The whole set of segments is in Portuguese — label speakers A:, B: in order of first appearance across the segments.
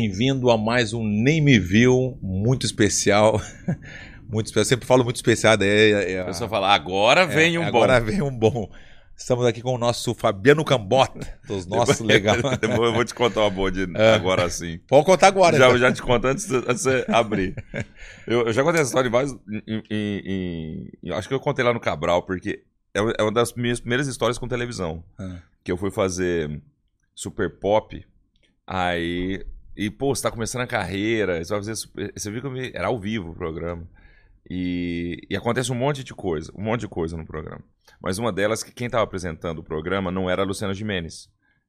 A: bem-vindo a mais um Nem Me Viu, muito especial. Muito especial. Eu sempre falo muito especial, daí é, é,
B: A pessoa fala, agora vem
A: é,
B: um bom.
A: agora vem um bom. Estamos aqui com o nosso Fabiano Cambota, dos nossos legal. Ah.
B: Depois eu vou te contar uma boa de agora sim.
A: Pode contar agora.
B: Já,
A: então.
B: já te conto antes de antes de você abrir. Eu, eu já contei essa história em vários. em- em- em- em- acho que eu contei lá no Cabral, porque é uma- é uma das minhas primeiras histórias com televisão.
A: Ah.
B: Que eu fui fazer super pop, aí. E, pô, você tá começando a carreira, você vai fazer. super- você viu que eu me- era ao vivo o programa. E, e acontece um monte de coisa, um monte de coisa no programa. Mas uma delas que quem tava apresentando o programa não era a Luciana Gimenez,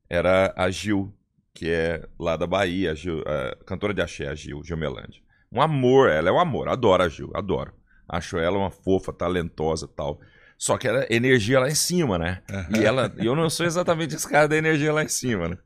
B: era a Gil, que é lá da Bahia, a, Gil, a cantora de axé, a Gil, Gilmelândia. Um amor, ela é um amor, adoro a Gil, adoro. Acho ela uma fofa, talentosa e tal. Só que era energia lá em cima, né? E ela, e eu não sou exatamente esse cara da energia lá em cima, né?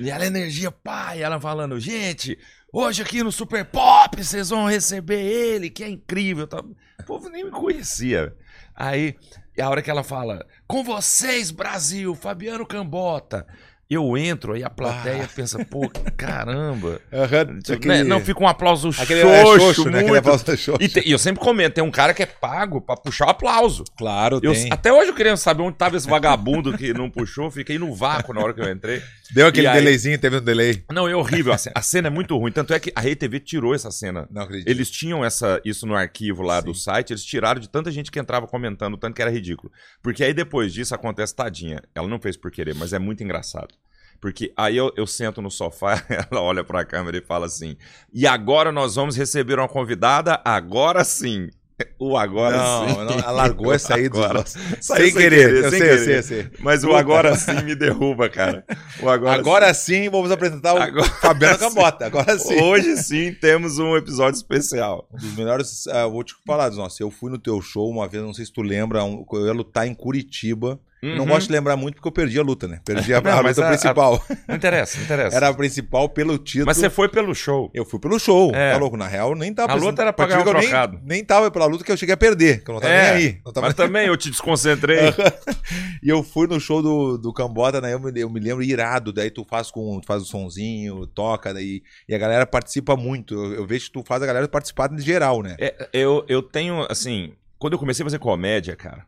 B: E ela energia, pai, ela falando, gente, hoje aqui no Super Pop vocês vão receber ele, que é incrível. tal. O povo nem me conhecia. Aí, e a hora que ela fala, com vocês, Brasil, Fabiano Cambota. Eu entro, aí a plateia pensa, pô, caramba.
A: Aham,
B: Tipo,
A: aquele-
B: né, Não, fica um aplauso
A: aquele
B: xoxo,
A: é xoxo, né? Aquele
B: muito.
A: aplauso é xoxo.
B: E, te- e eu sempre comento, tem um cara que é pago pra puxar o aplauso.
A: Claro,
B: Eu-
A: tem.
B: até hoje eu queria saber onde tava esse vagabundo que não puxou, fiquei no vácuo na hora que eu entrei.
A: Deu aquele
B: e aí-
A: delayzinho, teve um delay.
B: Não, é horrível, a ce- a cena é muito ruim. Tanto é que a RedeTV tirou essa cena.
A: Não acredito.
B: Eles tinham essa, isso no arquivo lá do site, eles tiraram de tanta gente que entrava comentando, o tanto que era ridículo. Porque aí depois disso acontece, tadinha. Ela não fez por querer, mas é muito engraçado. Porque aí eu, eu sento no sofá, ela olha pra câmera e fala assim: e agora nós vamos receber uma convidada, agora sim. O agora
A: não,
B: sim.
A: não, ela largou essa aí dos
B: Agora.
A: nossos.
B: Saiu
A: Sem querer, eu
B: sem
A: sei, eu
B: querer.
A: sei, eu sei.
B: Mas o
A: Puta.
B: agora sim me derruba, cara. O agora,
A: Agora sim, vamos apresentar o
B: Agora
A: Fabiano
B: sim.
A: Cambota. Agora
B: sim.
A: sim.
B: Hoje sim temos um episódio especial.
A: Um dos melhores. ah, eu vou te falar, nossa, eu fui no teu show uma vez, não sei se tu lembra, um- eu ia lutar em Curitiba. Não
B: Uhum.
A: gosto de lembrar muito porque eu perdi a luta, né? Perdi a,
B: Não,
A: a
B: mas
A: luta
B: a- a-
A: principal.
B: Não interessa, não interessa.
A: Era a principal pelo título.
B: Mas você foi pelo show.
A: Eu fui pelo show,
B: É.
A: tá louco? Na real, nem tava
B: A luta
A: pensando-
B: era pra
A: te ver
B: ganhar um
A: que eu nem-
B: trocado.
A: Nem, tava pela luta que eu cheguei a perder, que eu não tava
B: É,
A: nem aí. Não tava-
B: Mas também eu te desconcentrei.
A: E eu fui no show do, do Cambota, né? Eu me, eu me lembro irado. Daí tu faz com tu faz o sonzinho, toca, daí. E a galera participa muito. Eu, eu vejo que tu faz a galera participar de geral, né?
B: É, eu, eu tenho, assim, quando eu comecei a fazer comédia, cara,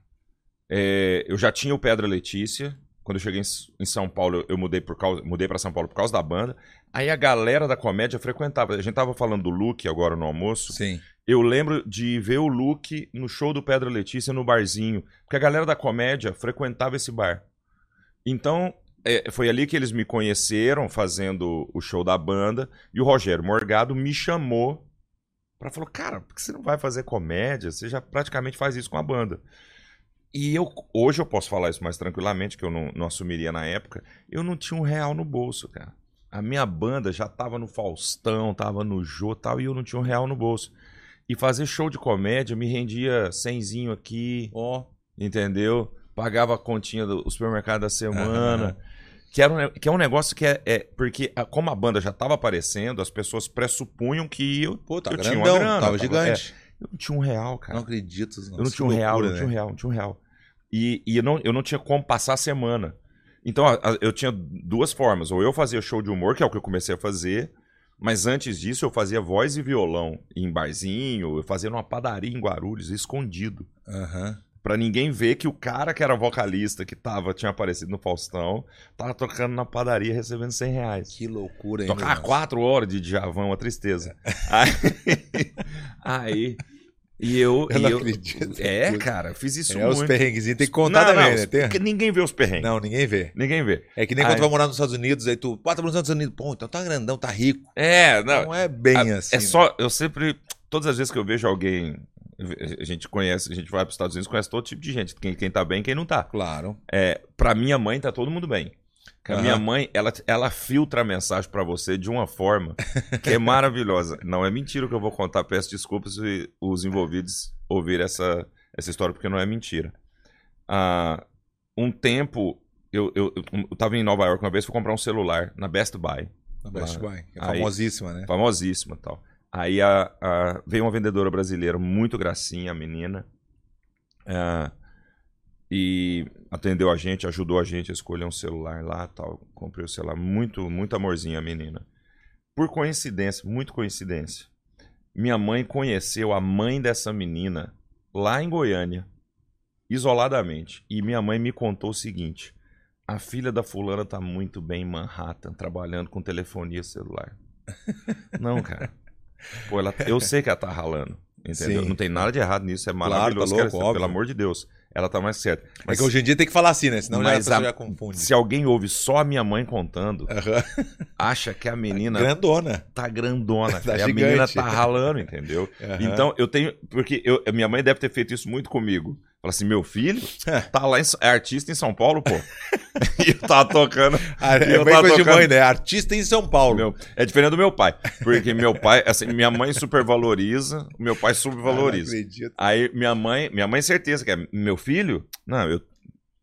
B: é, eu já tinha o Pedra Letícia. Quando eu cheguei em, S- em São Paulo, eu- eu mudei por causa, mudei para São Paulo por causa da banda. Aí a galera da comédia frequentava. A gente tava falando do Luke agora no almoço.
A: Sim.
B: Eu lembro de ver o Luke no show do Pedra Letícia no barzinho, porque a galera da comédia frequentava esse bar. Então, é, foi ali que eles me conheceram fazendo o show da banda, e o Rogério Morgado me chamou para falou: "Cara, por que você não vai fazer comédia? Você já praticamente faz isso com a banda". E eu hoje eu posso falar isso mais tranquilamente, que eu não, não assumiria na época. Eu não tinha um real no bolso, cara. A minha banda já tava no Faustão, tava no Jô, tal, e eu não tinha um real no bolso. E fazer show de comédia me rendia cenzinho aqui,
A: Ó.
B: entendeu? Pagava a continha do supermercado da semana. Que, era um, ne- que é um negócio que é. é- porque, a- como a banda já tava aparecendo, as pessoas pressupunham que eu,
A: Pô, tá
B: eu
A: grandão,
B: tinha uma grana.
A: tava gigante.
B: é, eu não tinha um real, cara.
A: Não acredito.
B: eu não tinha um real, não tinha um real, não tinha um real. E, e eu, não, eu não tinha como passar a semana. Então, a- a- eu tinha duas formas. Ou eu fazia show de humor, que é o que eu comecei a fazer. Mas antes disso, eu fazia voz e violão em barzinho. Eu fazia numa padaria em Guarulhos, escondido.
A: né? Aham.
B: Pra ninguém ver que o cara que era vocalista, que tava, tinha aparecido no Faustão, tava tocando na padaria recebendo 100 reais.
A: Que loucura, hein?
B: Tocar
A: meu?
B: quatro horas de Djavan, uma tristeza. Aí, É. aí e eu...
A: Eu
B: e
A: não
B: eu-
A: acredito.
B: É, cara, eu fiz isso
A: É, os
B: muito.
A: perrenguezinhos. Tem que contar
B: Não,
A: também,
B: não,
A: né? Tem-
B: porque Ninguém vê os perrengues.
A: Não, ninguém vê.
B: Ninguém vê.
A: É que nem
B: Ah,
A: quando tu
B: é.
A: vai morar nos Estados Unidos, aí tu, pô, tá morando nos Estados Unidos, pô, então tá grandão, tá rico.
B: É,
A: Não,
B: não.
A: é bem
B: a-
A: assim.
B: é só... Eu sempre... Todas as vezes que eu vejo alguém... A gente conhece, a gente vai para os Estados Unidos, conhece todo tipo de gente. Quem, quem tá bem, quem não tá.
A: né? Claro.
B: Pra minha mãe, tá todo mundo bem. A
A: Aham.
B: minha mãe, ela, ela filtra a mensagem pra você de uma forma que é maravilhosa. Não é mentira o que eu vou contar. Peço desculpas se os envolvidos ouvir essa, essa história, porque não é mentira. Ah, um tempo, eu, eu, eu tava em Nova York uma vez, fui comprar um celular na Best Buy,
A: Na Best Buy. que É
B: Aí-
A: famosíssima, né?
B: famosíssima e tal. Aí a, a- veio uma vendedora brasileira, muito gracinha, a menina, ah, e atendeu a gente, ajudou a gente a escolher um celular lá tal. Comprei o celular, muito, muito amorzinho a menina. Por coincidência, muito coincidência, minha mãe conheceu a mãe dessa menina lá em Goiânia, isoladamente. E minha mãe me contou o seguinte: a filha da fulana tá muito bem em Manhattan, trabalhando com telefonia celular. Não, cara. Pô, ela- eu sei que ela tá ralando. Entendeu?
A: Sim.
B: Não tem nada de errado nisso, é
A: Claro,
B: maravilhoso.
A: tá
B: cara,
A: louco, óbvio.
B: pelo amor de Deus. Ela tá mais certa.
A: É
B: Mas
A: que hoje em dia tem que falar assim, né? Senão já, a
B: Mas
A: pessoa
B: a-
A: já confunde.
B: se alguém ouve só a minha mãe contando,
A: Aham.
B: acha que a menina
A: Grandona.
B: tá grandona, cara, e a
A: gigante.
B: menina tá ralando, entendeu?
A: Aham.
B: Então, eu tenho. Porque eu- minha mãe deve ter feito isso muito comigo. Fala assim, meu filho tá lá, em S- é artista em São Paulo, pô. e tá tocando.
A: Ah,
B: E
A: é
B: eu
A: bem
B: tava
A: coisa de
B: tocando-
A: mãe, né? Artista em São Paulo.
B: Meu, é diferente do meu pai. Porque meu pai, assim, minha mãe supervaloriza, meu pai
A: Ah, não
B: subvaloriza.
A: acredito.
B: Aí minha mãe, minha mãe certeza que é meu filho? Não, eu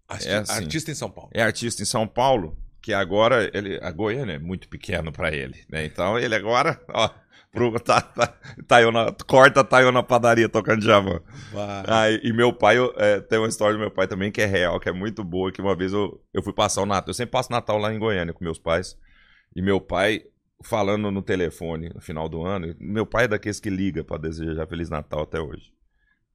A: Arti-
B: É assim.
A: Artista em São Paulo.
B: é artista em São Paulo, que agora ele, a Goiânia é muito pequeno pra ele, né? Então ele agora, ó, pro, tá, tá, tá eu na, corta tá eu na padaria tocando Djavan.
A: Vai.
B: Ah, e e meu pai, eu, é, tem uma história do meu pai também que é real, que é muito boa, que uma vez eu, eu fui passar o Natal, eu sempre passo Natal lá em Goiânia com meus pais, e meu pai falando no telefone no final do ano, e meu pai é daqueles que liga pra desejar Feliz Natal até hoje.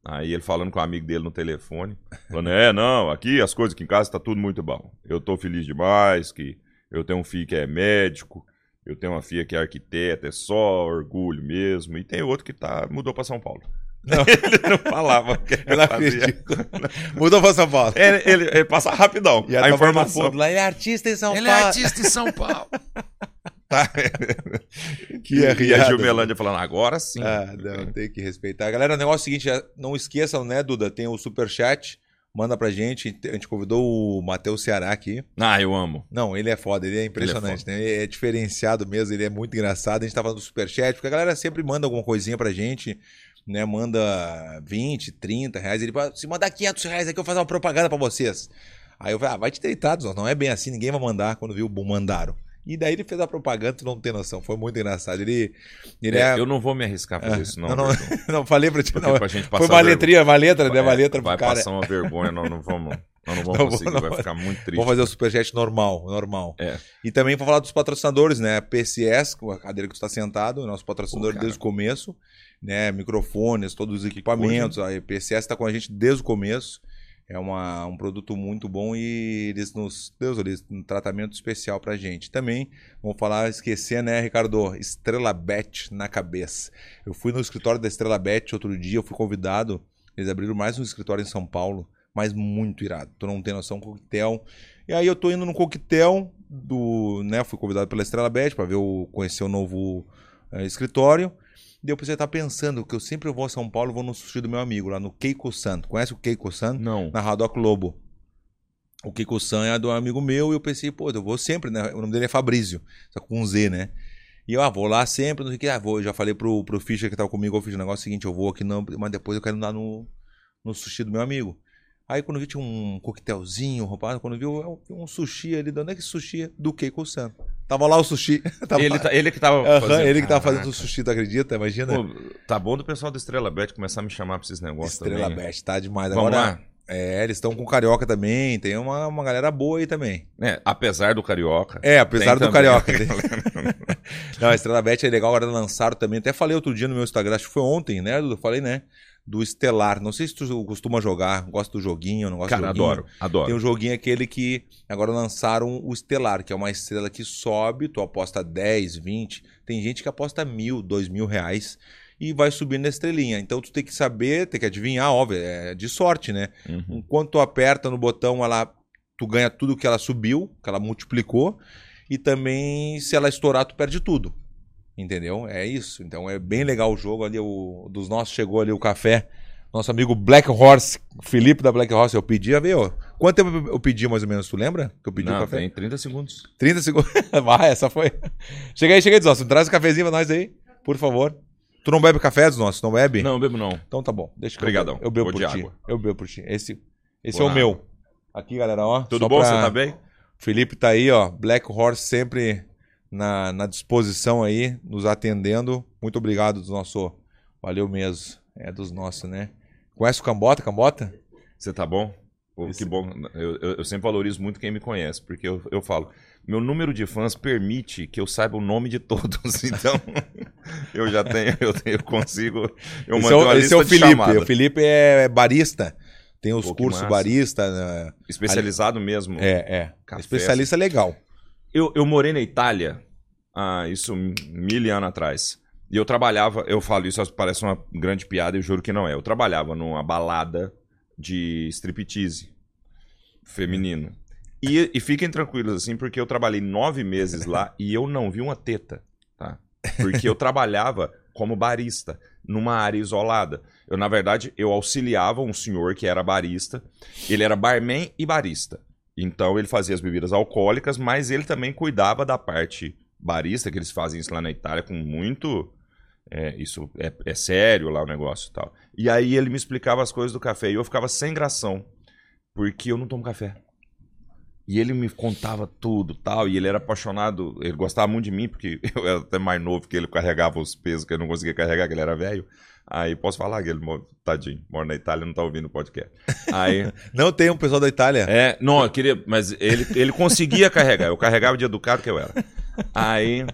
B: Aí ele falando com um amigo dele no telefone, falando, é, não, aqui as coisas aqui em casa tá tudo muito bom, eu tô feliz demais, que eu tenho um filho que é médico, eu tenho uma filha que é arquiteta, é só orgulho mesmo, e tem outro que tá, mudou pra São Paulo. Ele não falava o que
A: Eu
B: ele
A: não
B: fazia.
A: acredito. Mudou pra São Paulo.
B: Ele, ele- ele passa rapidão
A: E
B: a
A: tava no
B: informação.
A: fundo Lá, ele é artista em São
B: Ele é
A: Paulo.
B: artista em São Paulo.
A: Que
B: e a
A: arriada.
B: Gilmelândia falando, agora sim.
A: Ah, não, tem que respeitar. Galera, o negócio é o seguinte, já- não esqueçam, né, Duda? Tem o superchat, manda pra gente. A gente convidou o Matheus Ceará aqui.
B: Ah, eu amo.
A: Não, ele é foda, ele é impressionante, né? Ele é diferenciado mesmo, ele é muito engraçado. A gente tá falando do superchat, porque a galera sempre manda alguma coisinha pra gente, né? Manda 20, 30 reais. Ele fala, se mandar 500 reais aqui, eu vou fazer uma propaganda pra vocês. Aí eu falei, ah, vai te deitar, Duda, não é bem assim, ninguém vai mandar. Quando viu, bum, mandaram. E daí ele fez a propaganda, tu não tem noção. Foi muito engraçado. Ele, ele é...
B: Eu não vou me arriscar a fazer
A: Ah,
B: isso, não.
A: não, não.
B: Bertão,
A: Não, falei pra ti,
B: porque
A: não.
B: pra gente
A: Foi
B: passar
A: uma
B: vergonha-
A: letrinha, uma letra, né? Uma
B: É,
A: letra
B: Vai
A: pro cara.
B: passar uma vergonha, nós não vamos, nós não vamos
A: Não vou,
B: conseguir,
A: não
B: vai
A: vou.
B: ficar muito triste. né?
A: Vamos fazer o superchat normal, normal.
B: É.
A: E também vou falar dos patrocinadores, né? PCS, com a cadeira que tu está sentado, nosso patrocinador
B: Pô, cara.
A: desde o começo, né? Microfones, todos os equipamentos. a PCS está tá com a gente desde o começo. É uma, um produto muito bom e eles nos Deus, eles um tratamento especial pra gente. Também vamos falar, esquecer, né, Ricardo? Estrela Bet na cabeça. Eu fui no escritório da Estrela Bet outro dia, eu fui convidado. Eles abriram mais um escritório em São Paulo, mas muito irado. Tu não tem noção, coquetel. E aí eu tô indo no coquetel do, né, fui convidado pela Estrela Bet para ver o conhecer o novo eh, escritório. Daí eu pensei, tá pensando que eu sempre vou a São Paulo, vou no sushi do meu amigo lá no Keiko San. Conhece o Keiko San?
B: Não.
A: Na Radoc Lobo. O Keiko San é do amigo meu e eu pensei, pô, eu vou sempre, né? O nome dele é Fabrício, só com um Z, né? E eu ah, vou lá sempre, não sei o que. Ah, vou, eu já falei pro, pro Fischer que tava comigo, ô Fischer, o negócio é o seguinte, eu vou aqui, não, mas depois eu quero ir lá no, no sushi do meu amigo. Aí quando vi tinha um coquetelzinho, roubado, quando viu um sushi ali, de onde é que sushi é? do Keiko-san? Tava lá o sushi. Tava-
B: Ele, tá- ele que tava
A: Aham,
B: fazendo.
A: ele que tava fazendo né? o
B: Caraca.
A: sushi, tu acredita? Imagina.
B: Pô, tá bom do pessoal do Estrela Bet começar a me chamar pra esses negócios
A: Estrela
B: também.
A: Bet, tá demais.
B: Vamos
A: Agora,
B: lá.
A: é, eles estão com carioca também, tem uma, uma galera boa aí também.
B: É, apesar do Carioca.
A: É, apesar
B: Tem
A: do
B: também.
A: carioca. né? Não, a Estrela Bet é legal, agora lançaram também. Até falei outro dia no meu Instagram, acho que foi ontem, né, Dudu? Falei, né? Do Estelar. Não sei se tu costuma jogar, gosta do joguinho, não gosta
B: Cara,
A: do joguinho.
B: adoro, adoro.
A: Tem um joguinho aquele que agora lançaram o Estelar, que é uma estrela que sobe, tu aposta 10, 20. Tem gente que aposta mil, dois mil reais e vai subindo na estrelinha. Então tu tem que saber, tem que adivinhar, óbvio, é de sorte, né?
B: Uhum.
A: Enquanto tu aperta no botão, ela tu ganha tudo que ela subiu, que ela multiplicou, e também se ela estourar, tu perde tudo. Entendeu? É isso. Então é bem legal o jogo ali. O, dos nossos chegou ali o café. Nosso amigo Black Horse, Felipe da Black Horse, eu pedi, já veio. Quanto tempo eu pedi mais ou menos? Tu lembra? Que eu pedi o
B: Não,
A: café?
B: tem 30 segundos.
A: 30 segundos. Vai, essa foi. Chega aí, chega aí, Desnosso. Traz o cafezinho pra nós aí, por favor. Tu não bebe café, Desnosso? Não bebe?
B: Não, bebo não.
A: Então tá bom. Deixa que eu
B: Obrigadão.
A: bebo. Eu bebo
B: Vou
A: por
B: de
A: ti.
B: água.
A: Eu bebo por ti. Esse, esse
B: Vou
A: é o
B: na
A: meu.
B: água.
A: Aqui, galera, ó.
B: Tudo
A: só
B: bom?
A: pra-
B: Você tá bem?
A: Felipe tá aí, ó. Black Horse sempre na, na disposição aí, nos atendendo. Muito obrigado dos nossos. Valeu mesmo. É dos nossos, né? Conhece o Cambota, Cambota?
B: Você tá bom? Pô,
A: Esse-
B: Que bom. Eu, eu- eu sempre valorizo muito quem me conhece, porque eu, eu falo, meu número de fãs permite que eu saiba o nome de todos, então eu já tenho, eu, tenho- eu consigo. Eu
A: esse é
B: mantenho
A: o,
B: a
A: esse é
B: lista
A: o
B: de
A: Felipe.
B: chamada.
A: O Felipe é barista. Tem os
B: Pô, que
A: cursos
B: massa.
A: barista. né?
B: Especializado mesmo.
A: É, é.
B: Café,
A: Especialista legal.
B: Eu, eu morei na Itália, ah, isso mil anos atrás. E eu trabalhava, eu falo isso, parece uma grande piada, eu juro que não é. Eu trabalhava numa balada de striptease feminino. E, e fiquem tranquilos, assim, porque eu trabalhei nove meses lá e eu não vi uma teta, tá? Porque eu trabalhava como barista, numa área isolada. Eu, na verdade, eu auxiliava um senhor que era barista. Ele era barman e barista. Então ele fazia as bebidas alcoólicas, mas ele também cuidava da parte barista, que eles fazem isso lá na Itália com muito. é, isso é, é sério lá o negócio e tal. E aí ele me explicava as coisas do café e eu ficava sem gração, porque eu não tomo café. E ele me contava tudo tal, e ele era apaixonado, ele gostava muito de mim, porque eu era até mais novo que ele carregava os pesos que eu não conseguia carregar, que ele era velho. Aí posso falar que ele, mo- tadinho, mora na Itália, não tá ouvindo o podcast. Aí.
A: Não tem um pessoal da Itália.
B: É, não, eu queria, mas ele, ele conseguia carregar. Eu carregava de educado que eu era. Aí.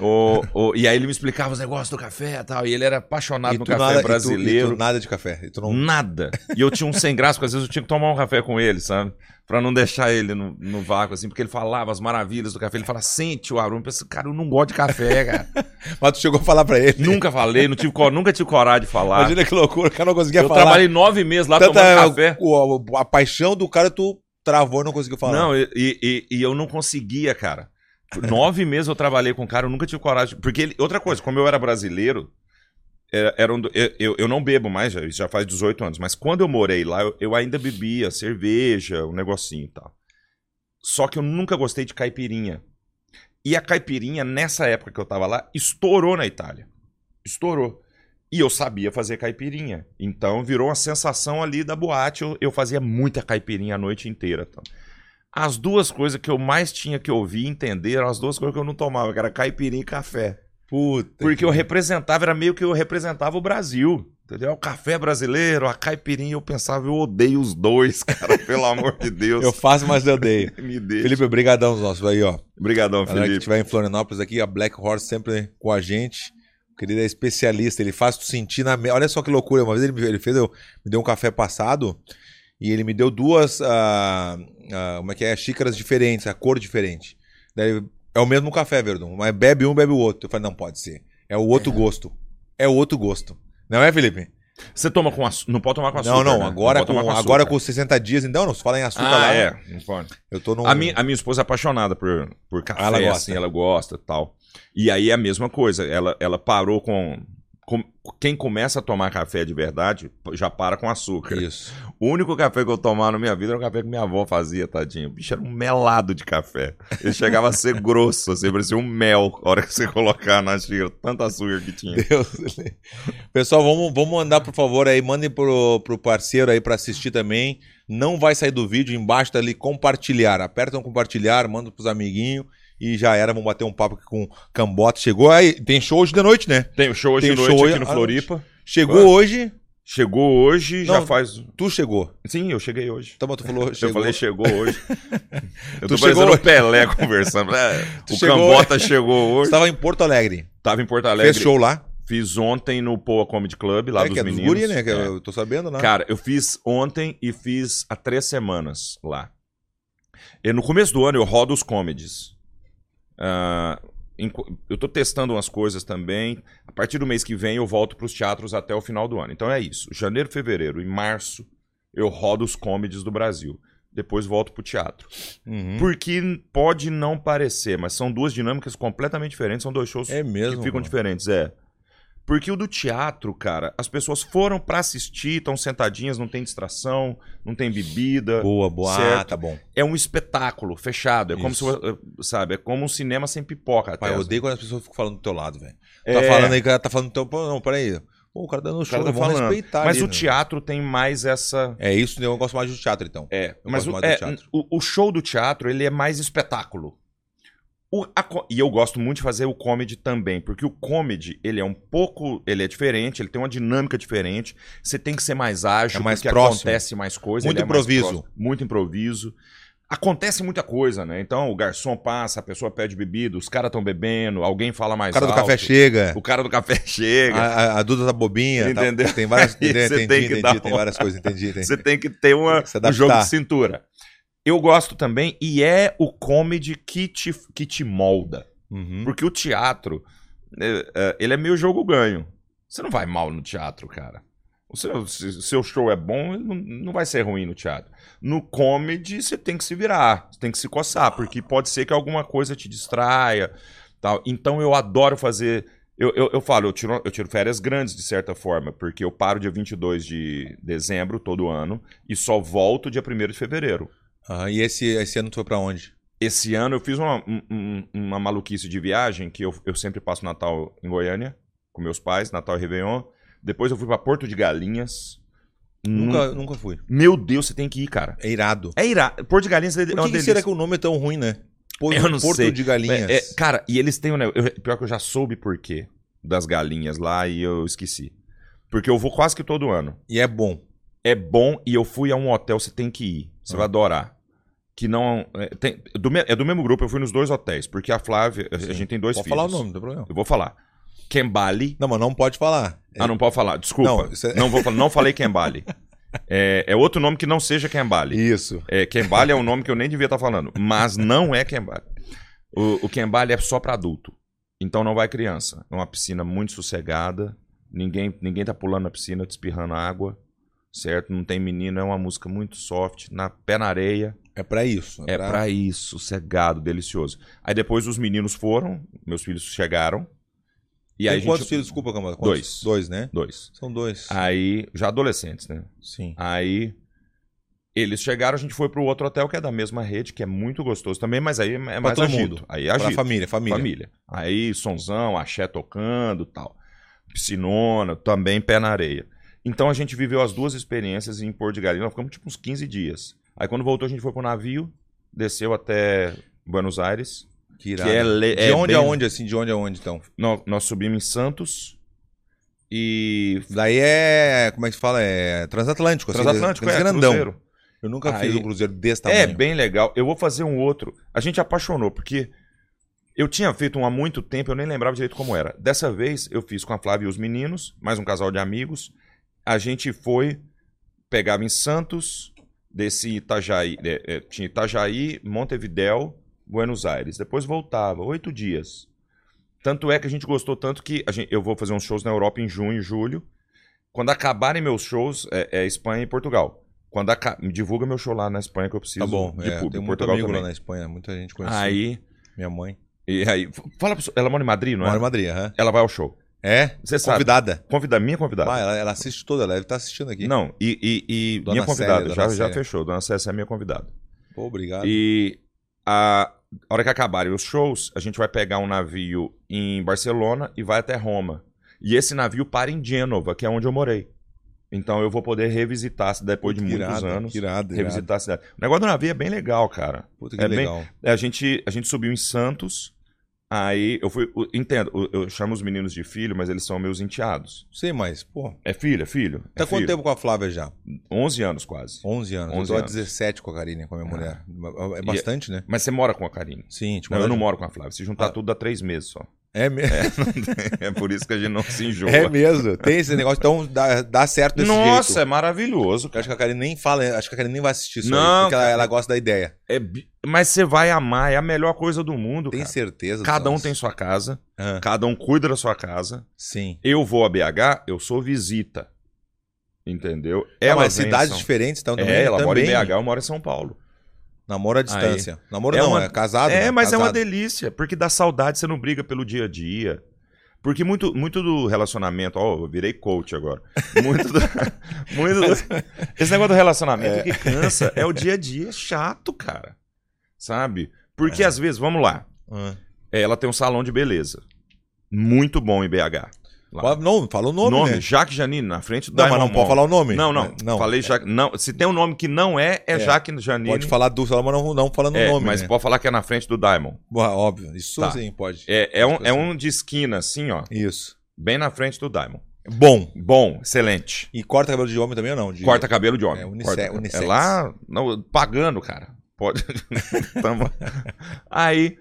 B: O, o- e aí ele me explicava os negócios do café e tal. E ele era apaixonado no
A: tu
B: café
A: nada- e tu-
B: brasileiro.
A: e tu nada de café. E tu não-
B: Nada. E eu tinha um sem graça, porque às vezes eu tinha que tomar um café com ele, sabe? Pra não deixar ele no, no vácuo, assim, porque ele falava as maravilhas do café. Ele falava, sente o aroma. Eu pensei, cara, eu não gosto de café, cara.
A: Mas tu chegou a falar pra ele.
B: nunca falei, não tive, co- nunca tive coragem de falar.
A: Imagina que loucura. O cara não conseguia
B: eu
A: falar.
B: trabalhei nove meses lá
A: Tanta é
B: tomando café.
A: o- a, paixão do cara, tu travou e não conseguiu falar.
B: Não, e, e- e eu não conseguia, cara. Por Nove meses eu trabalhei com o cara, eu nunca tive coragem. Porque ele- outra coisa, como eu era brasileiro, era, era um do- eu, eu- eu não bebo mais, já, isso já faz 18 anos, mas quando eu morei lá, eu, eu ainda bebia cerveja, um negocinho e tal. Só que eu nunca gostei de caipirinha. E a caipirinha, nessa época que eu tava lá, estourou na Itália. Estourou. E eu sabia fazer caipirinha. Então virou uma sensação ali da boate. Eu, eu fazia muita caipirinha a noite inteira. Então. As duas coisas que eu mais tinha que ouvir e entender eram as duas coisas que eu não tomava, que era caipirinha e café.
A: Puta.
B: Porque eu representava, era meio que eu representava o Brasil. Entendeu? O café brasileiro, a caipirinha, eu pensava, eu odeio os dois, cara, pelo amor de Deus.
A: Eu faço, mas eu odeio.
B: Me deixa.
A: Felipe, brigadão os nossos aí, ó.
B: Obrigadão,
A: Galera que
B: Felipe.
A: estiver em Florianópolis aqui, a Black Horse sempre com a gente. O querido é especialista, ele faz tu sentir na mesa. Olha só que loucura, uma vez ele, me- ele fez, eu, me deu um café passado e ele me deu duas, ah, ah, como é que é, xícaras diferentes, a cor diferente. Daí, é o mesmo café, Verdun, mas bebe um, bebe o outro. Eu falei, não pode ser, é o outro gosto, é o outro gosto. Não é, Felipe?
B: Você toma com açúcar? Não pode tomar com açúcar.
A: não, não,
B: né?
A: agora,
B: pode tomar
A: com, agora
B: açúcar.
A: com 60 dias, então, não, se fala em açúcar
B: Ah,
A: lá, né?
B: é. Não pode.
A: eu tô num...
B: A minha, a minha esposa é apaixonada por, por café,
A: Ela gosta.
B: assim, ela gosta tal. E aí é a mesma coisa, ela, ela parou com, com- Quem começa a tomar café de verdade já para com açúcar.
A: Isso.
B: O único café que eu tomava na minha vida era o café que minha avó fazia, tadinho. O bicho era um melado de café. Ele chegava a ser grosso, assim, parecia um mel, a hora que você colocar na xícara, tanto açúcar que tinha.
A: Deus. Pessoal, vamos, vamos mandar, por favor, aí, mandem pro, pro parceiro aí pra assistir também. Não vai sair do vídeo, embaixo tá ali compartilhar. Apertam compartilhar, manda pros amiguinhos e já era. Vamos bater um papo aqui com o Cambota. Chegou aí, tem show hoje de noite, né?
B: Tem show hoje
A: Tem
B: de noite
A: show
B: aqui
A: hoje
B: no
A: à
B: Floripa.
A: Chegou
B: Claro.
A: hoje,
B: Chegou hoje, já
A: Não.
B: faz...
A: tu chegou.
B: Sim, eu cheguei hoje.
A: Então, mas tu falou,
B: Eu
A: chegou.
B: falei, chegou hoje. Eu tô
A: Tu chegou
B: parecendo o
A: hoje.
B: Pelé conversando. É,
A: Tu
B: o
A: chegou
B: Cambota chegou
A: Tu
B: hoje.
A: estava em Porto Alegre.
B: Tava em Porto Alegre.
A: Fez show lá.
B: Fiz ontem no Poa Comedy Club, lá
A: é,
B: dos
A: que é
B: meninos.
A: dos guri, né? Que
B: É.
A: Eu tô sabendo, né?
B: Cara, eu fiz ontem e fiz há três semanas lá. E no começo do ano eu rodo os comedies. Ah, enqu- eu tô testando umas coisas também. A partir do mês que vem eu volto pros teatros até o final do ano. Então é isso. Janeiro, fevereiro e março eu rodo os comedies do Brasil. Depois volto pro teatro.
A: Uhum.
B: Porque pode não parecer, mas são duas dinâmicas completamente diferentes, são dois shows
A: É mesmo.
B: que ficam
A: mano.
B: diferentes, é. Porque o do teatro, cara, as pessoas foram pra assistir, estão sentadinhas, não tem distração, não tem bebida.
A: Boa, boa. Ah,
B: Certo.
A: tá bom.
B: É um espetáculo fechado, é como se,
A: Isso.
B: eh, sabe, é como um cinema sem pipoca até. assim.
A: Pai, eu odeio quando as pessoas ficam falando do teu lado, velho.
B: É,
A: Tá falando aí, cara, tá falando do teu. Pô, não, peraí. Pô, o cara dando
B: o
A: show,
B: cara tá
A: vamos
B: falando.
A: respeitar
B: Mas
A: ali,
B: o
A: né?
B: teatro tem mais essa
A: É isso, eu gosto mais do teatro, então.
B: É,
A: Eu
B: mas
A: gosto
B: o,
A: mais do
B: é,
A: teatro.
B: o- o show do teatro ele é mais espetáculo. O- a co- e eu gosto muito de fazer o comedy também, porque o comedy, ele é um pouco, ele é diferente, ele tem uma dinâmica diferente, você tem que ser mais ágil,
A: É mais
B: porque
A: próximo.
B: acontece mais coisa.
A: Muito
B: ele é mais
A: improviso.
B: próximo, muito improviso. Acontece muita coisa, né? Então, o garçom passa, a pessoa pede bebida, os caras estão bebendo, alguém fala mais
A: O cara do
B: alto,
A: café chega.
B: O cara do café chega.
A: A, a- a Duda tá bobinha. tá-
B: Entendeu?
A: tem várias
B: Aí
A: entendi,
B: você tem que
A: entendi,
B: dar
A: tem
B: uma-
A: várias coisas, entendi. entendi.
B: Você tem que ter uma,
A: Tem que se
B: um
A: adaptar.
B: jogo de cintura. Eu gosto também, e é o comedy que te, que te molda.
A: Uhum.
B: Porque o teatro, é, é, ele é meio jogo ganho. Você não vai mal no teatro, cara. O seu, se- seu show é bom, ele não, não vai ser ruim no teatro. No comedy, você tem que se virar, você tem que se coçar, porque pode ser que alguma coisa te distraia. Tal. Então eu adoro fazer. Eu, eu, eu falo, eu tiro, eu tiro férias grandes, de certa forma, porque eu paro dia 22 de dezembro todo ano e só volto dia 1 de fevereiro.
A: Ah, e esse, esse ano tu foi pra onde?
B: Esse ano eu fiz uma, um- um- uma maluquice de viagem, que eu, eu sempre passo Natal em Goiânia, com meus pais, Natal e Réveillon. Depois eu fui pra Porto de Galinhas. Nunca...
A: Nunca, nunca fui.
B: Meu Deus, você tem que ir, cara.
A: É irado.
B: É irado. Porto de Galinhas é
A: Por
B: uma
A: que, que
B: delícia.
A: será que o nome é tão ruim, né? Porto,
B: Eu não
A: Porto
B: sei.
A: de
B: É,
A: Galinhas.
B: é, cara, e eles têm um negócio. eu- Pior que eu já soube por quê das galinhas lá e eu esqueci. Porque eu vou quase que todo ano.
A: E é bom.
B: É bom e eu fui a um hotel, você tem que ir. Você
A: Ah.
B: vai adorar. Que não. É, tem- do me- é do mesmo grupo, eu fui nos dois hotéis. Porque a Flávia. A
A: Sim.
B: gente tem dois
A: Pode
B: filhos.
A: falar o nome, não tem problema.
B: Eu vou falar. Kembali.
A: Não, mas não pode falar. É-
B: Ah, não pode falar. Desculpa.
A: Não,
B: Não,
A: isso é-
B: vou falar. Não falei Kembali. É, é outro nome que não seja Kembali.
A: Isso.
B: É, Kembali é um nome que eu nem devia estar falando, mas não é Kembali. O, o Kembali é só para adulto, então não vai criança. É uma piscina muito sossegada, ninguém ninguém tá pulando na piscina, te espirrando água, certo? Não tem menino, é uma música muito soft, na pé na areia.
A: É pra isso.
B: É pra isso, sossegado, delicioso. Aí depois os meninos foram, meus filhos chegaram. E
A: E
B: aí a
A: aí,
B: gente-
A: quantos filhos? Desculpa, Camada. quantos?
B: Dois. Ah,
A: Dois, né?
B: Dois.
A: São dois.
B: Aí, já adolescentes, né?
A: Sim.
B: Aí eles chegaram, a gente foi pro outro hotel que é da mesma rede, que é muito gostoso também, mas aí é mais
A: todo
B: agito.
A: mundo.
B: Aí é
A: Pra
B: agito.
A: família, família.
B: família. Aí sonzão, axé tocando, tal. Piscinona, também pé na areia. Então a gente viveu as duas experiências em Porto de Galinhas, nós ficamos tipo uns 15 dias. Aí quando voltou a gente foi pro navio, desceu até Buenos Aires,
A: Que
B: que
A: irado.
B: é, le-
A: De
B: é
A: onde
B: bem-
A: aonde, assim? De onde aonde, então?
B: nó- nós subimos em Santos e
A: Daí é. Como é que se fala? É transatlântico. assim,
B: Transatlântico,
A: aqueles
B: é,
A: grandão.
B: cruzeiro.
A: Eu nunca
B: Aí-
A: fiz um cruzeiro desse tamanho.
B: É bem legal. Eu vou fazer um outro. A gente apaixonou, porque eu tinha feito um há muito tempo, eu nem lembrava direito como era. Dessa vez eu fiz com a Flávia e os meninos, mais um casal de amigos. A gente foi, pegava em Santos, descia em Itajaí, é, é, tinha Itajaí, Montevidéu, Buenos Aires. Depois voltava, oito dias. Tanto é que a gente gostou tanto que a gente- eu vou fazer uns shows na Europa em junho e julho. Quando acabarem meus shows, é, é Espanha e Portugal. Quando aca... me divulga meu show lá na Espanha que eu preciso
A: Tá bom.
B: de
A: É,
B: público.
A: tem muito
B: Portugal
A: amigo
B: também.
A: lá na Espanha. Muita gente conhece.
B: Aí,
A: Minha mãe.
B: e aí, f- fala pra sua- ela mora em Madrid, não
A: Mora
B: é?
A: em Madrid, aham.
B: Ela vai ao show.
A: É?
B: Você sabe.
A: Convidada.
B: Convida minha convidada.
A: Ah, ela, ela assiste toda, ela deve estar assistindo aqui.
B: Não, e, e- e
A: Dona
B: minha convidada,
A: Célia,
B: já,
A: Dona
B: já
A: Célia.
B: fechou. Dona Célia é minha convidada.
A: Pô, obrigado.
B: E a a hora que acabarem os shows, a gente vai pegar um navio em Barcelona e vai até Roma. E esse navio para em Gênova, que é onde eu morei. Então eu vou poder revisitar depois de
A: Que
B: muitos
A: irado,
B: anos.
A: Que irado, irado.
B: Revisitar a cidade. O negócio do navio é bem legal, cara.
A: Puta que
B: é bem-
A: legal.
B: É, A gente, a gente subiu em Santos. Aí eu fui. o- Entendo, o- eu chamo os meninos de filho, mas eles são meus enteados.
A: Sei mais, pô.
B: É filho, é filho.
A: Tá
B: é
A: quanto
B: filho.
A: tempo com a Flávia já?
B: 11 anos quase.
A: 11 anos.
B: 11
A: eu tô
B: anos. Ah.
A: há 17 com a Karine, com a minha mulher. É
B: E- é
A: bastante, né?
B: Mas você mora com a Karine.
A: Sim, tipo,
B: Não, eu não moro com a Flávia. Se juntar tudo dá três meses só.
A: É, mesmo.
B: É por isso que a gente não se enjoa.
A: é mesmo. Tem esse negócio, então dá, dá certo desse
B: Nossa,
A: jeito.
B: é maravilhoso.
A: Eu acho que a Karine nem fala, acho que a Karine nem vai assistir isso
B: Não,
A: aí, porque ela,
B: cara.
A: ela gosta da ideia.
B: É bi- mas você vai amar, é a melhor coisa do mundo,
A: Tem
B: cara.
A: certeza?
B: Cada um
A: Thomas?
B: tem sua casa,
A: Ah,
B: cada um cuida da sua casa.
A: sim.
B: Eu vou a BH, eu sou visita. Entendeu?
A: É
B: Ela
A: mas
B: vem em
A: cidades
B: São-
A: diferentes, então também.
B: É, ela mora em
A: também
B: BH, eu moro em São Paulo.
A: Namoro à distância. Namoro
B: É
A: não,
B: uma-
A: é casado.
B: É,
A: né?
B: mas é uma
A: Casado.
B: delícia, porque dá saudade, você não briga pelo dia a dia. Porque muito, muito do relacionamento, ó, eu virei coach agora. Muito do, muito do- esse negócio do relacionamento que cansa é o dia a dia, é chato, cara. Sabe? Porque
A: É.
B: às vezes, vamos lá,
A: Ah.
B: é, ela tem um salão de beleza. Muito bom em BH. Lá.
A: Fala- Não, fala o nome,
B: nome,
A: né?
B: Jaque Janine, na frente do
A: Não, mas não pode falar o nome.
B: Não,
A: né?
B: não. Falei Jaque. Não, se tem um nome que não é, é,
A: É.
B: Jaque Janine.
A: Pode falar do salão, mas não, não falando
B: é,
A: o nome,
B: mas
A: né?
B: pode falar que é na frente do Diamond.
A: Ah, Óbvio, isso
B: Tá.
A: sim pode.
B: É, é, um, é um de esquina, assim, ó.
A: Isso.
B: Bem na frente do Diamond.
A: Bom,
B: Bom, excelente.
A: e corta cabelo de homem também ou não? De-
B: Corta cabelo de homem.
A: É, unisex-
B: Corta-
A: unissex.
B: É lá, não, pagando, cara. Pode. Tamo- Aí,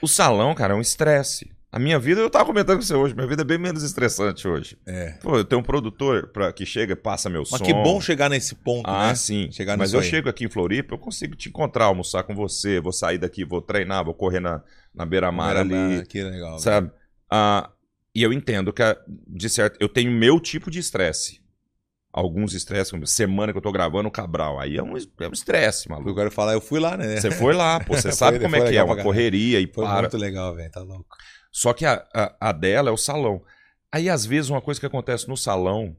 B: o salão, cara, é um estresse. A minha vida, eu tava comentando com você hoje, minha vida é bem menos estressante hoje.
A: É.
B: Pô, eu tenho um produtor pra, que chega e passa meu som.
A: Mas que bom chegar nesse ponto,
B: Ah,
A: né?
B: sim.
A: Chegar
B: Mas
A: nisso
B: eu
A: aí.
B: chego aqui em Floripa, eu consigo te encontrar, almoçar com você, vou sair daqui, vou treinar, vou correr na, na beira-mar ali,
A: Maravilha, Que legal. né?
B: sabe? Ah, e eu entendo que, a- de certo, eu tenho meu tipo de estresse. Alguns estresses, como semana que eu tô gravando o Cabral, aí é um es- é um estresse,
A: O que eu
B: maluco.
A: quero falar, eu fui lá, né?
B: Você foi lá, pô, você
A: Foi-
B: sabe como é
A: foi
B: que é,
A: legal pra
B: uma
A: caralho.
B: correria e
A: Foi
B: para.
A: muito legal, velho, tá louco.
B: Só que a, a- a dela é o salão. Aí, às vezes, uma coisa que acontece no salão,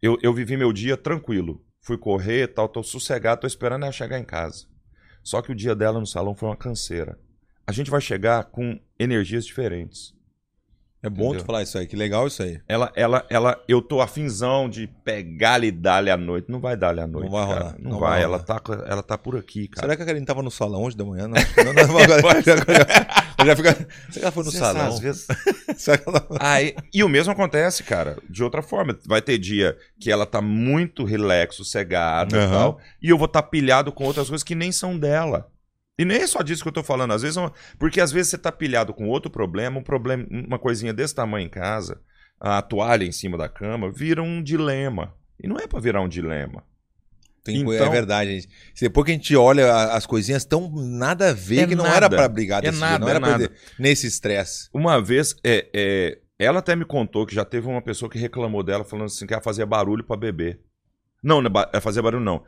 B: eu, eu vivi meu dia tranquilo. Fui correr tal, tô sossegado, tô esperando ela chegar em casa. Só que o dia dela no salão foi uma canseira. A gente vai chegar com energias diferentes.
A: É bom
B: Entendeu?
A: tu falar isso aí, que legal isso aí.
B: Ela, ela, ela, eu tô afinzão de pegar-lhe e dar-lhe à noite. Não vai dar-lhe à noite.
A: vai
B: cara.
A: rolar,
B: Não,
A: não
B: vai.
A: vai
B: ela,
A: rolar.
B: tá, co- ela tá por aqui, cara. é.
A: Será que a Karine tava no salão hoje da manhã? Não, não, não, agora, agora- ela já fica- Será que ela foi no
B: Você sabe,
A: salão?
B: às vezes-
A: Será que ela...
B: Aí, Ah, e o mesmo acontece, cara, de outra forma. Vai ter dia que ela tá muito relax, sossegada e
A: Aham.
B: tal, e eu vou estar pilhado com outras coisas que nem são dela. E nem é só disso que eu tô falando. Às vezes, é uma- porque às vezes você tá pilhado com outro problema, um problema, uma coisinha desse tamanho em casa, a toalha em cima da cama, vira um dilema. E não é pra virar um dilema.
A: Tem co-
B: Então-
A: é verdade, gente. Se Depois que a gente olha a- as coisinhas, tão nada a ver,
B: É
A: que não
B: nada.
A: era pra brigar
B: É
A: desse jeito,
B: nada,
A: não era
B: é
A: pra
B: nada.
A: ter- nesse estresse.
B: Uma vez, é, é, ela até me contou que já teve uma pessoa que reclamou dela, falando assim que ela fazia barulho pra beber. Não, não é ba- é fazer barulho não.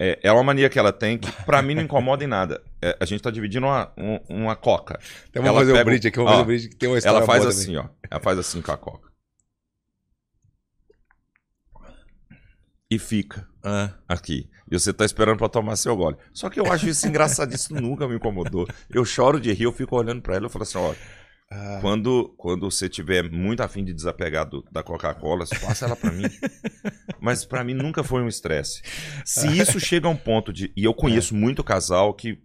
B: É, é uma mania que ela tem que pra mim não incomoda em nada. É, a gente tá dividindo uma, um- uma coca.
A: Então vamos
B: Ela
A: fazer
B: pega
A: o
B: o-
A: brinde aqui, vamos
B: ó,
A: fazer o brinde que tem uma história
B: ela faz
A: boa
B: assim, ó. Ela faz assim com a coca. E fica
A: também. Ah.
B: aqui. E você tá esperando pra tomar seu gole. Só que eu acho isso engraçadíssimo, nunca me incomodou. Eu choro de rir, eu fico olhando pra ela e falo assim, ó,
A: Ah,
B: Quando, quando você tiver muito afim de desapegar do- da Coca-Cola, você passa ela pra mim. Mas pra mim nunca foi um estresse. Se isso chega a um ponto de. E eu conheço muito casal que,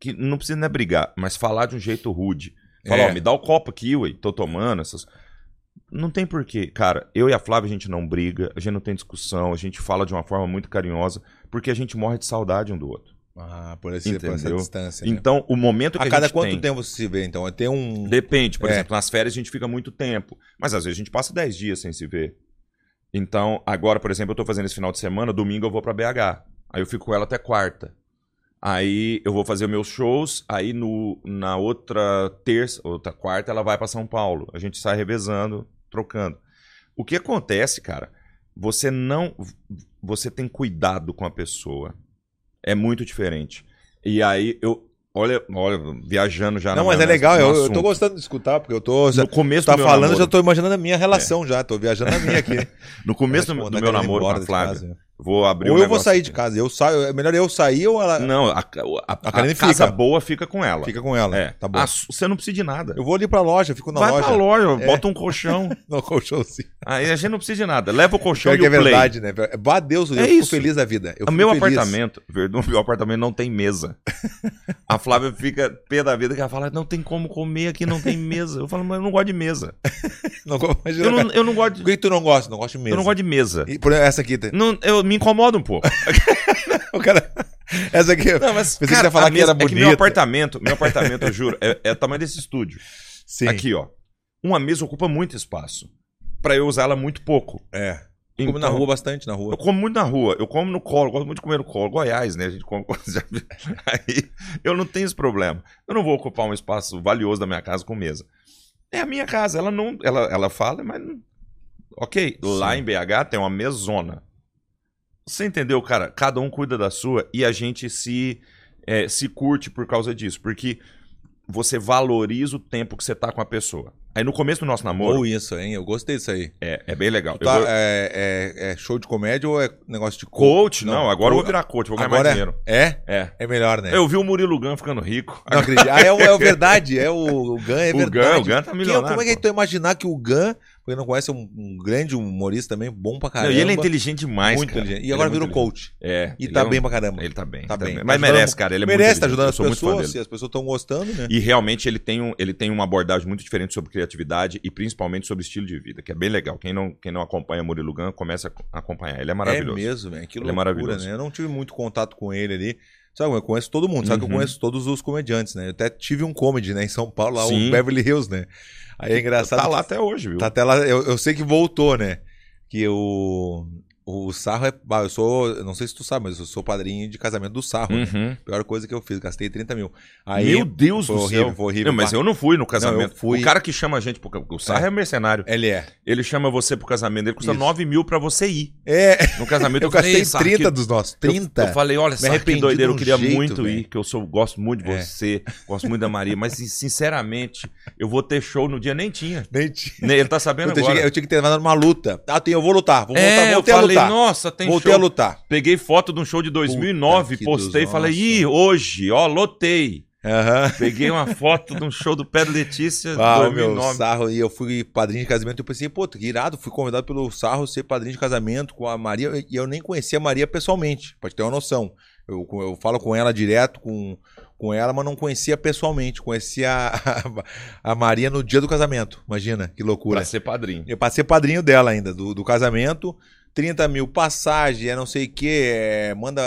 B: que não precisa nem brigar, mas falar de um jeito rude. Falar,
A: É.
B: ó, me dá o copo aqui, ué, tô tomando. Essas... Não tem porquê. Cara, eu e a Flávia a gente não briga, a gente não tem discussão, a gente fala de uma forma muito carinhosa, porque a gente morre de saudade um do outro.
A: ah, por, esse, por essa
B: Entendeu?
A: distância. né?
B: Então, o momento que a,
A: A cada
B: gente
A: quanto
B: tem-
A: tempo você se vê, então? Tem um.
B: Depende, por
A: É.
B: exemplo, nas férias a gente fica muito tempo, mas às vezes a gente passa 10 dias sem se ver. Então, agora, por exemplo, eu tô fazendo esse final de semana, domingo eu vou pra BH. Aí eu fico com ela até quarta. Aí eu vou fazer meus shows, aí no, na outra terça, outra quarta ela vai pra São Paulo. A gente sai revezando, trocando. O que acontece, cara? Você não você tem cuidado com a pessoa. É muito diferente. E aí eu olha, olha, viajando já na
A: Não, mas é
B: maionese
A: legal,
B: do
A: eu, eu
B: assunto.
A: tô gostando de escutar, porque eu tô.
B: No começo
A: tá
B: do meu
A: falando,
B: namoro, É.
A: já tô imaginando a minha relação já. Tô viajando na minha aqui. é
B: no começo do, do meu namoro com a Flávia, vou abrir
A: Ou
B: um
A: eu vou
B: negócio-
A: sair de casa. Eu saio, é melhor eu sair ou ela
B: Não, a, a, a,
A: Karine
B: a casa
A: fica.
B: boa fica com ela.
A: fica com ela.
B: É.
A: Tá bom.
B: Ah, su- você não precisa de nada.
A: Eu vou ali pra loja, fico na
B: Vai
A: loja.
B: pra loja,
A: É.
B: bota um colchão.
A: No colchãozinho.
B: Aí a gente não precisa de nada. Leva o colchão
A: Pior que
B: e o
A: é
B: play.
A: verdade, né? Vá Deus, eu
B: É
A: fico
B: isso.
A: feliz da vida. Eu fico
B: o meu
A: feliz.
B: apartamento, Verdun, meu apartamento não tem mesa. A Flávia fica pé da vida que ela fala: não tem como comer aqui, não tem mesa. Eu falo, mas eu não gosto de mesa.
A: Não, imagina,
B: Eu não,
A: cara.
B: eu não gosto
A: Por
B: de,
A: que que tu não gosta? Não gosto mesmo.
B: eu não gosto de mesa.
A: E, por exemplo, essa aqui, tá-
B: Não, eu me incomoda um pouco.
A: o cara. Essa aqui.
B: Não, mas
A: Pensei que você ia falar
B: a
A: que
B: mesa-
A: era
B: é meu
A: bonita.
B: apartamento, meu apartamento, eu juro, é, é o tamanho desse estúdio.
A: Sim.
B: Aqui, ó. Uma mesa ocupa muito espaço. Pra eu usar ela muito pouco.
A: É.
B: Então,
A: Como na rua bastante, na
B: Eu
A: rua.
B: como muito na rua. Eu como no colo. Gosto muito de comer no colo. Goiás, né? A gente come. já vi. Aí eu não tenho esse problema. Eu não vou ocupar um espaço valioso da minha casa com mesa. É a minha casa. Ela não. Ela, ela fala, mas. não- Ok. Lá
A: Sim.
B: em BH tem uma mesona. Você entendeu, cara? Cada um cuida da sua e a gente se, é, se curte por causa disso. Porque você valoriza o tempo que você tá com a pessoa. Aí no começo do nosso namoro,
A: Ou isso, hein? Eu gostei disso aí.
B: é, é bem legal. Eu
A: Tá,
B: vou-
A: é, é- é show de comédia ou é negócio de
B: Coach? Não, agora eu vou virar coach, vou ganhar
A: Agora
B: mais
A: é,
B: dinheiro.
A: é?
B: É.
A: É melhor, né?
B: Eu vi o Murilo Gun ficando rico.
A: Não acredito. Ah, é, o- é o verdade. É o, o Gun, é
B: o
A: verdade.
B: Gun, o Gun tá
A: Quem é-
B: milionário.
A: como é que é
B: pô.
A: tu imaginar que o Gun, porque não conhece, é um, um grande humorista também, bom pra
B: Não,
A: caramba.
B: e ele é inteligente demais,
A: um Muito
B: cara.
A: inteligente. E
B: Ele
A: agora
B: é muito
A: virou coach.
B: inteligente. É.
A: E
B: ele
A: tá
B: é um-
A: bem pra caramba.
B: Ele tá bem.
A: Tá
B: Tá,
A: bem.
B: bem.
A: Tá
B: Mas
A: ajudando-
B: merece, cara. Ele é
A: Merece,
B: muito
A: tá ajudando as
B: inteligente, eu sou muito fã
A: pessoas,
B: dele.
A: se as pessoas estão gostando, né?
B: E realmente ele tem, um, ele tem uma abordagem muito diferente sobre criatividade e principalmente sobre estilo de vida, que é bem legal. Quem não, quem não acompanha Murilo Gun, começa a acompanhar. Ele é
A: É
B: maravilhoso.
A: mesmo, velho. Que
B: Ele é
A: loucura,
B: maravilhoso.
A: né? Eu não tive muito contato com ele ali. Sabe, eu conheço todo mundo, sabe que eu
B: Uhum.
A: conheço todos os comediantes, né? Eu até tive um comedy, né, em São Paulo, lá, o
B: Sim.
A: Beverly Hills, né? Aí é engraçado.
B: tá
A: que-
B: lá até hoje, viu?
A: Tá até lá, eu, eu sei que voltou, né? Que o, o Sarro é. bah, eu sou. eu Não sei se tu sabe, mas eu sou padrinho de casamento do Sarro. né?
B: Uhum.
A: Pior coisa que eu fiz, gastei 30 mil. Aí,
B: Meu Deus
A: foi
B: do
A: horrível,
B: céu.
A: foi horrível.
B: Não, mas
A: Bah,
B: eu não fui no casamento.
A: Não, eu fui-
B: O cara que chama a gente pro ca- O Sarra é, mercenário.
A: Ele é.
B: Ele chama você pro casamento dele, custa
A: Isso.
B: 9 mil pra você ir.
A: É,
B: No casamento
A: eu
B: falei,
A: gastei
B: "Ei, Sarra,
A: 30
B: que-
A: dos nossos.
B: eu-
A: 30.
B: Eu, falei, olha, Sarra, que
A: arrependi
B: doideiro,
A: de
B: eu
A: um
B: queria
A: jeito,
B: muito
A: velho.
B: ir, que eu sou, gosto muito de
A: É.
B: você, gosto muito da Maria, mas sinceramente, eu vou ter show no dia, nem tinha.
A: Nem tinha.
B: Né, Ele tá
A: Eu,
B: sabendo
A: tinha que-
B: agora.
A: eu tinha que ter mandado uma luta. Ah, tem, eu vou lutar. Vou
B: É,
A: voltar,
B: eu
A: voltei a
B: falei,
A: lutar.
B: nossa, tem
A: voltei a
B: show.
A: lutar.
B: Peguei foto de um show de 2009,
A: que
B: postei,
A: dos
B: falei,
A: nossos.
B: ih, hoje, ó, lotei.
A: Aham.
B: Peguei uma foto de um show do Pedro Letícia,
A: Ah, o meu
B: 2009.
A: sarro, e eu fui padrinho de casamento. Eu pensei, pô, que irado, fui convidado pelo sarro ser padrinho de casamento com a Maria. E eu nem conhecia a Maria pessoalmente, pra te ter uma noção. Eu, eu falo com ela direto, com, com ela, mas não conhecia pessoalmente. Conhecia a, a Maria no dia do casamento. Imagina, né? que loucura.
B: Pra ser padrinho.
A: Eu passei padrinho dela ainda, do, do casamento. 30 mil passagem, é não sei o que, manda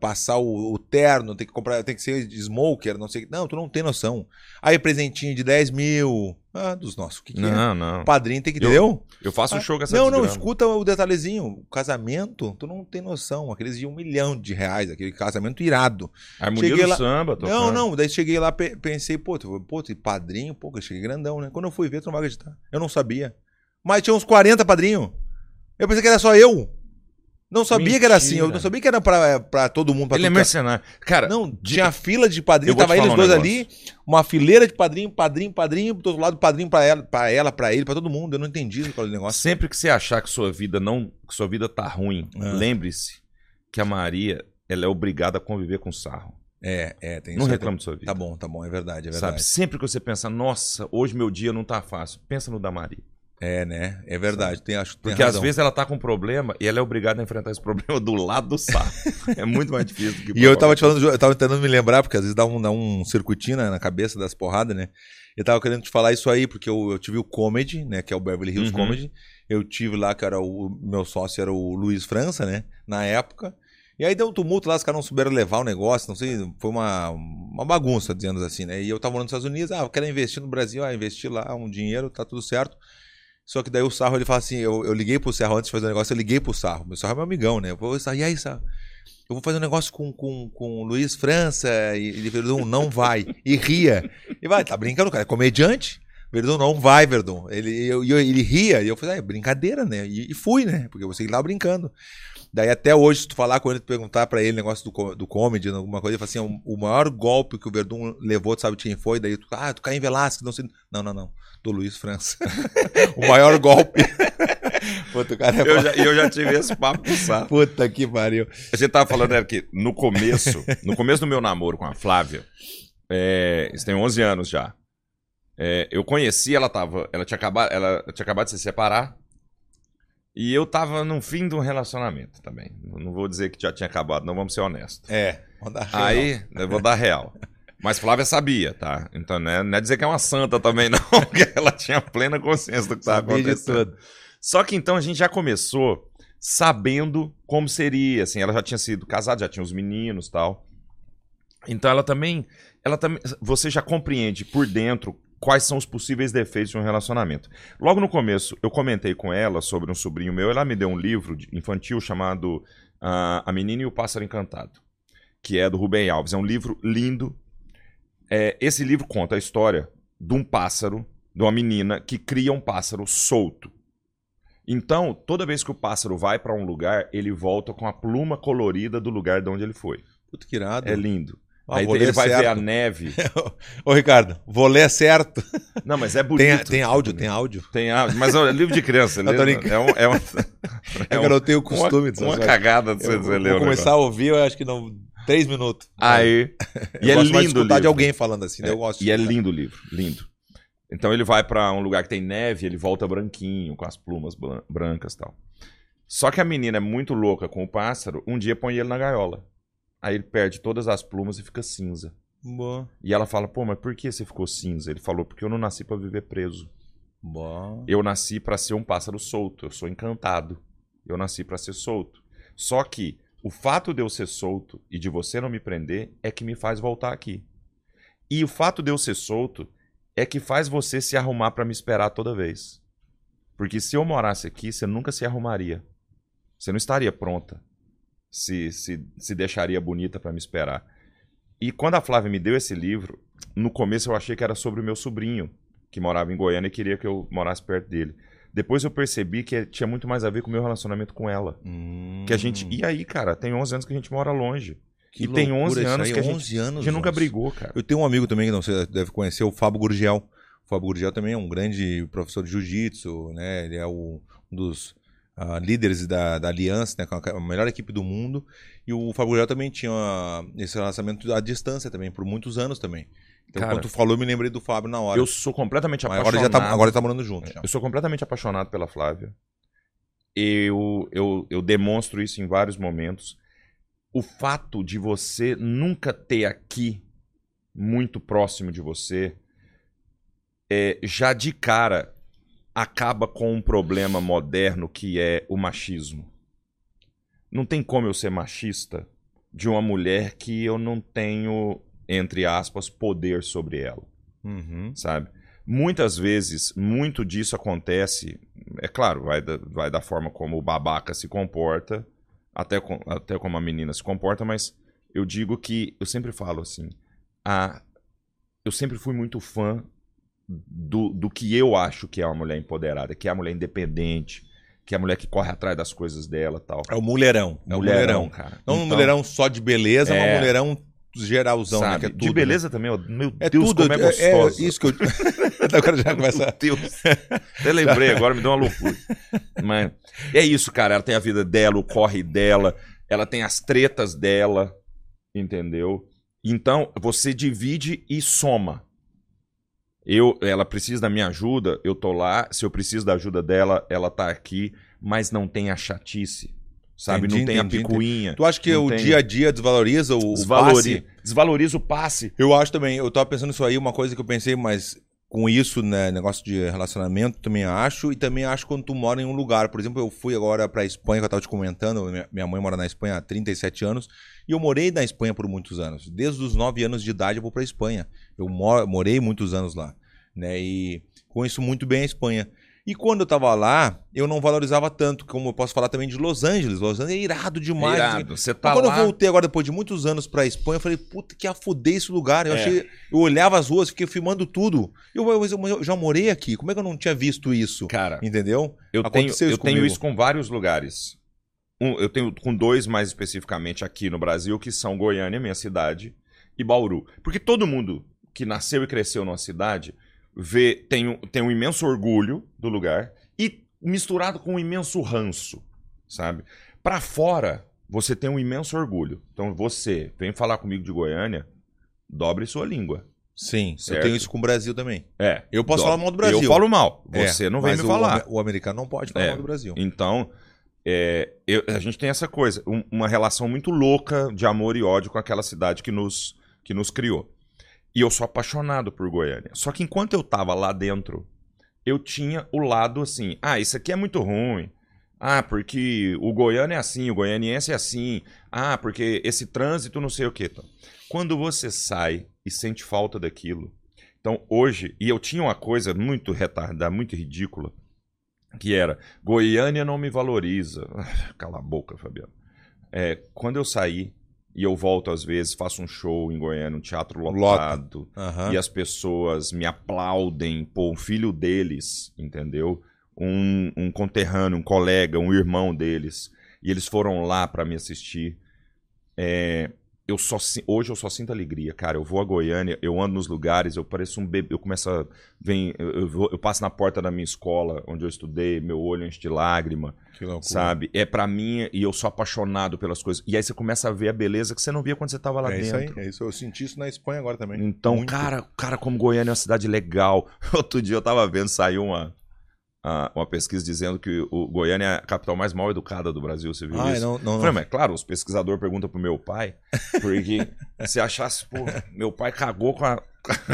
A: passar o, o terno, tem que comprar, tem que ser smoker, não sei o que. Não, tu não tem noção. Aí presentinho de 10 mil. Ah, dos nossos, o que, que é?
B: Não, não.
A: Padrinho tem que
B: Eu-
A: entendeu?
B: Eu faço
A: Ah,
B: um show com essa
A: Não, não,
B: desgrama.
A: escuta o detalhezinho. O casamento, tu não tem noção. Aqueles de um milhão de reais, aquele casamento irado.
B: Harmonia
A: Cheguei
B: do
A: lá-
B: samba, tocando.
A: Não, não, daí cheguei lá, pe- pensei, pô, tu, pô, tu é padrinho, pô, eu cheguei grandão, né? Quando eu fui ver, tu não vai acreditar. Eu não sabia. Mas tinha uns 40 padrinho. Eu pensei que era só eu. Não sabia que era assim, eu não
B: Mentira.
A: sabia que era pra, pra todo mundo. Pra
B: Ele é
A: tudo que-
B: mercenário. Cara,
A: Não, tinha fila de padrinho,
B: Eu vou te
A: tava eles
B: falar um
A: dois ali,
B: negócio.
A: uma fileira de padrinho, padrinho, padrinho, do outro lado padrinho pra ela, pra, ela, pra ele, pra todo mundo. Eu não entendi qual é o negócio.
B: sempre que você achar que sua vida não, que sua vida tá ruim,
A: Ah.
B: lembre-se que a Maria, ela é obrigada a conviver com o sarro.
A: É, é, tem
B: Não
A: isso. aí.
B: reclama de sua vida.
A: Tá bom, tá bom, é verdade, é
B: Sabe,
A: verdade.
B: sempre que você pensa, nossa, hoje meu dia não tá fácil, pensa no da Maria.
A: É, né? É verdade, tem, acho que tem
B: Porque às
A: razão.
B: vezes ela tá com um problema e ela é obrigada a enfrentar esse problema do lado do sarro. é muito mais difícil do que
A: E eu tava te falando, eu tava tentando me lembrar, porque às vezes dá um, dá um circuitinho na, na cabeça das porradas, né? Eu tava querendo te falar isso aí, porque eu, eu tive o Comedy, né? Que é o Beverly Hills
B: Uhum.
A: Comedy. Eu tive lá, que era o o meu sócio, era o Luiz França, né? Na época. E aí deu um tumulto lá, os caras não souberam levar o negócio, não sei, foi uma, uma bagunça, dizendo assim, né? E eu tava morando nos Estados Unidos, ah, eu quero investir no Brasil, ah, investir lá um dinheiro, tá tudo certo. Só que daí o Sarro, ele fala assim, eu, eu liguei pro Sarro antes de fazer o negócio, eu liguei pro Sarro. Meu Sarro é meu amigão, né? Eu vou, Sarro, e aí, Sarro? Eu vou fazer um negócio com, com, com o Luiz França e ele Verdun não vai. E ria. E vai, tá brincando, cara, é comediante. Verdun não vai, Verdun. Ele, eu, eu- ele ria e eu falei, ah, é brincadeira, né? E, e fui, né? Porque você lá brincando. Daí até hoje, se tu falar com ele, tu perguntar pra ele negócio do, co- do comedy, alguma coisa, ele fala assim, "O- o maior golpe que o Verdun levou, tu sabe quem foi? Daí tu, ah, tu cai em Velasco, não sei. Não, não, não. Do Luiz França. o maior golpe. Puta, o cara é
B: Eu já, eu já tive esse papo com o sarro.
A: Puta que pariu.
B: Você tava falando, era que no começo, no começo do meu namoro com a Flávia, é, isso tem 11 anos já. É, eu conheci, ela tava, ela tinha acabado, ela tinha acabado de se separar. E eu tava no fim de um relacionamento também. Não vou dizer que já tinha acabado, não vamos ser honestos.
A: É. vamos dar real.
B: Aí, eu vou dar real. Mas Flávia sabia, tá? Então não é, não é dizer que é uma santa também, não. Porque ela tinha plena consciência do que estava
A: Sabia de
B: acontecendo.
A: tudo.
B: Só que então a gente já começou sabendo como seria, assim, ela já tinha sido casada, já tinha os meninos, tal. Então ela também, ela também, você já compreende por dentro quais são os possíveis defeitos de um relacionamento. Logo no começo, eu comentei com ela sobre um sobrinho meu, ela me deu um livro de- infantil chamado ah, A Menina e o Pássaro Encantado, que é do Rubem Alves, é um livro lindo. É, esse livro conta a história de um pássaro, de uma menina que cria um pássaro solto. Então, toda vez que o pássaro vai para um lugar, ele volta com a pluma colorida do lugar de onde ele foi.
A: Puta que irado.
B: É lindo.
A: Ah,
B: aí
A: vou
B: ele
A: ler
B: vai ver a
A: certo.
B: neve.
A: Ô, Ricardo, vou ler certo.
B: Não, mas é bonito.
A: Tem, tem áudio, tem áudio.
B: Tem áudio. Mas ó, é livro de criança.
A: Eu tô
B: ele-
A: brincando.
B: é um, é um, é
A: eu
B: um-
A: não tenho o
B: uma,
A: costume dessas
B: uma
A: coisas.
B: cagada de
A: Eu
B: você
A: vou
B: dizer ler né, o
A: começar
B: negócio.
A: a ouvir, eu acho que não. Três minutos.
B: Aí.
A: eu
B: E é
A: gosto mais de
B: lindo. o
A: escutar de
B: livro.
A: alguém falando assim, né? eu gosto.
B: E é lindo o livro, lindo. Então ele vai pra um lugar que tem neve, ele volta branquinho, com as plumas blan- brancas e tal. Só que a menina é muito louca com o pássaro, um dia põe ele na gaiola. Aí ele perde todas as plumas e fica cinza.
A: Bom.
B: E ela fala: "Pô, mas por que você ficou cinza?" Ele falou: "Porque eu não nasci pra viver preso.
A: Bom.
B: Eu nasci pra ser um pássaro solto, eu sou encantado. Eu nasci pra ser solto. Só que o fato de eu ser solto e de você não me prender é que me faz voltar aqui. E o fato de eu ser solto é que faz você se arrumar pra me esperar toda vez. Porque se eu morasse aqui, você nunca se arrumaria. Você não estaria pronta. Se, se, se deixaria bonita pra me esperar. E quando a Flávia me deu esse livro, no começo eu achei que era sobre o meu sobrinho que morava em Goiânia e queria que eu morasse perto dele. Depois eu percebi que tinha muito mais a ver com o meu relacionamento com ela.
A: Hum,
B: Que a gente. E aí, cara, tem 11 anos que a gente mora longe.
A: que
B: e tem
A: Hum, loucura
B: 11
A: isso
B: anos
A: aí,
B: que a gente-
A: 11 anos,
B: A gente nunca
A: nossa.
B: brigou, cara.
A: Eu tenho um amigo também que não sei, deve conhecer, o Fábio Gurgel. O Fábio Gurgel também é um grande professor de jiu-jitsu, né? Ele é o- um dos ah, líderes da, da aliança, né? com a- a melhor equipe do mundo. E o Fábio Gurgel também tinha ah, esse relacionamento à distância também, por muitos anos também. Então,
B: Cara,
A: quando tu falou, eu me lembrei do Fábio na hora.
B: Eu sou completamente
A: Mas
B: apaixonado.
A: agora ele já tá, agora ele tá morando junto. já.
B: Eu sou completamente apaixonado pela Flávia. Eu, eu, eu demonstro isso em vários momentos. O fato de você nunca ter aqui muito próximo de você é, já de cara acaba com um problema moderno que é o machismo. Não tem como eu ser machista de uma mulher que eu não tenho, entre aspas, poder sobre ela
A: Uhum.
B: sabe? Muitas vezes, muito disso acontece. É claro, vai da, vai da forma como o babaca se comporta, até, com, até como a menina se comporta, mas eu digo que eu sempre falo assim: a, eu sempre fui muito fã do, do que eu acho que é uma mulher empoderada, que é a mulher independente, que é a mulher que corre atrás das coisas dela e tal.
A: É o mulherão. É o mulherão.
B: cara. Então,
A: Não um mulherão só de beleza, mas
B: É.
A: um mulherão geralzão, né? Que é
B: sabe?
A: tudo,
B: de
A: né?
B: beleza também, ó, meu
A: É
B: Deus,
A: tudo.
B: como é
A: é- é
B: gostoso.
A: isso que eu. Daí o cara já começa.
B: Meu Deus. Até lembrei agora, me deu uma loucura. Mas é isso, cara. Ela tem a vida dela, o corre dela, ela tem as tretas dela, entendeu? Então, você divide e soma. Eu, ela precisa da minha ajuda, eu tô lá. Se eu preciso da ajuda dela, ela tá aqui, mas não tem a chatice, sabe?
A: Entendi,
B: não tem
A: entendi,
B: a picuinha.
A: Tu acha que
B: Não
A: o
B: tem.
A: dia a dia desvaloriza o, o
B: Desvalori-
A: passe?
B: Desvaloriza o passe.
A: Eu acho também. Eu tava pensando isso aí, uma coisa que eu pensei, mas com isso, né, negócio de relacionamento, também acho. E também acho quando tu mora em um lugar. Por exemplo, eu fui agora pra Espanha, que eu tava te comentando. Minha- Minha mãe mora na Espanha há 37 anos. E eu morei na Espanha por muitos anos. Desde os 9 anos de idade eu vou pra Espanha. Eu mo- morei muitos anos lá. Né, e conheço muito bem a Espanha. E quando eu tava lá, eu não valorizava tanto, como eu posso falar também de Los Angeles. Los Angeles é irado demais. assim,
B: Irado. Você
A: mas
B: tá
A: quando
B: lá.
A: eu voltei agora, depois de muitos anos pra Espanha, eu falei, puta, que afudei esse lugar. Eu
B: É.
A: achei. Eu olhava as ruas, fiquei filmando tudo. Eu, eu- eu- eu já morei aqui. Como é que eu não tinha visto isso?
B: Cara,
A: Entendeu?
B: Eu, tenho,
A: Aconteceu
B: eu
A: isso
B: tenho
A: comigo.
B: isso com vários lugares. Um- eu tenho com dois mais especificamente aqui no Brasil, que são Goiânia, minha cidade, e Bauru. Porque todo mundo que nasceu e cresceu numa cidade vê, tem, um- tem um imenso orgulho do lugar e misturado com um imenso ranço, sabe? Pra fora, você tem um imenso orgulho. Então você vem falar comigo de Goiânia, dobre sua língua.
A: Sim. Eu
B: Certo.
A: tenho isso com o Brasil também.
B: É.
A: Eu posso
B: dobre.
A: falar mal do Brasil.
B: Eu falo mal.
A: É,
B: Você não vem
A: mas
B: me
A: o
B: falar.
A: ame- O, americano não pode falar
B: É.
A: mal do Brasil.
B: Então, é, eu- a gente tem essa coisa, um- uma relação muito louca de amor e ódio com aquela cidade que nos, que nos criou. E eu sou apaixonado por Goiânia. Só que enquanto eu tava lá dentro, eu tinha o lado assim: ah, isso aqui é muito ruim. Ah, porque o goiano é assim, o goianiense é assim. Ah, porque esse trânsito não sei o quê. Então, quando você sai e sente falta daquilo. Então, hoje, e eu tinha uma coisa muito retardada, muito ridícula, que era Goiânia não me valoriza. Ah, Cala a boca, Fabiano. É, quando eu saí e eu volto às vezes, faço um show em Goiânia, um teatro
A: Lota.
B: lotado
A: Aham.
B: e as pessoas me aplaudem, pô, um filho deles, entendeu? Um, um conterrâneo, um colega, um irmão deles, e eles foram lá pra me assistir. É, eu só sin- hoje eu só sinto alegria, cara. Eu vou a Goiânia, eu ando nos lugares, eu pareço um bebê, eu começo a vem, eu, eu vou- eu passo na porta da minha escola onde eu estudei, meu olho enche de lágrima,
A: Que loucura.
B: sabe? É pra mim e eu sou apaixonado pelas coisas. E aí você começa a ver a beleza que você não via quando você tava lá
A: é
B: dentro.
A: isso aí, é isso. Eu senti isso na Espanha agora também.
B: Então,
A: Muito.
B: cara, cara, como Goiânia é uma cidade legal. Outro dia eu tava vendo, saiu uma, a- uma pesquisa dizendo que o Goiânia é a capital mais mal educada do Brasil, você viu
A: Ah,
B: isso?
A: não, não,
B: Eu
A: não.
B: Falei, mas é claro, os pesquisadores perguntam pro meu pai, porque se achasse, pô, meu pai cagou com a,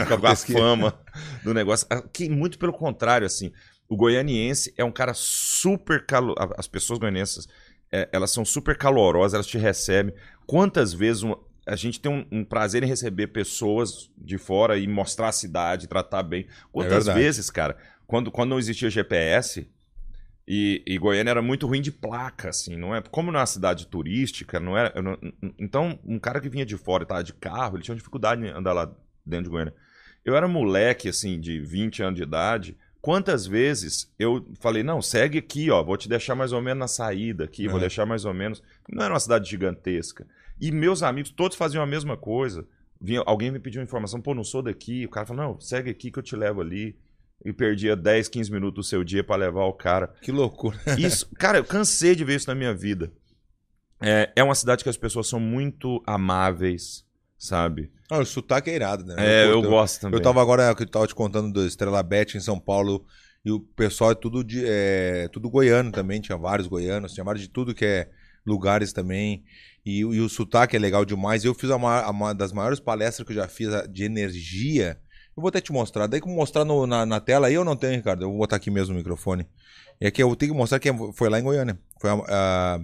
B: com a
A: pesquisa.
B: fama do negócio. Ah, Que muito pelo contrário, assim, o goianiense é um cara super calor. As pessoas goianienses, é, elas são super calorosas, elas te recebem. Quantas vezes uma- a gente tem um, um prazer em receber pessoas de fora e mostrar a cidade, tratar bem. Quantas
A: verdade.
B: vezes, cara, quando, quando não existia GPS, e, e Goiânia era muito ruim de placa, assim, não é? Como não é uma cidade turística, não era. eu não- então, um cara que vinha de fora e tava de carro, ele tinha dificuldade em andar lá dentro de Goiânia. Eu era moleque, assim, de 20 anos de idade. Quantas vezes eu falei, não, segue aqui, ó, vou te deixar mais ou menos na saída aqui, vou
A: Aham.
B: deixar mais ou menos. Não era uma cidade gigantesca. E meus amigos, todos faziam a mesma coisa. Vinha, alguém me pediu uma informação, pô, não sou daqui. O cara falou, não, segue aqui que eu te levo ali. E perdia 10, 15 minutos do seu dia pra levar o cara.
A: Que loucura.
B: Isso, cara, eu cansei de ver isso na minha vida. É, é uma cidade que as pessoas são muito amáveis, sabe?
A: Ah, o sotaque é irado, né?
B: É, eu,
A: curto,
B: gosto também.
A: Eu tava agora, é que eu tava te contando do Estrela Bet em São Paulo, e o pessoal é tudo, de, é, tudo goiano também, tinha vários goianos, tinha vários de tudo que é lugares também, e, o- e o sotaque é legal demais. Eu fiz uma, das maiores palestras que eu já fiz a- de energia, eu vou até te mostrar, daí como mostrar no- na, na tela aí eu não tenho, Ricardo, eu vou botar aqui mesmo o microfone. É que eu tenho que mostrar que foi lá em Goiânia, foi a... a-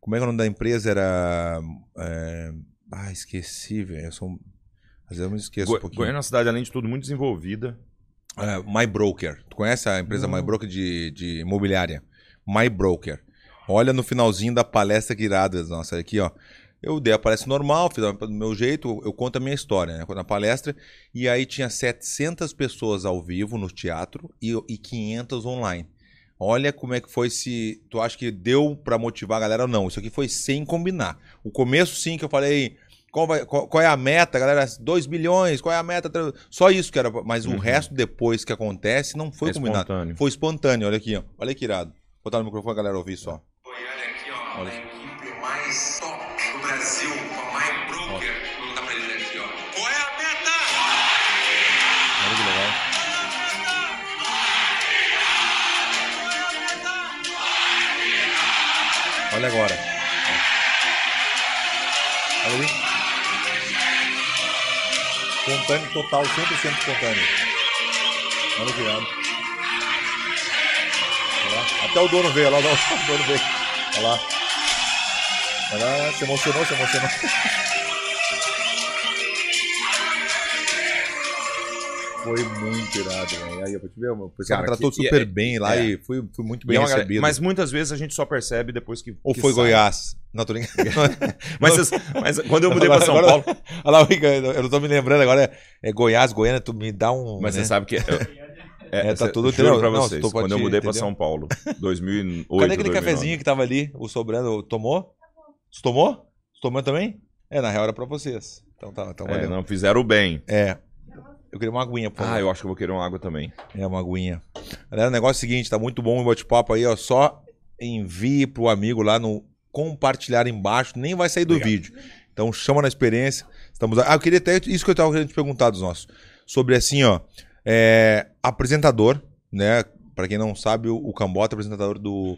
A: como é que é o nome da empresa? Era. é, Ah, esqueci, velho. Eu sou. um- Às vezes eu me esqueço
B: Go-
A: um pouquinho.
B: Goiânia é uma cidade, além de tudo, muito desenvolvida.
A: É, My Broker. Tu conhece a empresa
B: Não.
A: My Broker de, de imobiliária? My Broker. Olha no finalzinho da palestra que irada nossa aqui, ó. Eu dei a palestra normal, fiz a- do meu jeito, eu conto a minha história né, na palestra. E aí tinha 700 pessoas ao vivo no teatro e, e 500 online. Olha como é que foi se tu acha que deu pra motivar a galera ou não. Isso aqui foi sem combinar. O começo sim que eu falei qual, vai- qual- qual é a meta, galera? 2 bilhões, qual é a meta? Só isso que era, mas o
B: Uhum.
A: resto depois que acontece não foi
B: é
A: combinado.
B: espontâneo.
A: Foi espontâneo, olha aqui, ó. Olha que irado. Vou botar no microfone, galera, ouvir só.
C: Goiânia aqui, ó,
A: Olha.
C: a equipe mais top do Brasil, com a My Broker. Vou mandar pra ele aqui, ó. Qual é a meta?
A: Olha que legal. Olha agora. Olha ali. Espontâneo total, 100% espontâneo. Olha que irado. Olha lá. Até o dono veio, olha lá o dono veio. Olha lá. Olha lá, se emocionou, se emocionou. Foi muito irado, velho. Aí, eu vou te ver, o pessoal me
B: Cara,
A: tratou
B: que- e
A: super
B: é-
A: bem lá
B: é.
A: e fui, fui muito
B: E
A: bem
B: é uma galera-
A: recebido.
B: Mas muitas vezes a gente só percebe depois que.
A: Ou
B: que
A: foi
B: sai.
A: Goiás? Não, tô brincando.
B: Mas, vocês- mas quando eu mudei pra São
A: Agora-
B: Paulo.
A: Olha lá, Ricardo, eu não tô me lembrando agora. É, é Goiás, Goiânia, tu me dá um.
B: Mas
A: né?
B: você sabe que. eu- É,
A: É, tá
B: cê-
A: tudo-
B: juro pra
A: não,
B: vocês.
A: tô pra
B: quando eu
A: ti,
B: mudei pra
A: entendeu?
B: São Paulo, 2008.
A: Cadê aquele
B: 2009?
A: cafezinho que tava ali, o sobrando? Tomou? Você tomou? Você tomou também? É, na real era pra vocês. Então tá, tá
B: É,
A: valendo.
B: não fizeram bem.
A: É. Eu queria uma aguinha, por favor.
B: Ah, eu acho que eu vou querer uma água também. Ah,
A: É uma aguinha. Galera, o negócio é o seguinte, tá muito bom o bate-papo aí, ó. Só envie pro amigo lá no compartilhar embaixo, nem vai sair do
B: Obrigado.
A: vídeo. Então chama na experiência. Estamos. Ah, eu queria até isso que eu tava querendo te perguntar dos nossos. Sobre assim, ó, é, apresentador, né? Pra quem não sabe, o, o Cambota é apresentador do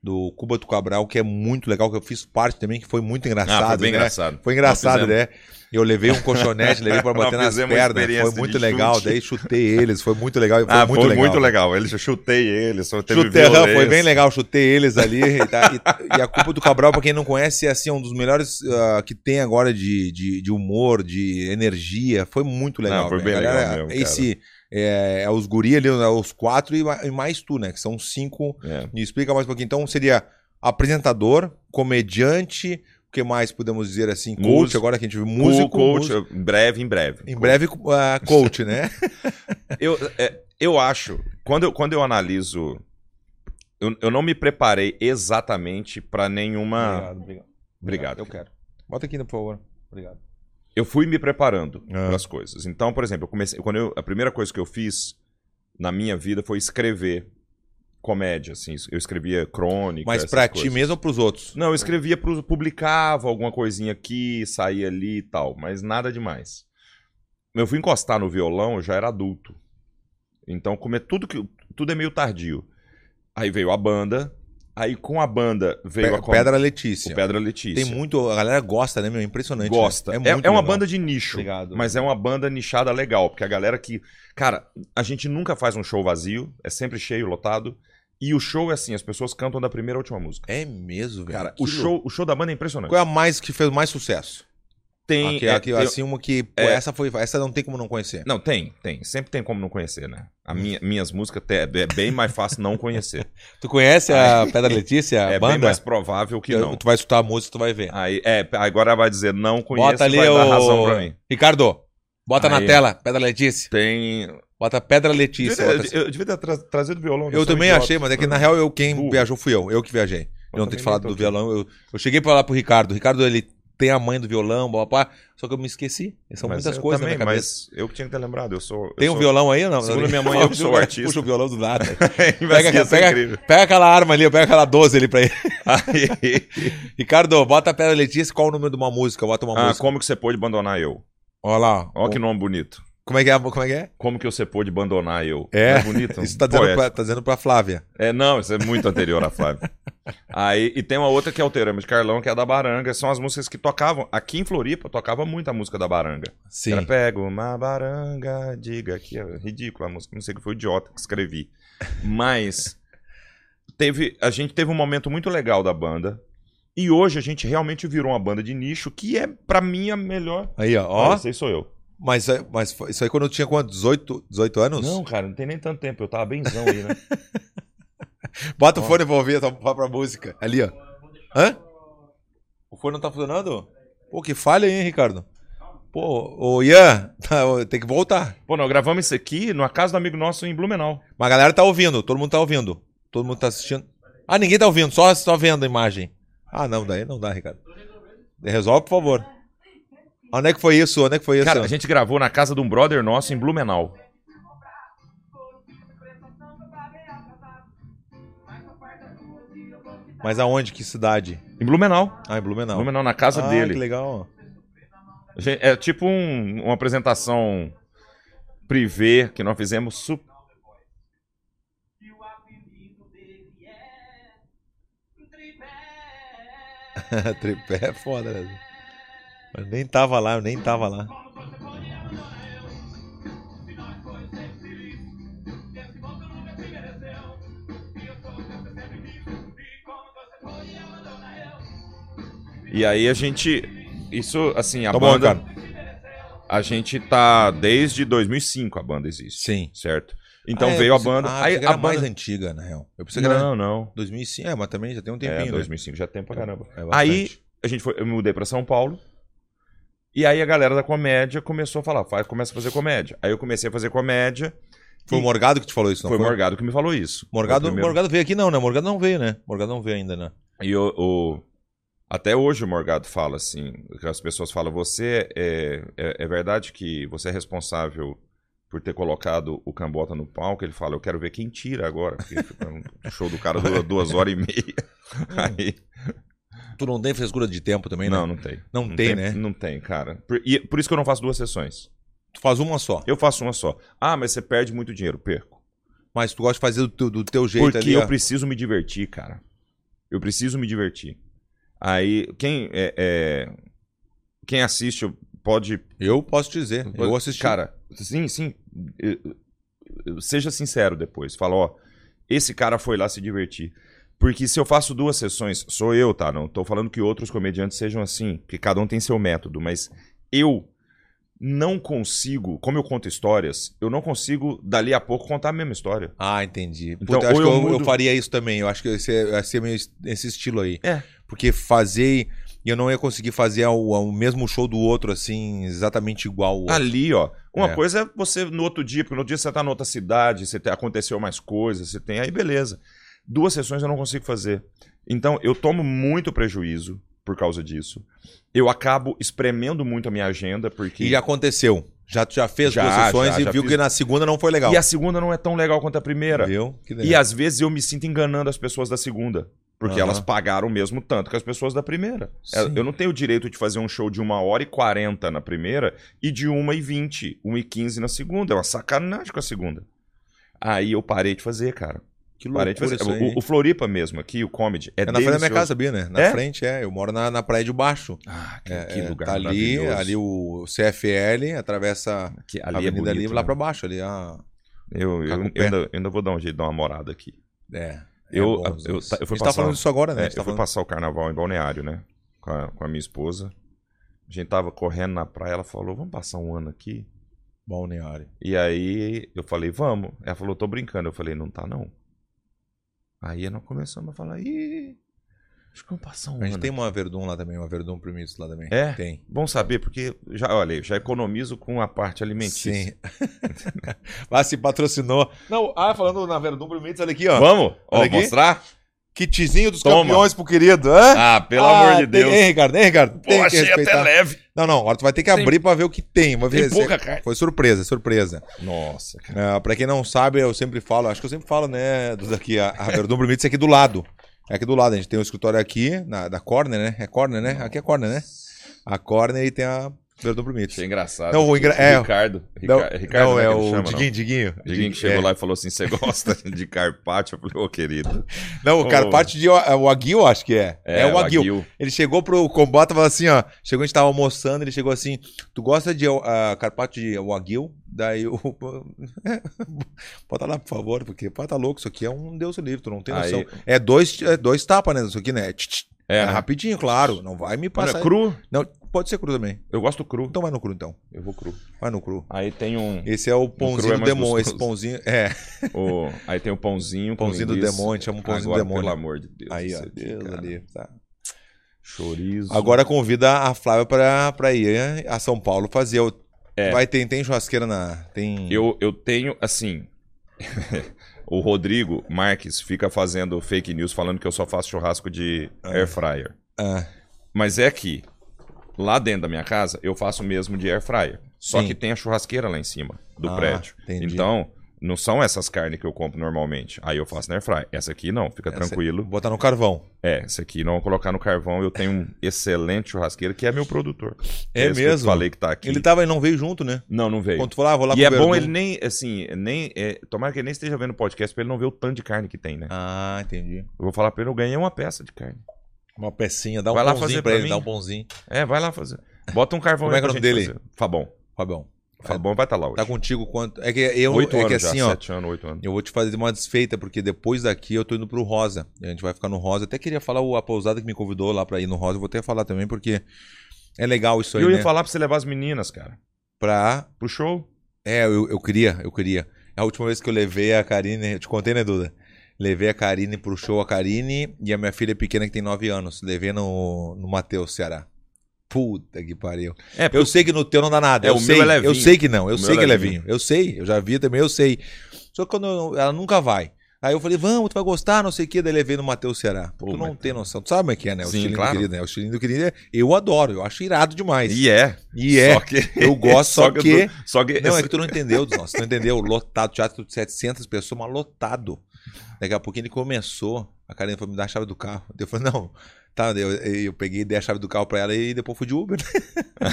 A: do Cuba do Cabral, que é muito legal, que eu fiz parte também, que foi muito engraçado,
B: ah, foi bem
A: né?
B: engraçado.
A: Foi engraçado,
B: Nós
A: né? Eu levei um colchonete, levei pra
B: Nós
A: bater nas
B: fizemos uma
A: pernas. Foi
B: experiência
A: muito
B: de
A: legal.
B: chute.
A: Daí chutei eles, foi muito legal. Foi
B: ah,
A: muito
B: foi
A: legal.
B: muito legal. Ele, eu chutei ele, só teve
A: Chutei, aham, foi
B: violência.
A: bem legal, chutei eles ali. E, tá- e- e a culpa do Cabral, pra quem não conhece, é assim, um dos melhores ah, que tem agora de, de, de humor, de energia. Foi muito legal.
B: Não, foi
A: velho.
B: bem
A: A
B: legal mesmo,
A: Esse é, é os guri ali, é os quatro e, ma- e mais tu, né? Que são cinco.
B: É.
A: Me explica mais um pouquinho. Então seria apresentador, comediante, o que mais podemos dizer assim? Coach,
B: Músico.
A: agora que a gente viu
B: Músico,
A: músico.
B: coach,
A: músico.
B: em breve, em breve.
A: Em breve, ah, coach, né?
B: Eu, é, eu acho, quando eu, quando eu analiso, eu, eu não me preparei exatamente pra nenhuma...
A: obrigado.
B: Obrigado.
A: Eu quero. Bota aqui, por favor. Obrigado.
B: eu fui me preparando
A: É.
B: para as coisas. Então, por exemplo, eu comecei. Quando eu, a primeira coisa que eu fiz na minha vida foi escrever comédia, assim. Eu escrevia crônicas.
A: Mas pra ti
B: coisas.
A: mesmo ou pros outros?
B: Não, eu escrevia, pros, publicava alguma coisinha aqui, saía ali e tal, mas nada demais. Eu fui encostar no violão, eu já era adulto. Então, como é tudo que tudo é meio tardio. Aí veio a banda, aí com a banda veio a
A: Pe-
B: com-
A: Pedra
B: o
A: Letícia.
B: Pedra Letícia.
A: Tem muito. A galera gosta, né, meu? Impressionante. né?
B: Gosta. É,
A: É, muito
B: é uma
A: legal.
B: banda de nicho.
A: Obrigado.
B: Mas é uma banda nichada legal, porque a galera que. Cara, a gente nunca faz um show vazio, é sempre cheio, lotado. E o show é assim, as pessoas cantam da primeira à última música.
A: É mesmo, velho.
B: Cara,
A: Que
B: o
A: louco.
B: show, o show da banda é impressionante.
A: Qual é a mais que fez mais sucesso?
B: Tem,
A: aqui,
B: é,
A: aqui,
B: tem-
A: assim, uma que. pô,
B: é.
A: Essa foi. Essa não tem como não conhecer.
B: Não, tem, tem. Sempre tem como não conhecer, né? A minha- minhas músicas te- é bem mais fácil não conhecer.
A: Tu conhece a Pedra Letícia, a
B: é
A: banda?
B: bem mais provável que não.
A: Tu vai escutar a música, tu vai ver.
B: Aí, é, agora vai dizer não conheço,
A: bota ali
B: vai dar
A: o-
B: razão pra mim.
A: Ricardo, bota na
B: Aí.
A: tela, Pedra Letícia.
B: Tem.
A: Bota Pedra Letícia.
B: eu,
A: bota assim.
B: eu- eu devia ter tra trazido violão.
A: Eu
B: sou
A: também
B: idiota. né?
A: achei, mas é que na real eu quem
B: Burro.
A: viajou fui eu, eu que viajei. Eu não
B: também
A: ter te falado
B: nem tô
A: do
B: aqui.
A: violão. Eu, eu cheguei pra lá pro Ricardo. O Ricardo, ele tem a mãe do violão, blá, blá, blá, só que eu me esqueci. São
B: Mas
A: muitas
B: eu
A: coisas
B: também,
A: na minha cabeça.
B: Mas eu que tinha que ter lembrado. Eu sou. eu
A: Tem um
B: sou-
A: violão aí? ou Não,
B: Segundo minha mãe, eu que sou artista.
A: Puxa o violão do nada.
B: Vai
A: Pega,
B: ser
A: pega,
B: incrível.
A: pega aquela arma ali, pega aquela 12 ali pra ele.
B: Aí-
A: Ricardo, bota a Pedra Letícia, qual o número de uma música? Bota uma
B: Ah,
A: música.
B: como que você pôde abandonar eu?
A: Olha lá.
B: Olha que nome bonito.
A: Como é que é? Como é que é?
B: Como que você pôde abandonar eu?
A: É.
B: Não bonito.
A: Isso tá dizendo,
B: Poético.
A: pra, tá dizendo pra Flávia.
B: É, não, isso é muito anterior à Flávia. Aí, e tem uma outra que é o Terama de Carlão, que é a da Baranga. São as músicas que tocavam. Aqui em Floripa tocava muito a música da Baranga.
A: Sim.
B: Era pega uma baranga, diga que é ridícula a música. Não sei que foi o idiota que escrevi. Mas teve, a gente teve um momento muito legal da banda. E hoje a gente realmente virou uma banda de nicho, que é, pra mim, a melhor.
A: Aí, ó.
B: Ó,
A: ó.
B: esse aí sou eu.
A: Mas, é- mas foi- isso aí quando eu tinha quanto? 18, 18 anos?
B: Não, cara, não tem nem tanto tempo. Eu tava benzão aí, né?
A: Bota o fone pra ouvir, tá- vai pra música. Ali, ó. Hã? O fone não tá funcionando? Pô, que falha aí, hein, Ricardo? Pô, ô Ian, tá, ô, tem que voltar.
B: Pô, nós gravamos isso aqui numa casa do amigo nosso em Blumenau.
A: Mas a galera tá ouvindo, todo mundo tá ouvindo. Todo mundo tá assistindo. Ah, ninguém tá ouvindo, só, só vendo a imagem. Ah, não, daí não dá, Ricardo. Resolve, por favor. Onde é que foi isso? Onde é que foi isso?
B: Cara, a gente gravou na casa de um brother nosso em Blumenau.
A: Mas aonde? Que cidade?
B: Em Blumenau.
A: Ah, em Blumenau.
B: Blumenau, na casa
A: ah,
B: dele.
A: que legal.
B: A gente- É tipo um- uma apresentação privê que nós fizemos. Su...
D: Tipo um
A: Tripé é foda, né? Eu nem tava lá, eu nem tava lá.
D: é
B: E aí a gente. Isso, assim, a
A: Tá bom,
B: banda.
A: cara.
B: a gente tá desde 2005 a banda existe.
A: Sim.
B: Certo? Então
A: Ah, é,
B: veio a
A: eu pensei-
B: banda.
A: Ah,
B: aí
A: eu pensei que
B: a
A: era
B: banda.
A: mais antiga, na real. Eu pensei que era
B: Não, não.
A: 2005, é, mas também já tem um
B: É,
A: tempinho, né?
B: 2005 já tem pra caramba.
A: É bastante.
B: aí a gente foi, eu me mudei pra São Paulo. E aí a galera da comédia começou a falar, faz, começa a fazer comédia. Aí eu comecei a fazer comédia.
A: Foi o Morgado que te falou isso, não
B: foi
A: Então foi?
B: o Morgado que me falou isso. Foi o
A: Morgado,
B: primeiro.
A: Morgado veio aqui não, né? Morgado não veio, né? Morgado não veio ainda, né?
B: E o, o- até hoje o Morgado fala assim, que as pessoas falam, você é, é, é verdade que você é responsável por ter colocado o Cambota no palco? Ele fala, eu quero ver quem tira agora, porque o show do cara dura duas horas e meia. Aí,
A: Tu não tem frescura de tempo também,
B: não,
A: né?
B: não tem.
A: Não tem, né?
B: Não tem, cara. Por, e por isso que eu não faço duas sessões.
A: Tu faz uma só.
B: Eu faço uma só. Ah, mas você perde muito dinheiro, perco.
A: Mas tu gosta de fazer do teu, do teu jeito
B: Porque
A: ali.
B: eu
A: ó.
B: preciso me divertir, cara. Eu preciso me divertir. Aí, quem é, é- quem assiste pode.
A: Eu posso te dizer. Eu assisti.
B: Cara, sim, sim. eu- eu- Seja sincero depois. Fala, ó, esse cara foi lá se divertir. Porque se eu faço duas sessões, sou eu, tá? Não tô falando que outros comediantes sejam assim, que cada um tem seu método, mas eu não consigo, como eu conto histórias, eu não consigo dali a pouco contar a mesma história.
A: Ah, entendi. Puta,
B: Então,
A: eu acho
B: ou
A: que
B: eu
A: eu, eu
B: mudo-
A: faria isso também. Eu acho que esse, ia ser meio es- esse estilo aí.
B: É.
A: Porque fazer. E eu não ia conseguir fazer o, o mesmo show do outro, assim, exatamente igual ao outro.
B: Ali, ó. Uma
A: É.
B: coisa é você no outro dia, porque no outro dia você tá na outra cidade, você tem- aconteceu mais coisas, você tem. Aí beleza. Duas sessões eu não consigo fazer. Então eu tomo muito prejuízo por causa disso. Eu acabo espremendo muito a minha agenda, porque.
A: E é já aconteceu. Já, tu já fez
B: Já,
A: duas sessões
B: já,
A: e
B: já
A: viu
B: fiz.
A: que na segunda não foi legal.
B: E a segunda não é tão legal quanto a primeira.
A: Viu? Que legal.
B: E às vezes eu me sinto enganando as pessoas da segunda. Porque
A: Aham.
B: elas pagaram o mesmo tanto que as pessoas da primeira. É,
A: Sim.
B: Eu não tenho o direito de fazer um show de uma hora e 40 na primeira e de uma e 20, uma e 15 na segunda. É uma sacanagem com a segunda. Aí eu parei de fazer, cara.
A: que
B: Parei de
A: loucura
B: fazer.
A: isso aí, hein?
B: O, o Floripa mesmo aqui, o comedy, é,
A: É na frente da minha
B: delicioso.
A: casa, sabia, né? Na
B: É?
A: frente, é. Eu moro na, na Praia de Baixo.
B: Ah, que,
A: É,
B: que
A: é,
B: lugar
A: tá ali,
B: maravilhoso.
A: ali o CFL, atravessa
B: Que-
A: a
B: ali é
A: Avenida
B: bonito,
A: Livre
B: né?
A: lá pra baixo. Ali, ah,
B: Eu, eu- eu
A: Cacupé.
B: ainda, eu ainda vou dar um jeito de dar uma morada aqui.
A: é. é
B: Eu-
A: bom,
B: eu-
A: os dois.
B: tá- eu
A: a
B: fui
A: gente tá
B: passar-
A: falando disso agora, né?
B: É,
A: A
B: eu
A: gente tá
B: fui
A: falando-
B: passar o carnaval em Balneário, né? Com a, com a minha esposa. A gente tava correndo na praia, ela falou, vamos passar um ano aqui?
A: Balneário.
B: E aí eu falei, vamos. Ela falou, tô brincando. Eu falei, não tá não. Aí nós começamos a falar, ih, acho que vamos passar um
A: A
B: ano.
A: gente tem uma Verdun lá também, uma Verdun Primitos lá também.
B: É?
A: Tem.
B: Bom saber, porque, já, olha, eu já economizo com a parte alimentícia.
A: Sim. lá se patrocinou. Não, ah, falando na Verdun Primitos, olha aqui, ó.
B: Vamos? Ah, Ó,
A: Olha aqui.
B: mostrar?
A: Kitzinho dos
B: Toma.
A: campeões pro querido, hã?
B: Ah, pelo
A: Ah,
B: amor de
A: tem-
B: Deus.
A: Hein, Ricardo? Hein, Ricardo?
B: Pô,
A: Tem que
B: achei até
A: respeitar.
B: leve.
A: Não, não, agora tu vai ter que
B: Tem-
A: abrir pra ver o que é tem. Vai ver
B: Tem
A: se-
B: pouca carne.
A: Foi surpresa, surpresa.
B: Nossa, cara.
A: É, pra quem não sabe, eu sempre falo, acho que eu sempre falo, né, Duda, aqui, a, a Verdun Brumitz é aqui do lado. É aqui do lado, a gente tem um escritório aqui, na, da Corner, né? É Corner, né? Aqui é Corner, né? A Corner e tem a Verdun Brumitz.
B: Achei engraçado.
A: Não, o engra- é-
B: Ricardo.
A: Não,
B: Rica- Ricardo,
A: não,
B: né,
A: é
B: que ele
A: o
B: chama, não?
A: Diguinho, Diguinho.
B: Diguinho que
A: é.
B: chegou lá e falou assim: você gosta de carpaccio? Eu falei, ô querido.
A: Não, o cara
B: Ô.
A: parte de... é O Aguil, acho que é. É, o Aguil. Ele chegou pro combate e falou assim, ó. Chegou, a gente tava almoçando, ele chegou assim, tu gosta de uh, carpaccio de wagyu? Daí eu... Bota lá, por favor, porque pá, tá louco, isso aqui é um Deus livre, tu não tem
B: Aí-
A: noção. É dois, é dois tapas, né, isso aqui, né? Tch, tch.
B: É,
A: É,
B: né?
A: rapidinho, claro, não vai me
B: Olha,
A: passar.
B: cru.
A: Não, pode ser cru também.
B: Eu gosto cru.
A: Então vai no cru, então.
B: Eu vou cru.
A: Vai no cru.
B: Aí tem um.
A: Esse é o
B: cru é
A: pãozinho do
B: mais
A: demônio,
B: gostoso.
A: esse pãozinho, é,
B: o- aí tem o pãozinho. com
A: pãozinho do
B: linguiça.
A: demônio, chama um pãozinho
B: Agora,
A: do demônio.
B: Pelo amor de Deus.
A: Aí, ó,
B: isso aqui,
A: Deus
B: cara.
A: ali, tá.
B: Chorizo.
A: Agora convida a Flávia pra, pra ir a São Paulo fazer. o-
B: É.
A: Vai ter, tem churrasqueira na. Tem.
B: Eu, eu tenho, assim. o Rodrigo Marques fica fazendo fake news falando que eu só faço churrasco de air fryer.
A: Ah,
B: Mas é que lá dentro da minha casa eu faço mesmo de air fryer. Só
A: Sim.
B: que tem a churrasqueira lá em cima do
A: Ah,
B: prédio.
A: entendi.
B: Então, não são essas carnes que eu compro normalmente. Aí eu faço na air fryer. Essa aqui não, fica
A: Essa-
B: tranquilo.
A: botar no carvão.
B: É, essa aqui não vou colocar no carvão. Eu tenho um excelente churrasqueiro que é meu produtor.
A: É
B: Esse que eu te
A: mesmo?
B: falei que tá aqui.
A: Ele tava e não veio junto, né?
B: Não, não veio.
A: Quando tu falou, ah, vou lá
B: E é
A: Verdun.
B: bom ele nem, assim, nem. é, tomara que ele nem esteja vendo o podcast pra ele não ver o tanto de carne que tem, né?
A: Ah, entendi.
B: Eu vou falar pra ele, eu ganhei uma peça de carne.
A: Uma pecinha, dá um
B: Vai lá
A: pãozinho
B: fazer
A: pra
B: pra
A: ele,
B: mim.
A: dá um pãozinho.
B: É, vai lá fazer. Bota um carvão
A: Como é
B: aí
A: que é
B: pra
A: o nome
B: gente
A: dele?
B: fazer. Fabão.
A: Fabião,
B: Fabão vai estar lá hoje.
A: tá contigo quanto. É que eu.
B: oito
A: é que
B: anos
A: assim,
B: já,
A: ó.
B: sete anos, oito anos.
A: Eu vou te fazer uma desfeita, porque depois daqui eu tô indo pro Rosa. E a gente vai ficar no Rosa. Até queria falar o- a pousada que me convidou lá pra ir no Rosa. Eu vou até falar também, porque é legal isso
B: E
A: aí,
B: eu ia
A: né?
B: falar pra você levar as meninas, cara,
A: Pra
B: pro show.
A: É, eu, eu queria, eu queria. A última vez que eu levei a Karine, eu te contei, né, Duda? Levei a Karine pro show, a Karine e a minha filha pequena que tem 9 anos. Levei no, no Matheus, Ceará. Puta que pariu.
B: É, porque
A: Eu sei que no teu não dá nada.
B: É,
A: eu
B: o meu
A: sei,
B: é levinho.
A: Eu sei que não, eu
B: O meu
A: sei
B: é
A: que é
B: levinho.
A: levinho. Eu sei, eu já vi também, eu sei. Só que quando eu- ela nunca vai. Aí eu falei, vamos, tu vai gostar, não sei o quê. Daí levei no Matheus Ceará.
B: Pô,
A: tu não
B: mas-
A: tem noção. Tu sabe como é que é, né? O
B: Sim,
A: estilinho
B: claro.
A: do querido, né? O estilinho do querido, é- eu adoro, eu acho irado demais.
B: E é.
A: E é.
B: Só que...
A: Eu gosto, só,
B: eu
A: que...
B: tô- Só que...
A: Não, é que tu não entendeu, Duzão. Você não entendeu. Lotado, teatro de 700 pessoas, mas lotado. Daqui a pouquinho ele começou. A Karina foi me dar a chave do carro. Eu falei, não. Tá, eu, eu peguei, dei a chave do carro pra ela e depois fui de Uber.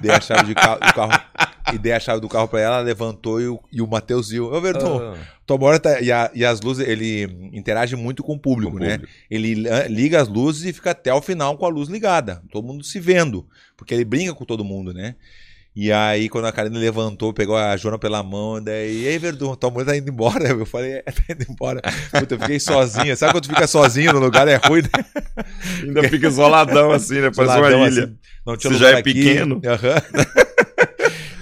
A: dei a chave de ca- do carro. E dei a chave do carro pra ela, ela levantou e o, e o Matheus viu. Ô, Verdun,
B: Ah,
A: tua hora tá. E, a- e as luzes, ele interage muito com o público, né? Ele ah, liga as luzes e fica até o final com a luz ligada, todo mundo se vendo, porque ele brinca com todo mundo, né? E aí, quando a Karina levantou, pegou a Joana pela mão, daí, e aí, Verdun, tua mãe tá indo embora? Eu falei, é, tá indo embora. Puta, eu fiquei sozinha. Sabe quando tu fica sozinho no lugar, é ruim, né?
B: Ainda fica isoladão assim, né? Parece
A: Soladão,
B: uma ilha.
A: assim, não tinha
B: Você
A: lugar
B: já é
A: aqui.
B: pequeno.
A: Aham.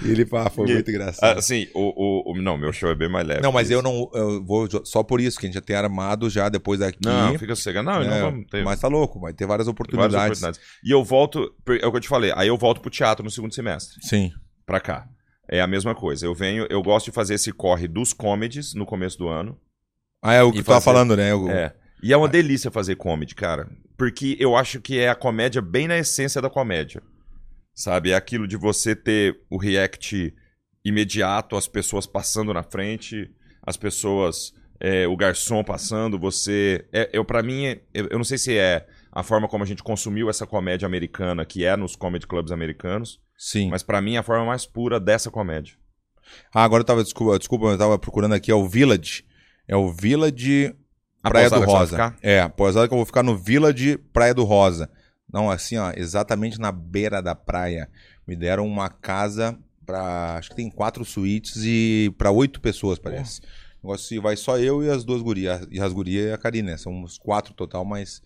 A: e ele, pá, foi
B: E-
A: muito engraçado.
B: Assim, o, o, o- Não, meu show é bem mais leve.
A: não, mas eu não, eu vou só por isso, que a gente já tem armado já depois daqui.
B: Não, fica sossegado. Não,
A: né?
B: não vamos ter...
A: Mas tá louco, vai ter várias
B: Várias
A: oportunidades.
B: oportunidades. E eu volto, é o que eu te falei, aí eu volto pro teatro no segundo semestre,
A: Sim.
B: pra cá. É a mesma coisa. Eu venho, eu gosto de fazer esse corre dos comedies no começo do ano.
A: Ah, é o
B: E
A: que tu tava
B: fazer-
A: falando, né? O-
B: É. E é uma delícia fazer comedy, cara. Porque eu acho que é a comédia bem na essência da comédia. Sabe? É aquilo de você ter o react imediato, as pessoas passando na frente, as pessoas. é, o garçom passando, você. É, eu, para mim, é- eu, eu não sei se é a forma como a gente consumiu essa comédia americana, que é nos comedy clubs americanos,
A: Sim.
B: mas pra mim é a forma mais pura dessa comédia.
A: Ah, agora eu tava, desculpa, desculpa, eu tava procurando aqui, é o Village. É o Village
B: A
A: Praia do
B: pousada que você vai
A: Rosa.
B: ficar?
A: É, a pousada que eu vou ficar no Village Praia do Rosa. Não, assim, ó, exatamente na beira da praia. Me deram uma casa pra. Acho que tem quatro suítes e pra oito pessoas, parece. O negócio assim, vai só eu e as duas gurias. E as gurias e a Karine, né? São uns quatro total, mas.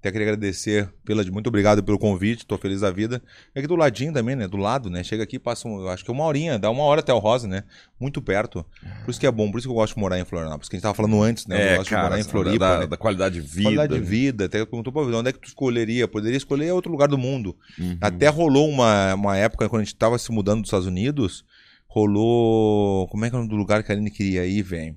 A: Até queria agradecer, Village, muito obrigado pelo convite, tô feliz da vida. É aqui do ladinho também, né? Do lado, né? Chega aqui, passa, um- eu acho que é uma horinha, dá uma hora até o Rosa, né? Muito perto. Por isso que é bom, por isso que eu gosto de morar em Florianópolis. Que a gente tava falando antes, né? eu gosto de morar em Floripa.
B: É, da,
A: né?
B: da qualidade de vida. né.
A: Qualidade de vida. Até que perguntou pra onde é que tu escolheria? Poderia escolher outro lugar do mundo.
B: Uhum.
A: Até rolou uma, uma época, quando a gente tava se mudando dos Estados Unidos, rolou. Como é que é o nome do lugar que a Aline queria ir, velho?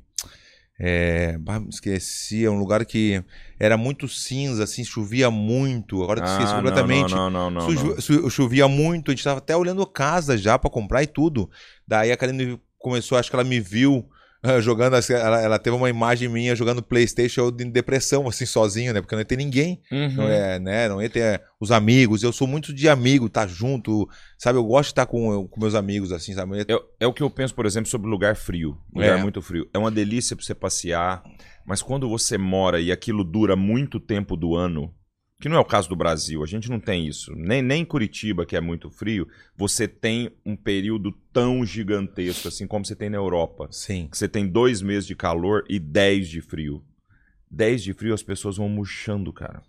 A: É, bah, me esqueci, é um lugar que era muito cinza, assim, chovia muito. Agora eu
B: Ah,
A: esqueci
B: não,
A: completamente.
B: Não, não, não. não,
A: Sujo-
B: não.
A: su- Chovia muito, a gente tava até olhando casa já pra comprar e tudo. Daí a Karine começou, acho que ela me viu ah, jogando, assim, ela, ela teve uma imagem minha jogando Playstation, eu em depressão, assim, sozinho, né? Porque não ia ter ninguém,
B: Uhum.
A: não, é, né? não ia ter os amigos. Eu sou muito de amigo, tá junto, sabe? Eu gosto de estar com, com meus amigos, assim, sabe? Eu ia-
B: É, é o que eu penso, por exemplo, sobre lugar frio. Lugar
A: É.
B: muito frio. É uma delícia pra você passear, mas quando você mora e aquilo dura muito tempo do ano, que não é o caso do Brasil, a gente não tem isso. Nem, nem em Curitiba, que é muito frio, você tem um período tão gigantesco assim como você tem na Europa.
A: Sim.
B: Que você tem dois meses de calor e dez de frio. Dez de frio as pessoas vão murchando, cara.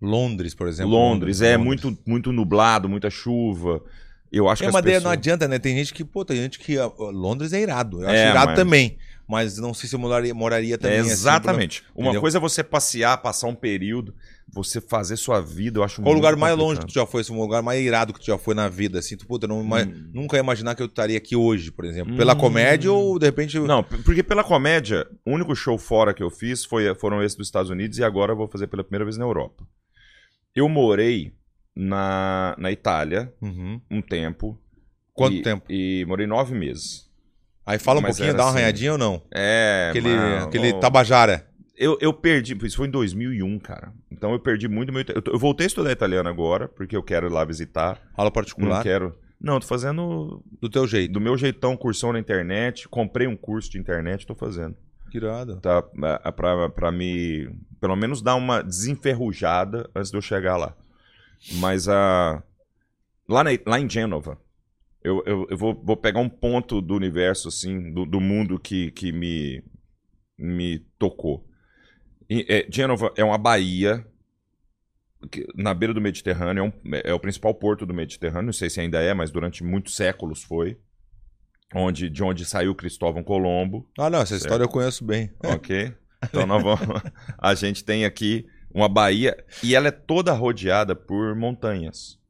A: Londres, por exemplo.
B: Londres, é
A: Londres.
B: muito muito nublado, muita chuva. Eu acho
A: É,
B: que
A: mas
B: as
A: daí
B: pessoas...
A: não adianta, né? Tem gente que, pô, tem gente que. ah, Londres é irado. Eu acho
B: É,
A: irado
B: mas-
A: também. Mas não sei se eu moraria, moraria também.
B: É,
A: assim, por-
B: exatamente. Uma
A: entendeu?
B: coisa é você passear, passar um período, você fazer sua vida, eu acho
A: Qual o
B: muito
A: lugar mais longe que
B: complicado.
A: tu já foi? Assim, o lugar mais irado que tu já foi na vida? Assim, tu, puta, não ima- nunca ia imaginar que eu estaria aqui hoje, por exemplo. Pela
B: Hum.
A: comédia ou de repente.
B: Não, p- porque pela comédia, o único show fora que eu fiz foi, foram esses dos Estados Unidos e agora eu vou fazer pela primeira vez na Europa. Eu morei na, na Itália
A: Uhum.
B: um tempo.
A: Quanto
B: e-
A: tempo?
B: E morei nove meses.
A: Aí fala um
B: Mas
A: pouquinho,
B: era
A: dá uma
B: assim.
A: arranhadinha ou não?
B: É,
A: Aquele,
B: mano,
A: aquele
B: ó,
A: Tabajara.
B: Eu, eu perdi, isso foi em 2001, cara. Então eu perdi muito meu. ita- Eu, tô- eu voltei a estudar italiano agora, porque eu quero ir lá visitar.
A: Aula
B: Não
A: particular.
B: quero. Não, tô fazendo
A: Do teu jeito.
B: do meu jeitão, cursão na internet. Comprei um curso de internet, tô fazendo.
A: Que irado.
B: Tá, pra- pra, pra me, pelo menos, dar uma desenferrujada antes de eu chegar lá. Mas a. Lá, na- lá em Gênova, eu, eu, eu vou, vou pegar um ponto do universo, assim, do, do mundo que, que me, me tocou. E, é, Gênova é uma baía que- na beira do Mediterrâneo, é, um- é o principal porto do Mediterrâneo, não sei se ainda é, mas durante muitos séculos foi. Onde, de onde saiu Cristóvão Colombo.
A: Ah, não, essa
B: Certo.
A: história eu conheço bem.
B: Ok. Então nós vamos. A gente tem aqui uma baía e ela é toda rodeada por montanhas.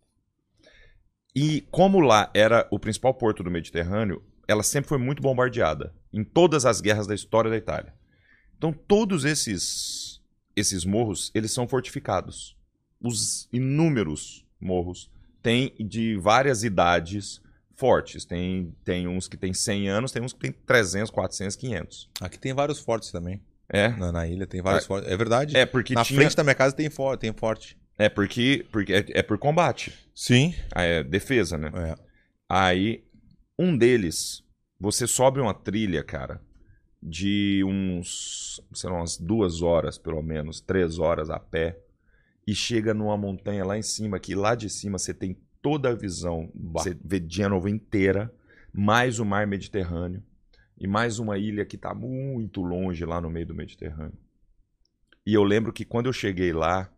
B: E como lá era o principal porto do Mediterrâneo, ela sempre foi muito bombardeada em todas as guerras da história da Itália. Então todos esses esses morros, eles são fortificados. Os inúmeros morros têm de várias idades fortes. Tem, tem uns que têm 100 anos, tem uns que têm 300, 400, 500.
A: É, Aqui tem vários fortes também.
B: É.
A: Na, na ilha tem vários fortes. É verdade.
B: É porque
A: na
B: tinha-
A: frente da minha casa tem, for... tem forte.
B: É porque, porque é, é por combate,
A: Sim.
B: é defesa, né?
A: É.
B: Aí um deles, você sobe uma trilha, cara, de uns, sei lá, umas duas horas pelo menos, três horas a pé, e chega numa montanha lá em cima que lá de cima você tem toda a visão, você vê Genova inteira, mais o mar Mediterrâneo e mais uma ilha que tá muito longe lá no meio do Mediterrâneo. E eu lembro que quando eu cheguei lá,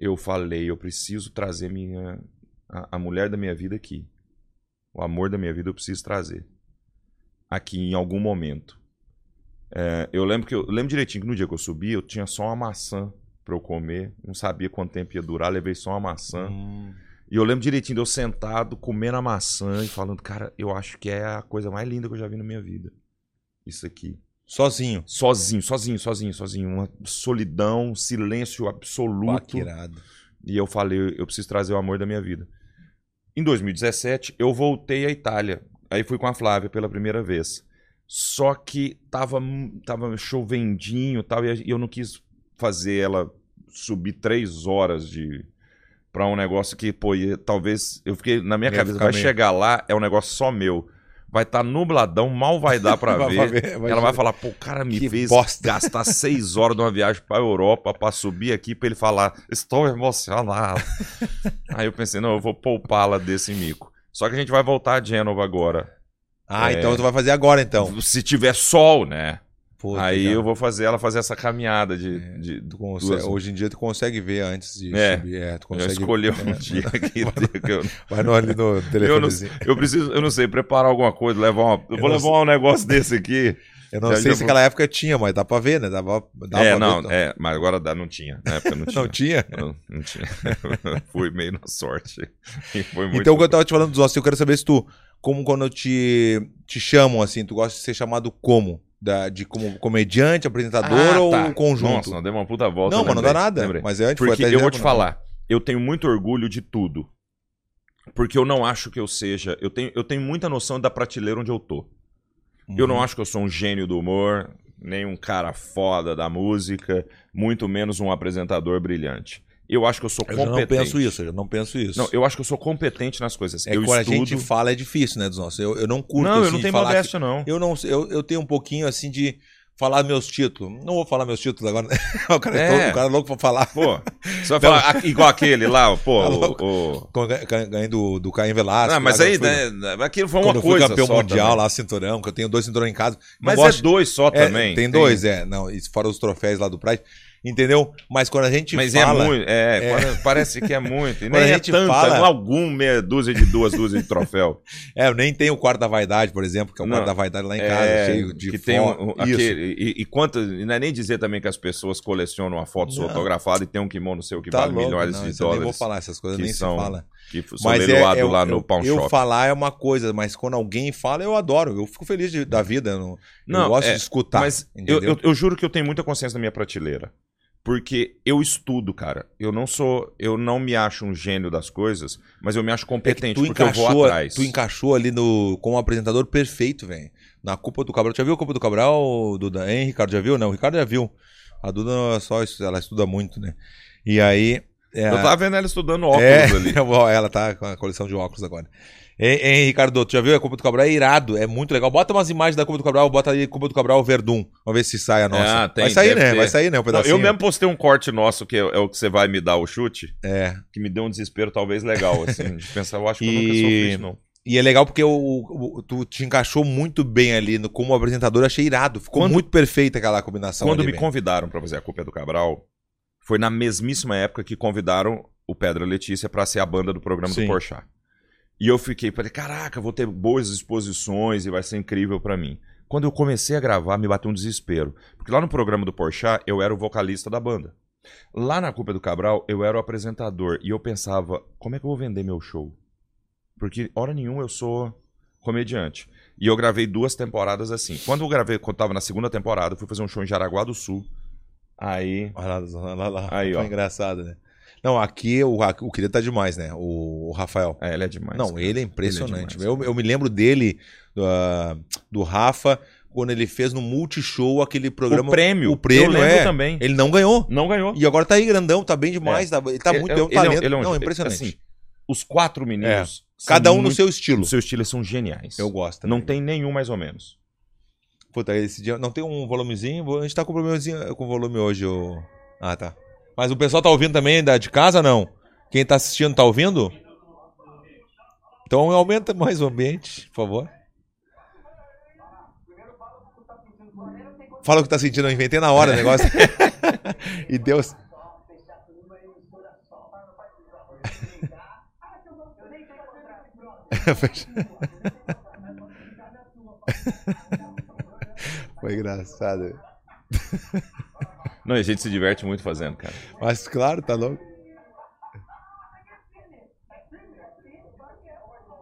B: eu falei, eu preciso trazer minha a, a mulher da minha vida aqui. O amor da minha vida eu preciso trazer aqui em algum momento. É, eu lembro que eu eu lembro direitinho que no dia que eu subi, eu tinha só uma maçã pra eu comer, não sabia quanto tempo ia durar, levei só uma maçã.
A: Hum.
B: E eu lembro direitinho de eu sentado, comendo a maçã e falando, cara, eu acho que é a coisa mais linda que eu já vi na minha vida. Isso aqui.
A: Sozinho.
B: Sozinho, sozinho, sozinho, sozinho. Uma solidão, silêncio absoluto.
A: Pá, que irado.
B: E eu falei, eu preciso trazer o amor da minha vida. Em 2017, eu voltei à Itália. Aí fui com a Flávia pela primeira vez. Só que tava, tava chovendinho e tal, e a- e eu não quis fazer ela subir três horas de para um negócio que, pô, ia- talvez. Eu fiquei na minha
A: Ia
B: cabeça,
A: ficar
B: vai
A: meio-
B: chegar lá, é um negócio só meu. Vai estar nubladão, mal vai dar pra
A: Vai- vai
B: ver.
A: ver, vai
B: ela
A: ver.
B: vai falar, pô, o cara me
A: Que
B: fez
A: bosta.
B: gastar seis horas de uma viagem pra Europa pra subir aqui pra ele falar, estou emocionado. Aí eu pensei, não, eu vou poupá-la desse mico. Só que a gente vai voltar a Gênova agora.
A: Ah,
B: É.
A: então tu vai fazer agora, então.
B: Se tiver sol, né?
A: Puta,
B: Aí
A: cara.
B: eu vou fazer ela fazer essa caminhada de. de-
A: Tu
B: do
A: consegue-
B: duas-
A: Hoje em dia tu consegue ver antes de
B: É.
A: subir. É, tu
B: Já
A: consegue.
B: escolheu um
A: É.
B: dia aqui. que eu,
A: Vai no, ali no telefonezinho.
B: eu preciso, eu não sei, preparar alguma coisa, levar uma. Eu
A: Eu
B: vou
A: não
B: levar um negócio desse aqui.
A: Eu não
B: Já-
A: sei
B: já
A: se
B: vou-
A: naquela época tinha, mas dá pra ver, né? Dava, dava pra
B: é,
A: ver,
B: não,
A: então.
B: é, mas agora dá, não tinha. Na época não tinha.
A: Não tinha?
B: Não, não tinha. Fui meio na sorte. E foi muito.
A: Então, o que eu tava te falando dos ossos, eu quero saber se tu, como quando te, te chamam, assim, tu gosta de ser chamado como? Da, de como comediante, apresentador
B: Ah,
A: ou um
B: tá.
A: conjunto?
B: Nossa, não deu uma puta volta.
A: não, mas não dá
B: lembrei,
A: nada.
B: lembrei.
A: Mas antes foi
B: Porque
A: até
B: eu vou
A: direto,
B: te
A: né?
B: falar, eu tenho muito orgulho de tudo. Porque eu não acho que eu seja. Eu tenho, eu tenho muita noção da prateleira onde eu tô. Eu
A: Uhum.
B: não acho que eu sou um gênio do humor, nem um cara foda da música, muito menos um apresentador brilhante. Eu acho que eu sou
A: Eu já
B: competente.
A: não penso isso, eu já não penso isso.
B: Não, eu acho que eu sou competente nas coisas.
A: é
B: eu
A: que quando
B: estudo.
A: a gente fala é difícil, né, dos nossos. Eu, eu não curto
B: não,
A: assim,
B: eu não
A: de
B: tenho
A: falar que-
B: modéstia, não.
A: Eu não eu, eu tenho um pouquinho assim de falar meus títulos. Não vou falar meus títulos agora. né? o, cara é
B: É.
A: todo- o cara é louco pra falar.
B: Pô, você vai falar "Ah, igual aquele lá, pô,
A: Tá louco.
B: o. o...
A: Quando eu é Ganhei ganhei do, do Caim Velasco.
B: Ah, mas
A: lá,
B: aí,
A: quando eu fui-
B: né, aquilo foi
A: Quando
B: uma
A: eu fui
B: coisa
A: campeão
B: só
A: mundial
B: também.
A: lá, cinturão, que eu tenho dois cinturões em casa. Não
B: Mas
A: gosto-
B: é dois só
A: é,
B: também.
A: Tem dois, é. Não, isso fora os troféus lá do Pride. Entendeu? Mas quando a gente
B: Mas
A: fala.
B: é muito, é, quando- parece que é muito. E
A: Quando
B: nem
A: a
B: é
A: gente
B: tanta,
A: fala-
B: não algum meia dúzia de duas dúzias de troféu.
A: É, eu nem tenho o quarto da vaidade, por exemplo, que é o
B: Não.
A: quarto da vaidade lá em
B: É,
A: casa, cheio de
B: que tem
A: foto.
B: um, um-
A: Isso.
B: aquele, e, e quantas, e não é nem dizer também que as pessoas colecionam uma foto sua
A: Não.
B: autografada e tem um kimono seu que
A: Tá
B: vale
A: louco,
B: milhões
A: não,
B: de
A: isso eu nem
B: dólares.
A: vou falar essas coisas,
B: que
A: nem se
B: são-
A: fala. é,
B: Que são leiloado lá no Pawn
A: eu
B: Shop.
A: falar é uma coisa, mas quando alguém fala, eu adoro. Eu fico feliz de- da vida. eu Não, eu
B: Não,
A: gosto
B: é,
A: de escutar.
B: Mas eu,
A: Tá, entendeu?
B: eu, eu juro que eu tenho muita consciência da minha prateleira. Porque eu estudo, cara. Eu não sou. Eu não me acho um gênio das coisas, mas eu me acho
A: É que
B: competente,
A: tu
B: porque eu vou
A: encaixou,
B: atrás.
A: tu encaixou ali no, como apresentador perfeito, velho. Na Culpa do Cabral. Já viu a Culpa do Cabral, Duda? Hein, Ricardo? Já viu? Não, o Ricardo já viu. A Duda só estu- ela estuda muito, né? E aí. é,
B: Eu tava vendo ela estudando óculos
A: é,
B: ali.
A: ó, Ela tá com a coleção de óculos agora. Hein, hein, Ricardo, tu já viu a Culpa do Cabral? É irado, é muito legal. Bota umas imagens da Culpa do Cabral, bota aí Culpa do Cabral Verdun. Vamos ver se sai a nossa.
B: Ah, tem,
A: Vai sair,
B: deve
A: né?
B: ter.
A: Vai sair, né? Um
B: Não,
A: pedacinho.
B: eu mesmo postei um corte nosso, que é é o que você vai me dar o chute,
A: É.
B: que me deu um desespero talvez legal, assim. De pensar, eu acho que eu nunca
A: E-
B: sofri isso, não.
A: E é legal porque o, o- tu te encaixou muito bem ali no, como apresentador, eu achei irado. Ficou
B: Quando-
A: muito perfeita aquela combinação.
B: Quando
A: ali,
B: me
A: velho.
B: convidaram pra fazer a Culpa é do Cabral, foi na mesmíssima época que convidaram o Pedra Letícia pra ser a banda do programa
A: Sim.
B: do Porchat. E eu fiquei, falei, caraca, vou ter boas exposições e vai ser incrível pra mim. Quando eu comecei a gravar, me bateu um desespero. Porque lá no programa do Porchat, eu era o vocalista da banda. Lá na Culpa é do Cabral, eu era o apresentador. E eu pensava, como é que eu vou vender meu show? Porque hora nenhuma eu sou comediante. E eu gravei duas temporadas assim. Quando eu gravei, quando eu tava na segunda temporada, eu fui fazer um show em Jaraguá do Sul. Aí.
A: Olha lá, olha lá, olha lá.
B: Aí,
A: Foi
B: ó.
A: engraçado, né? Não, aqui o, Ra- o querido tá demais, né? O, o Rafael.
B: É, ele é demais.
A: não,
B: cara.
A: ele é impressionante.
B: demais,
A: eu, eu me lembro dele, do, ah, do Rafa, quando ele fez no Multishow aquele programa.
B: O prêmio.
A: O prêmio,
B: Eu lembro
A: é.
B: também.
A: Ele não ganhou.
B: Não ganhou.
A: E agora tá aí grandão, tá bem demais. tá- ele tá muito, é, um
B: é um-
A: talento.
B: ele é um-
A: não, é impressionante.
B: assim, os quatro meninos. são
A: Cada um no
B: muito-
A: seu estilo.
B: no seu estilo são geniais.
A: Eu gosto.
B: não
A: também.
B: tem nenhum mais ou menos.
A: Puta, esse dia não tem um volumezinho? A gente tá com probleminha com volume hoje, ô. Ah, tá. Mas o pessoal tá ouvindo também da de casa, não? Quem tá assistindo tá ouvindo? Então aumenta mais o ambiente, por favor. Fala o que tá sentindo, eu inventei na hora o negócio. e Deus. Fecha. Foi engraçado.
B: Não, e a gente se diverte muito fazendo, cara.
A: Mas claro, tá louco.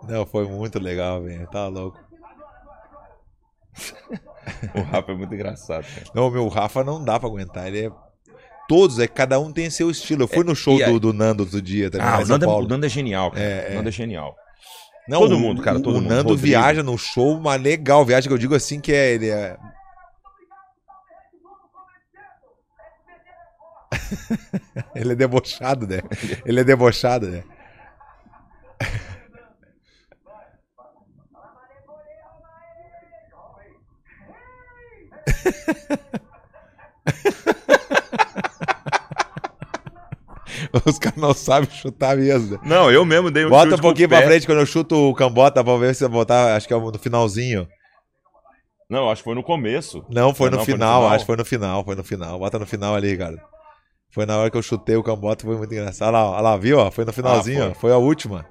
A: Não, foi muito legal, velho. Tá louco.
B: O Rafa é muito engraçado. cara.
A: Não, meu, o Rafa não dá pra aguentar. Ele é. Todos, é que cada um tem seu estilo. Eu fui no show
B: É, e aí-
A: do, do Nando outro dia também,
B: Ah,
A: lá em
B: o
A: São
B: Nando, é,
A: Paulo.
B: o Nando é genial, cara.
A: É, é.
B: O Nando é genial.
A: Não,
B: Todo
A: o-
B: mundo, cara,
A: o-
B: todo
A: o
B: mundo.
A: Nando
B: Rodrigo.
A: viaja no show, mas legal, viaja que eu digo assim que é ele é. ele é debochado, né? Ele é debochado, né? Os caras não sabem chutar mesmo. né?
B: Não, eu mesmo dei um
A: Bota
B: chute
A: um
B: com o
A: pouquinho
B: pé.
A: pra frente quando eu chuto o cambota pra ver se eu botar, acho que é no finalzinho.
B: Não, acho que foi no começo.
A: Não, foi
B: Não,
A: no
B: foi no
A: final,
B: final?
A: acho que foi no final, foi no final. Bota no final ali, cara. Foi na hora que eu chutei o cambota, foi muito engraçado. Olha lá, olha lá viu? ó? Foi no finalzinho,
B: Ah,
A: ó,
B: foi.
A: foi. a última.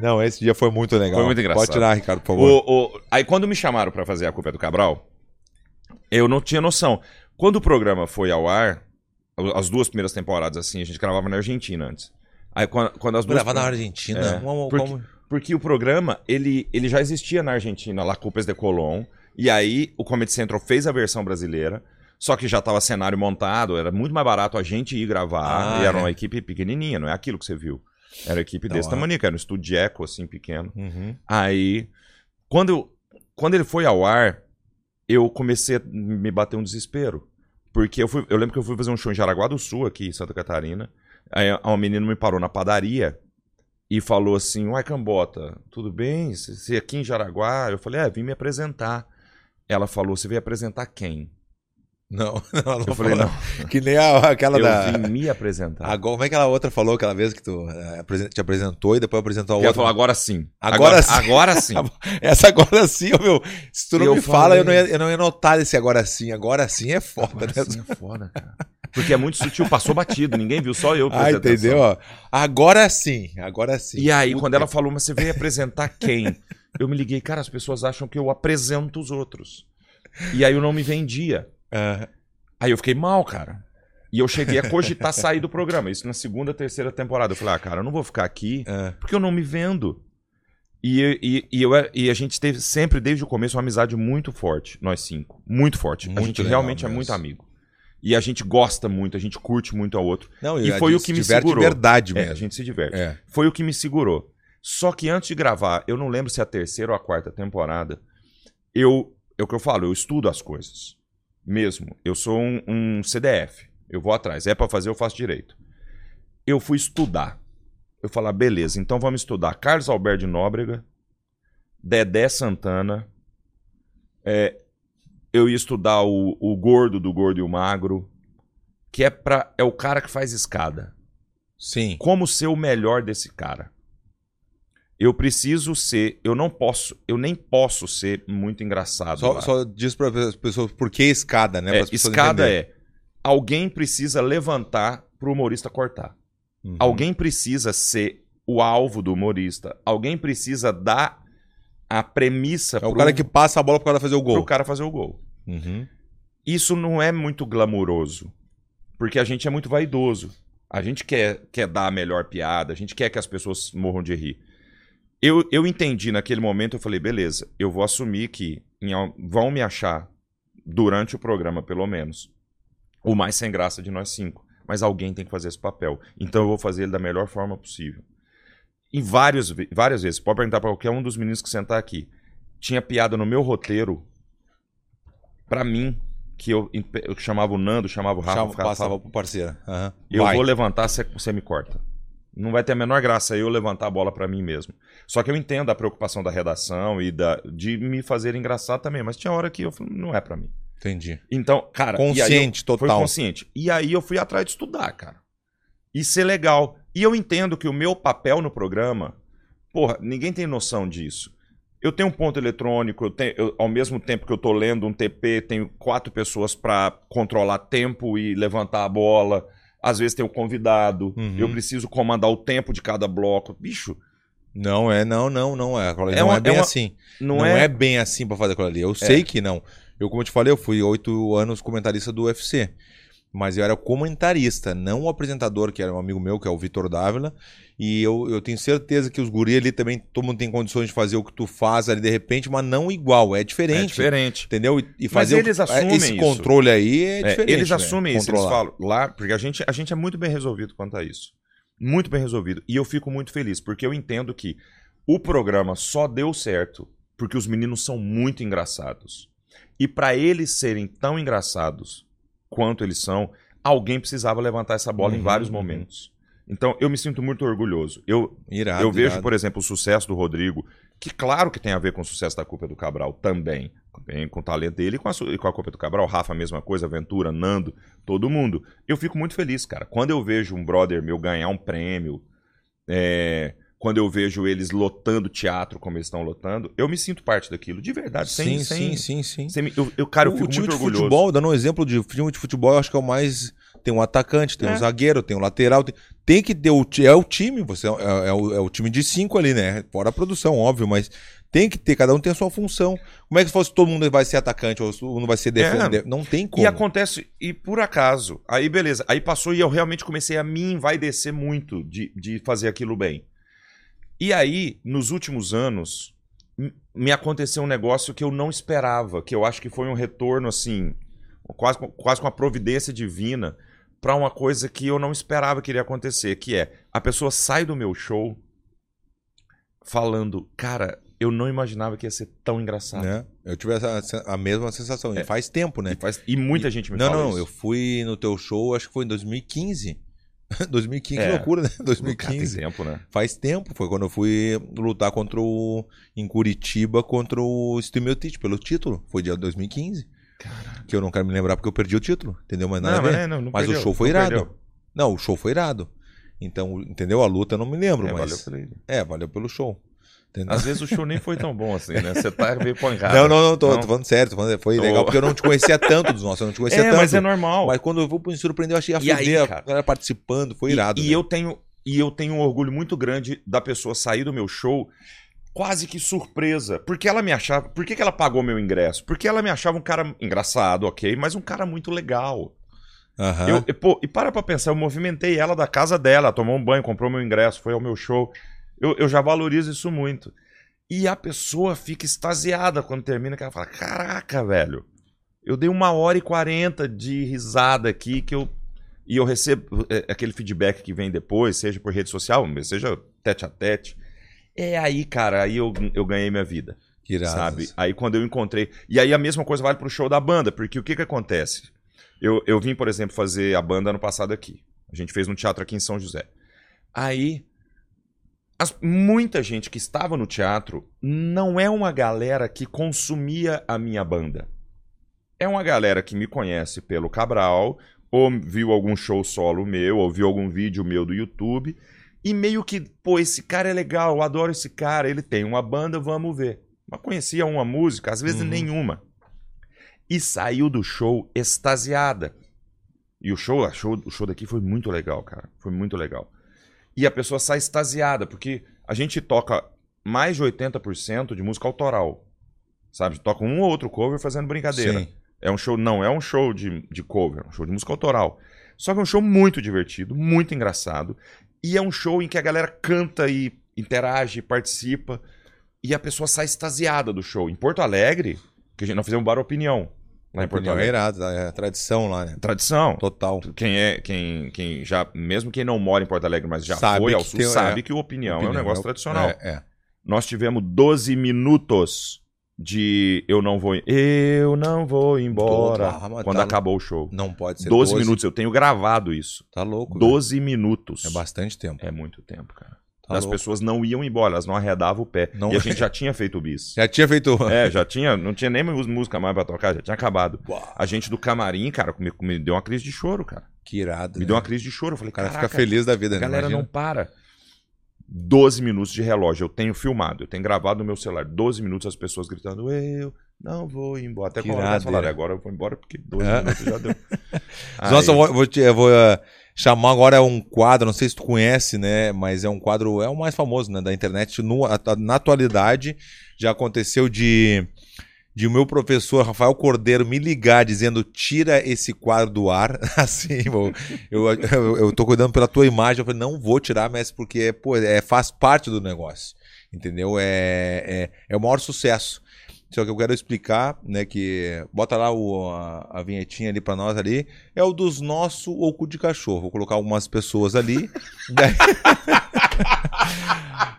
A: Não, esse dia foi muito legal.
B: Foi muito engraçado.
A: Pode tirar, Ricardo, por favor.
B: O- o- aí quando me chamaram pra fazer a culpa é do Cabral, eu não tinha noção. Quando o programa foi ao ar, o- as duas primeiras temporadas assim, a gente gravava na Argentina antes. Aí quan- quando, as duas
A: Gravar na Argentina.
B: É,
A: Uma- uma-
B: porque,
A: como-
B: porque o programa ele, ele já existia na Argentina, lá Culpas de Colón, e aí o Comedy Central fez a versão brasileira. Só que já tava cenário montado, era muito mais barato a gente ir gravar.
A: Ah,
B: e era
A: é. Então,
B: uma equipe pequenininha, não é aquilo que você viu. Era equipe
A: Da
B: desse
A: hora.
B: tamanho, que era um estúdio eco, assim, pequeno.
A: Uhum.
B: Aí, quando, eu- quando ele foi ao ar, eu comecei a me bater um desespero. Porque eu, fui, eu lembro que eu fui fazer um show em Jaraguá do Sul, aqui em Santa Catarina. Aí uma menina me parou na padaria e falou assim: Uai, Cambota, tudo bem? Você você é aqui em Jaraguá? Eu falei: É, vim me apresentar. Ela falou: Você veio apresentar quem?
A: Não, não, não
B: Eu falei:
A: fala.
B: Não,
A: Que nem a- aquela da.
B: eu vim me apresentar.
A: Agora, como é que aquela outra falou aquela vez que tu eh, apresen- te apresentou e depois apresentou a
B: Ela
A: outra?
B: falou: Agora sim.
A: Agora sim.
B: Agora sim.
A: Essa agora sim, ô, meu. Se tu não
B: Eu
A: me fala, eu não, ia,
B: falei.
A: eu não ia notar esse agora sim. Agora sim é foda,
B: Agora
A: né?
B: sim é foda, cara. Porque é muito sutil, passou batido, ninguém viu, só eu.
A: Ah,
B: prestei atenção.
A: entendeu? ó? Agora sim, agora sim.
B: E aí,
A: Puta
B: quando ela falou, mas você veio apresentar quem? Eu me liguei, cara, as pessoas acham que eu apresento os outros. E aí eu não me vendia.
A: Ah,
B: Aí eu fiquei mal, cara. E eu cheguei a cogitar sair do programa. Isso na segunda, terceira temporada. Eu falei, ah, cara, eu não vou ficar aqui
A: ah.
B: porque eu não me vendo. E, eu- e, e, eu, e a gente teve sempre, desde o começo, uma amizade muito forte, nós cinco. Muito forte. a
A: Muito
B: gente
A: legal
B: realmente é
A: mesmo.
B: muito amigo. E a gente gosta muito, a gente curte muito ao outro.
A: Não,
B: E
A: a
B: foi
A: gente
B: o que me
A: diverte de
B: segurou.
A: verdade
B: É, a
A: mesmo.
B: gente se diverte.
A: É.
B: Foi o que me segurou. Só que antes de gravar, eu não lembro se é a terceira ou a quarta temporada, eu, é o que eu falo, eu estudo as coisas. Mesmo. Eu sou um, um CDF. Eu vou atrás. É pra fazer, eu faço direito. Eu fui estudar. Eu falar, beleza, então vamos estudar Carlos Alberto de Nóbrega, Dedé Santana. é, eu ia estudar o, o gordo do gordo e o magro, que é, pra, é o cara que faz escada
A: Sim.
B: como ser o melhor desse cara. Eu preciso ser, eu não posso, eu nem posso ser muito engraçado.
A: Só,
B: lá.
A: só diz para as pessoas por que escada, né?
B: É,
A: Pras pessoas
B: escada
A: entenderem.
B: é alguém precisa levantar pro humorista cortar.
A: Uhum.
B: é Alguém precisa ser o alvo do humorista. Alguém precisa dar a premissa
A: É o cara que passa a bola pro cara fazer o
B: pro
A: gol.
B: cara fazer o gol.
A: Uhum.
B: isso não é muito glamuroso. Porque a gente é muito vaidoso. A gente quer, quer dar a melhor piada, a gente quer que as pessoas morram de rir. Eu, eu entendi naquele momento, eu falei, beleza, eu vou assumir que em al- vão me achar, durante o programa pelo menos, o mais sem graça de nós cinco. Mas alguém tem que fazer esse papel. Então eu vou fazer ele da melhor forma possível. E vários, ve- várias vezes, pode perguntar pra qualquer um dos meninos que sentar aqui. Tinha piada no meu roteiro, pra mim, que eu, imp- eu chamava o Nando, chamava o Rafa,
A: Chama,
B: ficava-
A: passava pro parceiro. Aham.
B: eu
A: Vai.
B: vou levantar, você- você me corta. Não vai ter a menor graça eu levantar a bola pra mim mesmo. Só que eu entendo a preocupação da redação e da, de me fazer engraçado também, mas tinha hora que eu falei, não é pra mim.
A: Entendi.
B: Então, cara, e aí eu-
A: Consciente
B: foi
A: total.
B: consciente. E aí eu fui atrás de estudar, cara. E ser legal. E eu entendo que o meu papel no programa, porra, ninguém tem noção disso. Eu tenho um ponto eletrônico, eu tenho, eu- ao mesmo tempo que eu tô lendo um TP, tenho quatro pessoas pra controlar tempo e levantar a bola. Às vezes tem o convidado,
A: Uhum.
B: eu preciso comandar o tempo de cada bloco. Bicho,
A: Não, é, não, não, não é. Aquilo ali
B: É
A: não
B: uma-
A: é bem
B: é uma-
A: assim.
B: Não,
A: Não,
B: é...
A: é... bem assim pra fazer aquilo ali. Eu sei que não. Eu, como eu te falei, eu fui oito anos comentarista do UFC. Mas eu era comentarista, não o apresentador, que era um amigo meu, que é o Vitor Dávila. E eu, eu tenho certeza que os guri ali também, todo mundo tem condições de fazer o que tu faz ali de repente, mas não igual, é diferente.
B: É diferente.
A: Entendeu? E, e fazer o que- é,
B: eles assumem
A: esse
B: isso.
A: controle aí é
B: É,
A: diferente.
B: eles
A: velho,
B: assumem isso, eles
A: controlar.
B: falam lá, porque a gente, a gente é muito bem resolvido quanto a isso. Muito bem resolvido. E eu fico muito feliz, porque eu entendo que o programa só deu certo porque os meninos são muito engraçados. E para eles serem tão engraçados quanto eles são, alguém precisava levantar essa bola em
A: Uhum,
B: vários
A: uhum.
B: momentos. Então eu me sinto muito orgulhoso. Eu,
A: Irado,
B: eu vejo,
A: irado.
B: por exemplo, o sucesso do Rodrigo, que claro que tem a ver com o sucesso da Copa do Cabral também. Também com o talento dele e com a, su- e com a Copa do Cabral. Rafa, a mesma coisa, Ventura, Nando, todo mundo. Eu fico muito feliz, cara. Quando eu vejo um brother meu ganhar um prêmio, é, quando eu vejo eles lotando teatro como eles estão lotando, eu me sinto parte daquilo, de verdade. Sem,
A: Sim,
B: sem,
A: sim, sim, sim.
B: sem- eu, eu, cara, eu
A: O-
B: fico
A: o time
B: muito
A: de
B: orgulhoso.
A: futebol, dando um exemplo de time de futebol, eu acho que é o mais. Tem um atacante, tem um zagueiro, tem um lateral. Tem, tem que ter o. ti- É o time, você é, é- é o, é o time de cinco ali, né? Fora a produção, óbvio, mas tem que ter, cada um tem a sua função. Como é que se fosse todo mundo vai ser atacante ou todo mundo vai ser defender? Não tem como.
B: É. E acontece, e por acaso, aí beleza, aí passou e eu realmente comecei a me envaidecer muito de, de fazer aquilo bem. E aí, nos últimos anos, m- me aconteceu um negócio que eu não esperava, que eu acho que foi um retorno assim, quase, com- quase com a providência divina, pra uma coisa que eu não esperava que iria acontecer, que é a pessoa sai do meu show falando, cara, eu não imaginava que ia ser tão engraçado.
A: né? Eu tive essa- essa- a mesma sensação. E
B: É.
A: faz tempo, né?
B: E, faz- e muita gente me
A: Não,
B: fala
A: não,
B: isso.
A: eu fui no teu show, acho que foi em 2015. 2015,
B: É.
A: que loucura, né?
B: Cada
A: 2015.
B: exemplo, né?
A: Faz tempo, foi quando eu fui lutar contra o. em Curitiba contra o Stimiotic pelo título. Foi dia 2015. Que eu não quero me lembrar porque eu perdi o título, entendeu? Mas nada
B: Não,
A: a ver.
B: mas, é, não, não
A: Mas
B: perdeu,
A: o show foi
B: não
A: irado.
B: perdeu.
A: Não, o show foi irado. Então, entendeu? A luta eu não me lembro,
B: É,
A: mas.
B: valeu Ah, pela ideia.
A: É, valeu pelo show. Entendeu?
B: Às vezes o show nem foi tão bom assim, né? Você tá meio pancada.
A: Não, não, não, tô,
B: Não.
A: tô falando sério, tô falando, foi
B: Ô.
A: legal porque eu não te conhecia tanto dos nossos, eu não te conhecia
B: É,
A: tanto.
B: mas é normal.
A: Mas quando eu vou me surpreender, eu achei a
B: E aí,
A: fuder, a
B: cara?
A: galera participando, foi
B: E-
A: irado.
B: E,
A: né?
B: eu tenho e eu tenho um orgulho muito grande da pessoa sair do meu show quase que surpresa, porque ela me achava, por que, que ela pagou meu ingresso? Porque ela me achava um cara engraçado, OK, mas um cara muito legal.
A: Aham.
B: Eu- e, pô, e para pra pensar, eu movimentei ela da casa dela, tomou um banho, comprou meu ingresso, foi ao meu show. Eu, eu já valorizo isso muito. E a pessoa fica extasiada quando termina, que ela fala: Caraca, velho, eu dei uma hora e quarenta de risada aqui que eu. E eu recebo é, aquele feedback que vem depois, seja por rede social, seja tete a tete. É aí, cara, aí eu, eu ganhei minha vida
A: Que irado.
B: sabe? Aí quando eu encontrei. E aí a mesma coisa vale pro show da banda, porque o que que acontece? Eu, eu vim, por exemplo, fazer a banda ano passado aqui. A gente fez no teatro aqui em São José. Aí. as- muita gente que estava no teatro não é uma galera que consumia a minha banda. É uma galera que me conhece pelo Cabral, ou viu algum show solo meu, ou viu algum vídeo meu do YouTube. E meio que, pô, esse cara é legal, eu adoro esse cara, ele tem uma banda, vamos ver. Mas conhecia uma música, às vezes
A: Uhum.
B: nenhuma. E saiu do show extasiada. E o show, a show, o show daqui foi muito legal, cara. Foi muito legal. E a pessoa sai extasiada, porque a gente toca mais de 80% de música autoral. Sabe? Toca um ou outro cover fazendo brincadeira.
A: Sim.
B: É um show, não, é um show de, de cover, é um show de música autoral. Só que é um show muito divertido, muito engraçado. E é um show em que a galera canta e interage, participa. E a pessoa sai extasiada do show. Em Porto Alegre, que a gente, nós fizemos um bar opinião lá em Porto
A: Opinião é
B: Alegre.
A: irado, tá? é a tradição lá, né?
B: Tradição.
A: Total.
B: Quem é, quem, quem já, mesmo quem não mora em Porto Alegre, mas já
A: Sabe
B: foi ao
A: que
B: sul,
A: tem-
B: sabe
A: é.
B: que o opinião, é um
A: Opinião,
B: negócio
A: é-
B: tradicional.
A: É, é.
B: Nós tivemos 12 minutos de eu não vou, eu não vou embora
A: Ah, mas
B: quando
A: tá-
B: acabou o show.
A: Não pode ser
B: 12 minutos, eu tenho gravado isso.
A: Tá louco. velho.
B: 12 minutos.
A: É bastante tempo.
B: É muito tempo, cara.
A: Tá
B: As
A: louco.
B: pessoas não iam embora, elas não arredavam o pé.
A: Não-
B: E a gente já tinha feito o bis.
A: Já tinha feito.
B: É, já tinha, não tinha nem mais música mais pra tocar, já tinha acabado.
A: Uau,
B: A gente do camarim, cara, me, me deu uma crise de choro, cara.
A: que irado.
B: Me
A: né?
B: deu uma crise de choro. Eu falei,
A: O cara
B: caraca,
A: fica feliz da
B: a
A: vida, né?
B: galera não
A: Imagina.
B: para. 12 minutos de relógio, eu tenho filmado, eu tenho gravado no meu celular. 12 minutos as pessoas gritando, eu não vou embora. Até
A: Que
B: quando elas falaram,
A: iradeira.
B: agora eu vou embora porque 12
A: É.
B: minutos já deu.
A: Nossa, eu
B: Aí-
A: vou, vou te- eu vou, eh, Xamã agora é um quadro, não sei se tu conhece, né? Mas é um quadro, é o mais famoso né, da internet. No, a- a- na atualidade, já aconteceu de, de o meu professor Rafael Cordeiro me ligar dizendo: tira esse quadro do ar. assim, eu, eu, eu, eu tô cuidando pela tua imagem. Eu falei: não vou tirar, mestre, porque é, pô, é, faz parte do negócio. Entendeu? É, é, é o maior sucesso. Só que eu quero explicar, né, que bota lá o, a, a vinhetinha ali pra nós ali, é o dos nosso ou cu de cachorro. Vou colocar algumas pessoas ali. daí-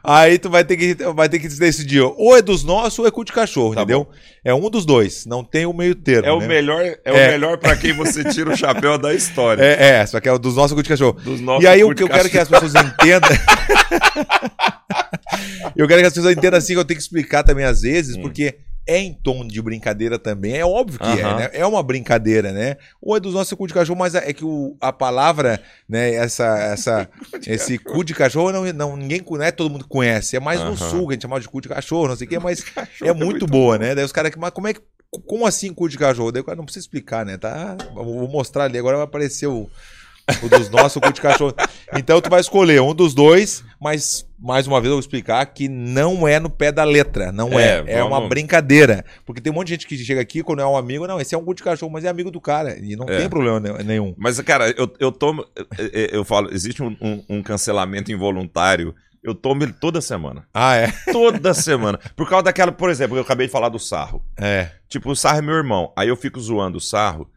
A: Aí tu vai ter que vai ter que decidir, ó, ou é dos nossos ou é cu de cachorro,
B: Tá
A: entendeu? É um dos dois, não tem o meio termo,
B: É o
A: né?
B: melhor, é, o
A: É.
B: melhor para quem você tira o chapéu da história.
A: É, é, só que é o dos nossos ou cu de cachorro.
B: Dos nossos
A: E aí o
B: cu de
A: que eu quero é que
B: cachorro.
A: as pessoas entendam. eu quero que as pessoas entendam assim que eu tenho que explicar também às vezes,
B: Hum.
A: porque é em tom de brincadeira também. É óbvio que é,
B: Aham.
A: né? É uma brincadeira, né? Ou é dos nossos cu de cachorro, mas é que o- a palavra, né, essa, essa, esse cu de cachorro, não, não, ninguém conhece, todo mundo conhece. É mais no
B: Aham.
A: sul que a gente chama de cu de cachorro, não sei o quê, mas é muito boa, né? Daí os caras que, mas como é que. Como assim cu de cachorro? Daí o cara não precisa explicar, né? Tá, vou mostrar ali. Agora vai aparecer o, o dos nossos, o cu de cachorro. Então tu vai escolher um dos dois, mas mais uma vez eu vou explicar que não é no pé da letra. Não é.
B: É,
A: É, uma
B: vamos-
A: brincadeira. Porque tem um monte de gente que chega aqui, quando é um amigo, não, esse é um cu de cachorro, mas é amigo do cara. E não
B: É.
A: tem problema ne- nenhum.
B: Mas, cara, eu, eu tomo. Eu, eu- eu falo, existe um, um- um cancelamento involuntário. Eu tomo ele toda semana.
A: Ah, é?
B: Toda semana. Por causa daquela, por exemplo, eu acabei de falar do sarro.
A: É.
B: Tipo, o sarro é meu irmão. Aí eu fico zoando o sarro.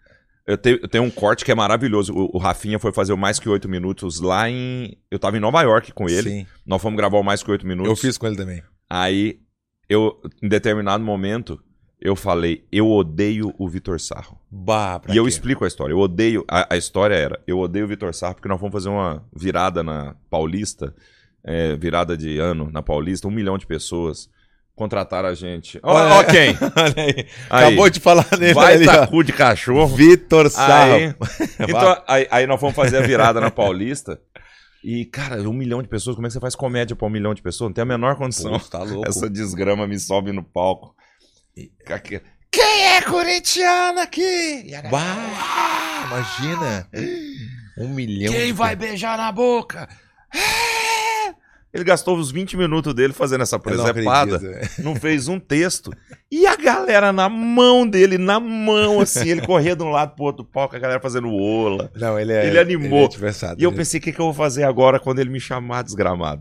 B: Eu tenho, eu tenho um corte que é maravilhoso. O, o Rafinha foi fazer o mais que oito minutos lá em. Eu tava em Nova York com ele.
A: Sim.
B: Nós fomos gravar o mais que oito minutos.
A: Eu fiz com ele também.
B: Aí, eu, em determinado momento, eu falei, eu odeio o Vitor Sarro.
A: Bah, pra
B: E eu
A: quê?
B: explico a história. Eu odeio. A, a história era: eu odeio o Vitor Sarro porque nós fomos fazer uma virada na Paulista, é, virada de ano na Paulista, um milhão de pessoas. Contrataram a gente. Ó,
A: Olha
B: ó quem?
A: Olha aí.
B: Aí.
A: Acabou de falar nele
B: Vai
A: ali,
B: tá
A: ó.
B: cu de cachorro.
A: Vitor Sarro.
B: Aí, então, aí, aí nós fomos fazer a virada na Paulista. E, cara, um milhão de pessoas, como é que você faz comédia pra um milhão de pessoas? Não tem a menor condição.
A: Pô, tá louco.
B: Essa desgrama me sobe no palco. Aqui- Quem é corintiano aqui? E era-
A: Bah, imagina. Um milhão.
B: Quem
A: de
B: vai beijar na boca? Ele gastou os 20 minutos dele fazendo essa
A: Eu não
B: presepada.
A: acredito.
B: Não, fez um texto. E a galera na mão dele, na mão, assim, ele corria de um lado pro outro palco, a galera fazendo ola.
A: Não, ele é.
B: Ele animou.
A: ele é atravessado,
B: E eu
A: né?
B: pensei, o que, que eu vou fazer agora quando ele me chamar desgramado?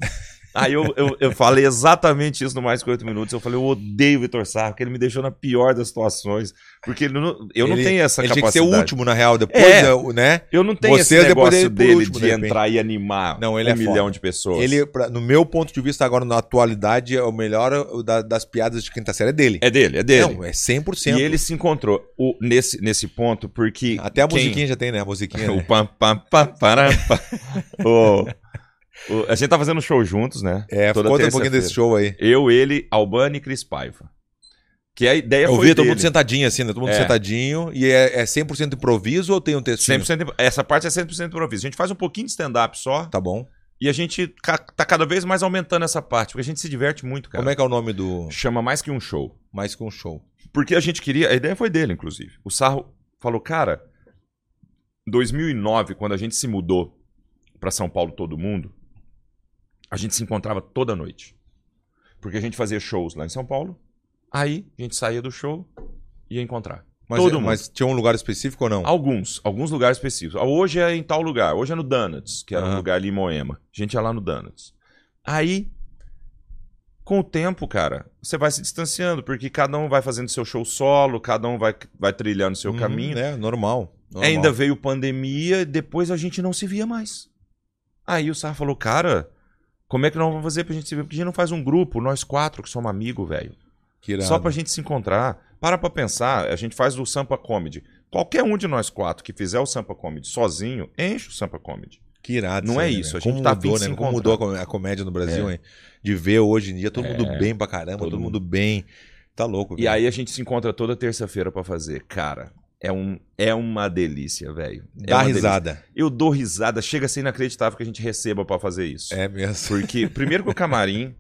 B: Aí eu, eu, eu falei exatamente isso no mais que oito minutos. Eu falei, eu odeio o Vitor Sarro, porque ele me deixou na pior das situações. Porque ele não- eu não
A: Ele-
B: tenho essa
A: ele tinha que
B: capacidade.
A: ser o último, na real, depois,
B: É.
A: é o- né?
B: Eu não tenho
A: Você
B: esse
A: depois dele
B: negócio
A: por
B: dele
A: último,
B: de
A: de repente.
B: entrar e animar
A: Não, ele
B: um
A: é foda.
B: milhão de pessoas.
A: Ele, pra- no meu ponto de vista, agora, na atualidade, é o melhor o da- das piadas de quinta série é dele.
B: É dele, é dele.
A: Não, é 100%.
B: e ele se encontrou o- nesse, nesse ponto porque...
A: Até a
B: quem-
A: musiquinha já tem, né? A musiquinha.
B: o
A: né?
B: pam, pam, pam, param, pam. O- o- a gente tá fazendo show juntos, né?
A: É,
B: Toda
A: conta um pouquinho desse show aí.
B: Eu, ele, Albani e Cris Paiva. Que a ideia
A: Eu
B: É, foi
A: vi todo
B: dele.
A: mundo sentadinho assim, né? Todo mundo
B: É.
A: sentadinho. E é, é 100% improviso ou tem um textinho?
B: 100%, essa parte é 100% improviso. A gente faz um pouquinho de stand-up só
A: Tá bom.
B: e a gente ca- tá cada vez mais aumentando essa parte, porque a gente se diverte muito, cara.
A: Como é que é o nome do...
B: Chama mais que um show.
A: Mais que um show.
B: Porque a gente queria, a ideia foi dele, inclusive. O Sarro falou, cara, 2009, quando a gente se mudou pra São Paulo todo mundo, a gente se encontrava toda noite. Porque a gente fazia shows lá em São Paulo, aí a gente saía do show e ia encontrar.
A: Mas,
B: Todo mundo.
A: mas tinha um lugar específico ou não?
B: Alguns, alguns lugares específicos. Ah, Hoje é em tal lugar, hoje é no Donuts, que era um
A: Aham.
B: lugar ali em Moema. A gente ia lá no Donuts. Aí, com o tempo, cara, você vai se distanciando, porque cada um vai fazendo seu show solo, cada um vai, vai trilhando seu
A: Uhum,
B: caminho.
A: É, normal. normal.
B: Ainda veio pandemia, depois a gente não se via mais. Aí o Sar falou, cara, como é que nós vamos fazer pra gente se ver? Porque a gente não faz um grupo, nós quatro que somos amigos, velho.
A: Que irado.
B: Só pra gente se encontrar. Para pra pensar, a gente faz o Sampa Comedy. Qualquer um de nós quatro que fizer o Sampa Comedy sozinho, enche o Sampa Comedy.
A: Que irado.
B: Não é
A: aí,
B: isso,
A: né?
B: a gente
A: Como
B: tá afim
A: mudou,
B: de se
A: né? Como
B: encontrar.
A: mudou a com- a comédia no Brasil, hein? De ver hoje em dia todo mundo
B: É.
A: bem pra caramba,
B: Todo
A: todo, mundo bem. Tá louco.
B: E aí a gente se encontra toda terça-feira pra fazer. Cara, é um, É uma delícia, velho. É
A: Dá
B: uma
A: risada.
B: delícia. Eu dou risada, chega a ser inacreditável que a gente receba pra fazer isso.
A: É mesmo.
B: Porque, primeiro que o camarim,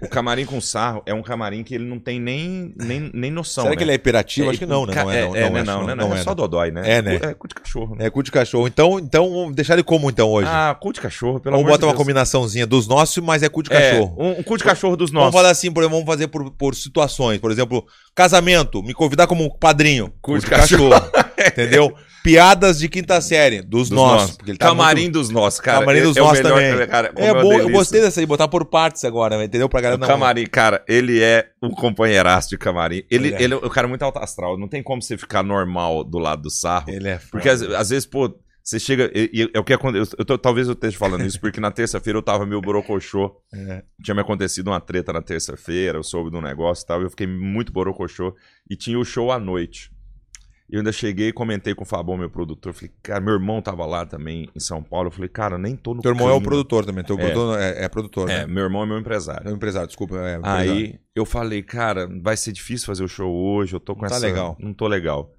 B: o camarim com sarro é um camarim que ele não tem nem, nem, nem noção,
A: Será
B: né?
A: que ele é hiperativo? Acho que não, né?
B: Ca-
A: Não
B: é,
A: é,
B: é, né,
A: acho,
B: não, né, não, é só dodói, né?
A: É, né?
B: É cu de cachorro, né?
A: É cu de cachorro. Então, então vamos deixar ele como então hoje?
B: Ah, cu de cachorro, pelo
A: Vamos
B: amor de
A: botar
B: Deus.
A: uma combinaçãozinha dos nossos, mas é cu de
B: É,
A: cachorro.
B: um, um cu de cachorro dos
A: Vamos
B: nossos.
A: falar assim, por, exemplo, vamos fazer por, por situações. Por exemplo, casamento, me convidar como padrinho.
B: Cu de
A: Cu entendeu? Piadas de quinta série, dos,
B: Dos
A: nossos.
B: nossos.
A: porque ele tá
B: Camarim
A: muito-
B: dos nossos, cara.
A: Camarim
B: É-
A: dos
B: é o
A: nossos
B: melhor,
A: também.
B: Cara, como
A: É
B: uma
A: bom, eu
B: delícia.
A: gostei dessa aí, botar por partes agora, né, entendeu? Pra galera
B: O
A: não...
B: Camarim, cara, ele é um companheiraço de camarim. Ele,
A: Ele
B: ele,
A: é.
B: é. um cara muito alto astral. Não tem como você ficar normal do lado do sarro.
A: Ele é...
B: Porque às, às vezes, pô, você chega. e- e É o que aconteceu. Eu tô- talvez eu esteja falando isso, porque na terça-feira eu tava meio borocochô.
A: É.
B: Tinha me acontecido uma treta na terça-feira, eu soube de um negócio e tal. Eu fiquei muito borocochô. E tinha o show à noite. Eu ainda cheguei e comentei com o Fabão, meu produtor. Eu falei, cara, meu irmão tava lá também em São Paulo. Eu falei, cara, eu nem tô no.
A: Teu irmão é o
B: clima.
A: produtor também, teu
B: É.
A: produtor é, é produtor,
B: É,
A: né?
B: meu irmão é meu empresário.
A: É um empresário, desculpa. É, empresário.
B: Aí eu falei, cara, vai ser difícil fazer o show hoje, eu tô com
A: Não tá
B: essa...
A: legal.
B: Não tô legal.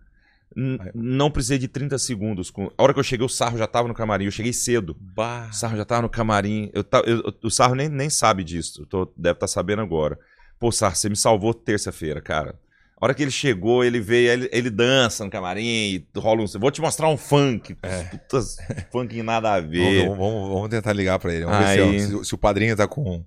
B: N-
A: Aí.
B: Não precisei de 30 segundos. Com... A hora que eu cheguei, o Sarro já tava no camarim. Eu cheguei cedo.
A: Bah.
B: O Sarro já tava no camarim. Eu ta- eu- eu- o Sarro nem, nem sabe disso. Eu tô- Deve estar sabendo agora. Pô, Sarro, você me salvou terça-feira, cara. A hora que ele chegou, ele veio, ele, ele dança no camarim e rola um... Vou te mostrar um funk.
A: É.
B: Putas, funk nada a
A: Vamos,
B: ver.
A: vamos, vamos- vamos tentar ligar pra ele. Vamos ver
B: Aí.
A: se, ó, se- se o padrinho tá com.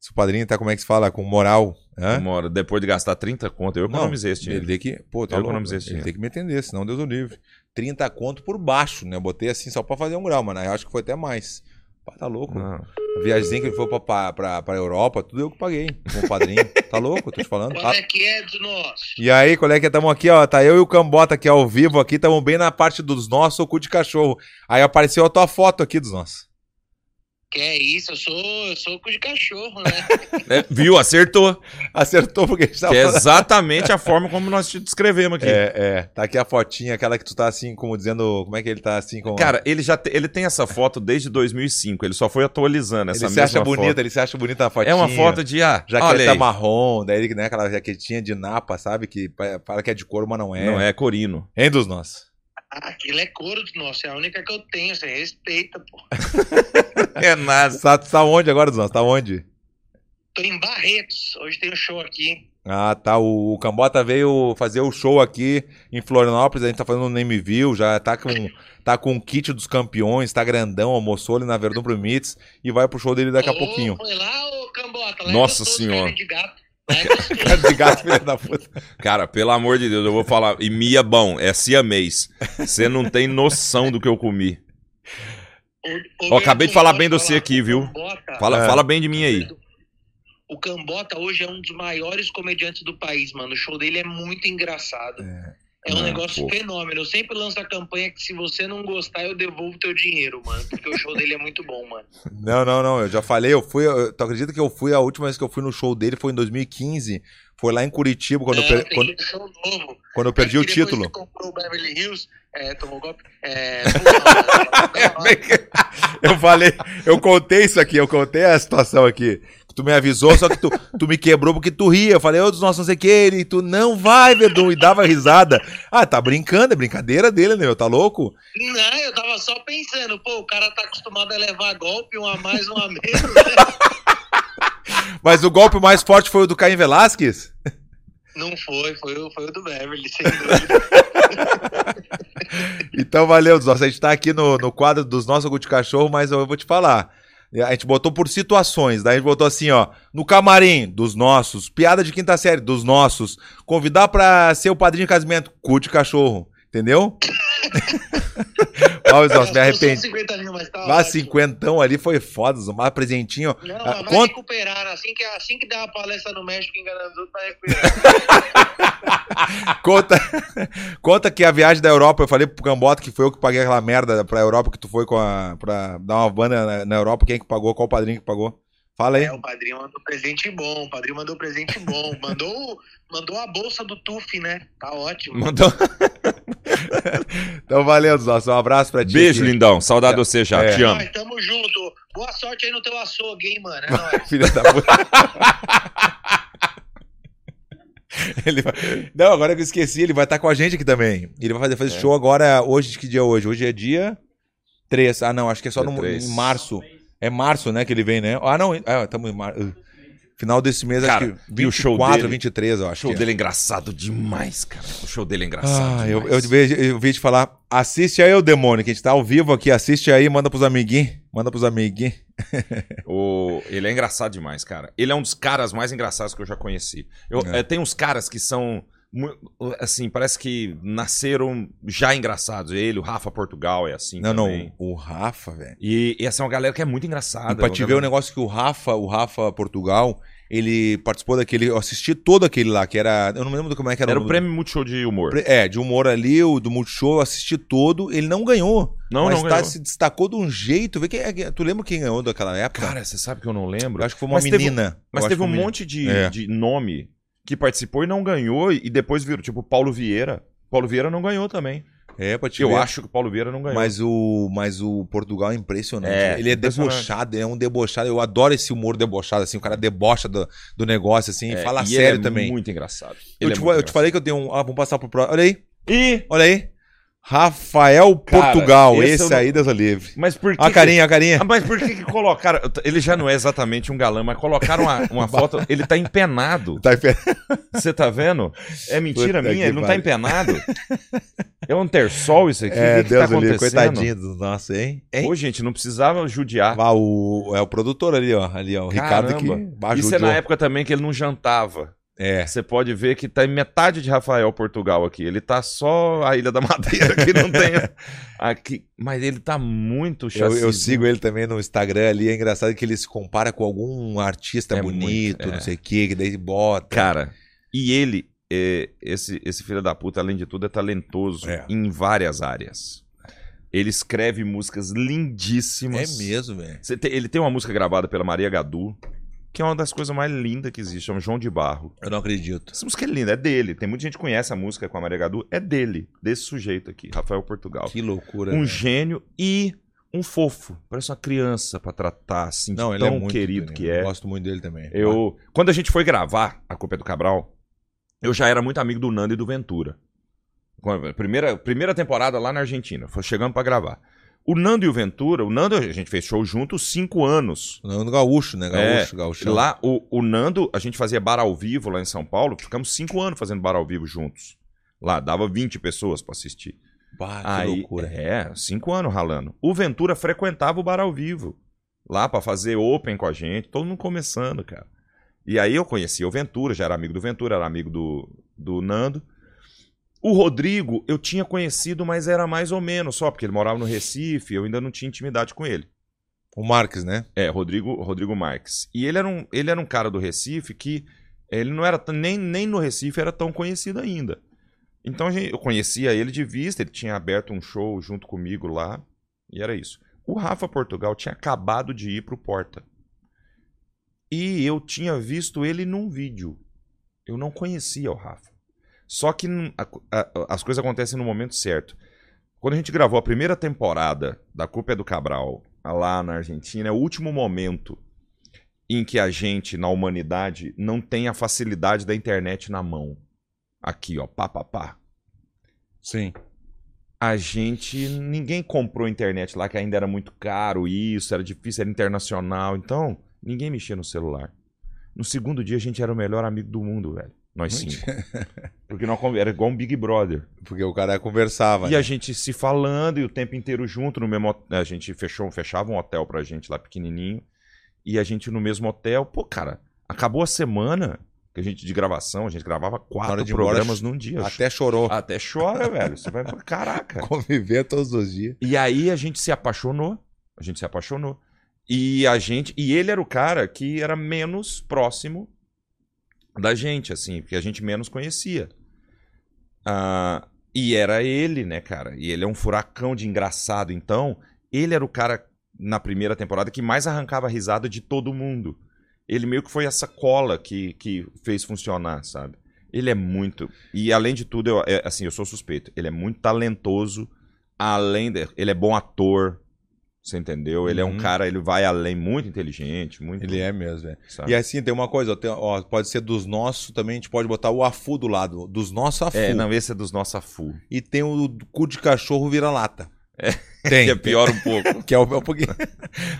A: Se o padrinho tá, como é que se fala? Com moral. Hã?
B: Uma hora, depois de gastar 30 conto, eu
A: Não,
B: economizei esse dinheiro.
A: Ele tem que. Pô, tá
B: Eu
A: louco,
B: economizei esse
A: Ele
B: dinheiro.
A: tem que me atender, senão Deus o livre. 30 conto por baixo, né? Eu botei assim só pra fazer um grau, mano. Aí Eu acho que foi até mais. Pá, tá louco.
B: Não.
A: A viagemzinha que ele foi pra, pra, pra, pra Europa, tudo eu que paguei. Com o padrinho. tá louco? Eu tô te falando. Tá-
C: é que é de nós?
A: E aí, colega, que estamos aqui, ó. Tá eu e o Cambota aqui ao vivo aqui, estamos bem na parte dos nossos, o cu de cachorro. Aí apareceu a tua foto aqui dos nossos.
C: Que é isso, eu sou, eu sou cu de cachorro, né?
B: É, viu? Acertou.
A: Acertou porque a gente tava
B: Que é
A: falando-
B: exatamente a forma como nós te descrevemos aqui.
A: É, é. Tá aqui a fotinha, aquela que tu tá assim, como dizendo. Como é que ele tá assim? Com...
B: Cara, ele já te- ele tem essa foto desde 2005. Ele só foi atualizando
A: ele
B: essa
A: se
B: mesma
A: acha
B: foto.
A: bonita, ele se acha bonita a fotinha. tá
B: É uma foto de ah, olha
A: Jaqueta
B: aí.
A: é marrom, daí ele, né, aquela jaquetinha de napa, sabe? Que pa- fala que é de couro, mas não é.
B: Não é corino.
A: Hein, dos nossos.
C: Aquilo é couro de nós, é a única que eu tenho, você respeita, pô.
B: É nada.
A: Tá, tá onde agora, dos nossos? Tá onde?
C: Tô em Barretos, hoje tem um show aqui.
A: Ah, tá. O, o Cambota veio fazer o show aqui em Florianópolis. A gente tá fazendo um name view, já tá com tá com o kit dos campeões, tá grandão, almoçou ali na Verdun Pro Mits e vai pro show dele daqui a
C: Ô,
A: pouquinho.
C: Foi lá, ô Cambota, lá é
B: Nossa
C: gostoso,
B: Senhora.
C: carne De gato. Lá é gostoso.
A: Cara de gato, filha da puta.
B: Cara, pelo amor de Deus, eu vou falar. E Mia Bom, é siamês. Você não tem noção do que eu comi.
C: Ô, ô,
B: Ó, acabei de falar bem de
C: Cambota,
B: você aqui, viu?
C: Cambota,
B: Fala,
A: É.
B: fala bem de mim aí.
C: O Cambota hoje é um dos maiores comediantes do país, mano. O show dele é muito engraçado. É, um
B: Ah,
C: negócio
B: pô.
C: fenômeno. Eu sempre lanço a campanha que se você não gostar, eu devolvo teu dinheiro, mano. Porque o show dele é muito bom, mano.
A: Não, não, não. Eu já falei, eu fui. eu- tu acredita que eu fui a última vez que eu fui no show dele foi em 2015? Foi lá em Curitiba, quando, eu,
C: É,
A: per-
C: tem
A: quando,
C: um show novo.
A: quando eu perdi
C: É
A: o
C: que depois
A: título.
C: que comprou o Beverly Hills, é, tomou golpe. É, pô, mano,
A: é Eu falei, eu contei isso aqui, eu contei a situação aqui. Que Tu me avisou, só que tu, tu me quebrou porque tu ria. Eu falei, ô dos nossos não sei o que, ele, tu não vai, Verdun, e dava risada. Ah, tá brincando, é brincadeira dele, né, meu? Tá louco?
C: Não, eu tava só pensando, pô, o cara tá acostumado a levar golpe, um a mais, um a menos. né?
A: Mas o golpe mais forte foi o do Caim Velasquez?
C: Não foi, foi, o- foi o do Beverly, sem dúvida.
A: Então valeu, dos nossos. A gente tá aqui no, no quadro dos nossos Guti Cachorro, mas eu vou te falar. A gente botou por situações, daí a gente botou assim, ó, no camarim dos nossos, piada de quinta série dos nossos, convidar pra ser o padrinho de casamento, cu de cachorro, entendeu? Olha os nossos, me
C: Gastou só
A: arrependi.
C: 50 mil, mas tá
A: Lá
C: ótimo.
A: cinquentão ali foi foda, Zé, mas presentinho. ó.
C: Não,
A: Ah,
C: mas vai
A: conta-
C: recuperar. Assim que, assim que der uma palestra no México enganando os outros, vai recuperar.
A: Conta, conta que a viagem da Europa, eu falei pro Cambota que foi eu que paguei aquela merda pra Europa que tu foi com a, pra dar uma banda na, na Europa. Quem é que pagou? Qual padrinho que pagou? Fala aí.
C: É, o padrinho mandou presente bom, o padrinho mandou presente bom. Mandou, mandou a bolsa do Tuf, né? Tá ótimo.
B: Mandou...
A: Então valeu, Zosso. Um abraço pra ti.
B: Beijo,
A: aqui.
B: lindão. Saudade de você já.
A: É.
B: Te amo.
C: Nós tamo junto. Boa sorte aí no teu açougue, hein, mano. É nóis.
A: Filha da puta. Ele vai- Não, agora que eu esqueci, ele vai estar com a gente aqui também. Ele vai fazer,
B: É.
A: fazer show agora, hoje, que dia é hoje? Hoje é dia 3. Ah, não, acho que é só
B: Dia
A: no,
B: três.
A: em março. É março, né, que ele vem, né? Ah, não, estamos em março. Final desse mês,
B: Cara,
A: acho que
B: vi o show
A: 24,
B: dele.
A: 23, eu
B: O
A: acho.
B: show
A: que é.
B: dele é engraçado demais, cara. O show dele é engraçado.
A: Ah, eu, eu,
B: demais.
A: vejo- eu ouvi te falar, assiste aí, ô demônio, que a gente tá ao vivo aqui, assiste aí, manda pros amiguinhos, manda pros amiguinhos.
B: O- Ele é engraçado demais, cara. Ele é um dos caras mais engraçados que eu já conheci. Eu,
A: É.
B: eh, tem uns caras que são. mu- Assim, parece que nasceram já engraçados. Ele, o Rafa Portugal é assim.
A: Não,
B: também.
A: não, o Rafa, velho.
B: E, e essa é uma galera que é muito engraçada.
A: E pra te ver o
B: uma galera-
A: negócio que o Rafa, o Rafa Portugal, ele participou daquele, eu assisti todo aquele lá, que era, eu não me lembro como é que era,
B: Era o
A: nome
B: prêmio Multishow de humor.
A: do- pre- É, de humor ali, o do Multishow, eu assisti todo, ele não ganhou.
B: Não,
A: mas
B: não
A: tá-
B: ganhou.
A: se destacou de um jeito, vê quem é- tu lembra quem ganhou daquela época?
B: Cara, você sabe que eu não lembro.
A: eu acho que foi uma
B: mas teve-
A: menina. eu
B: Mas
A: acho
B: teve
A: que foi
B: um
A: menina.
B: monte de,
A: É.
B: de nome que participou e não ganhou, e depois virou, tipo, Paulo Vieira. Paulo Vieira não ganhou também.
A: É, pra te
B: eu
A: ver.
B: acho que o Paulo Vieira não ganhou.
A: Mas o, mas o Portugal é impressionante.
B: É,
A: ele é
B: impressionante.
A: debochado, ele é um debochado. Eu adoro esse humor debochado, assim, o cara debocha do, do negócio, assim,
B: É,
A: e fala
B: e ele
A: sério
B: é
A: também.
B: Muito engraçado.
A: eu,
B: Ele
A: te,
B: é muito
A: eu te falei que eu tenho um. Ah, vamos passar pro próximo. Olha aí,
B: engraçado. E.
A: olha aí. Rafael
B: Cara,
A: Portugal,
B: esse
A: esse,
B: eu não-
A: aí, Deus o livre.
B: Mas por que.
A: Olha a carinha, a carinha.
B: Ah, mas por que, que colocaram. Ele já não é exatamente um galã, mas colocaram uma, uma foto. Ele tá empenado.
A: Tá enfe-
B: Você tá vendo? É mentira
A: Puta que
B: minha, ele não tá
A: pariu.
B: empenado. É um terçol isso aqui?
A: É,
B: o que, que tá
A: Deus o livre,
B: acontecendo?
A: coitadinho do nosso, hein? hein?
B: Ô, gente, não precisava judiar.
A: Ah, o, é o produtor ali, ó. Ali, ó. O Ricardo que
B: Caramba. Isso é
A: ajudou.
B: na época também que ele não jantava.
A: É.
B: Você pode ver que tá em metade de Rafael Portugal aqui. Ele tá só a Ilha da Madeira, que não tem aqui. Mas ele tá muito
A: Eu-
B: chassi.
A: Eu, sigo ele também no Instagram ali. É engraçado que ele se compara com algum artista
B: É
A: bonito,
B: muito, é.
A: não sei o quê, que daí ele bota.
B: Cara, e ele, é, esse, esse filho da puta, além de tudo, é talentoso
A: É.
B: em várias áreas. Ele escreve músicas
A: é
B: lindíssimas.
A: mesmo, velho.
B: Você tem- ele tem uma música gravada pela Maria Gadu, que é uma das coisas mais lindas que existe, chama João de Barro.
A: Eu não acredito.
B: Essa música é linda, é dele. Tem muita gente que conhece a música com a Maria Gadu, é dele, desse sujeito aqui, Rafael Portugal.
A: Que loucura. né?
B: um
A: velho.
B: gênio e um fofo. Parece uma criança pra tratar, assim,
A: não,
B: de
A: ele
B: tão
A: é muito
B: querido
A: bonito,
B: que
A: eu
B: é.
A: Gosto muito dele também.
B: Eu, quando a gente foi gravar A Copa é do Cabral, eu já era muito amigo do Nando e do Ventura. Quando- Primeira, primeira temporada lá na Argentina, foi- chegamos pra gravar. O Nando e o Ventura, o Nando, a gente fez show junto cinco anos.
A: Não, no gaúcho, né? Gaúcho,
B: É,
A: gaúcho.
B: Lá, o, o Nando, a gente fazia bar ao vivo lá em São Paulo, ficamos cinco anos fazendo bar ao vivo juntos. Lá, dava 20 pessoas pra assistir.
A: Bah, Ah, que
B: Aí,
A: loucura.
B: É, cinco anos ralando. O Ventura frequentava o bar ao vivo. Lá pra fazer open com a gente, todo mundo começando, cara. E aí eu conhecia o Ventura, já era amigo do Ventura, era amigo do, do Nando. O Rodrigo eu tinha conhecido, mas era mais ou menos só, porque ele morava no Recife, eu ainda não tinha intimidade com ele.
A: O Marques, né?
B: É, Rodrigo, Rodrigo Marques. E ele era, um, ele era um cara do Recife que é, ele não era t- nem, nem no Recife era tão conhecido ainda. Então a gente- eu conhecia ele de vista, ele tinha aberto um show junto comigo lá, e era isso. O Rafa Portugal tinha acabado de ir pro Porta. E eu tinha visto ele num vídeo. Eu não conhecia o Rafa. Só que n- a co- a- a- as coisas acontecem no momento certo. Quando a gente gravou a primeira temporada da Copa é do Cabral lá na Argentina, é o último momento em que a gente, na humanidade, não tem a facilidade da internet na mão. Aqui, ó, pá, pá, pá.
A: Sim.
B: A gente. Ninguém comprou internet lá, que ainda era muito caro, isso, era difícil, era internacional. Então, ninguém mexia no celular. No segundo dia, a gente era o melhor amigo do mundo, velho. Nós cinco. Porque nós, conver- era igual um Big Brother.
A: Porque o cara conversava.
B: E
A: né?
B: a gente se falando e o tempo inteiro junto no mesmo hot- a gente fechou, fechava um hotel pra gente lá pequenininho e a gente no mesmo hotel. Pô, cara, acabou a semana que a gente de gravação, a gente gravava quatro
A: hora de ir embora,
B: programas num dia.
A: Até chorou.
B: Até chora, velho. Você vai pra caraca.
A: Conviver todos os dias.
B: E aí a gente se apaixonou. A gente se apaixonou. E a gente, e ele era o cara que era menos próximo da gente, assim, porque a gente menos conhecia. Ah, e era ele, né, cara? E ele é um furacão de engraçado, então, ele era o cara na primeira temporada que mais arrancava risada de todo mundo. Ele meio que foi essa cola que, que fez funcionar, sabe? Ele é muito. E além de tudo, eu, é, assim, eu sou suspeito. Ele é muito talentoso. Além de. Ele é bom ator. Você entendeu? Ele é um
A: Uhum.
B: cara, ele vai além, muito inteligente, muito.
A: Ele é mesmo, é.
B: sabe?
A: E assim, tem uma coisa, ó, tem- ó, pode ser dos nossos também, a gente pode botar o afu do lado, dos nossos afu.
B: É, não, esse é dos nossos afu.
A: E tem o cu de cachorro vira-lata. Tem.
B: Que é pior um pouco.
A: tem- que é o meu pouquinho.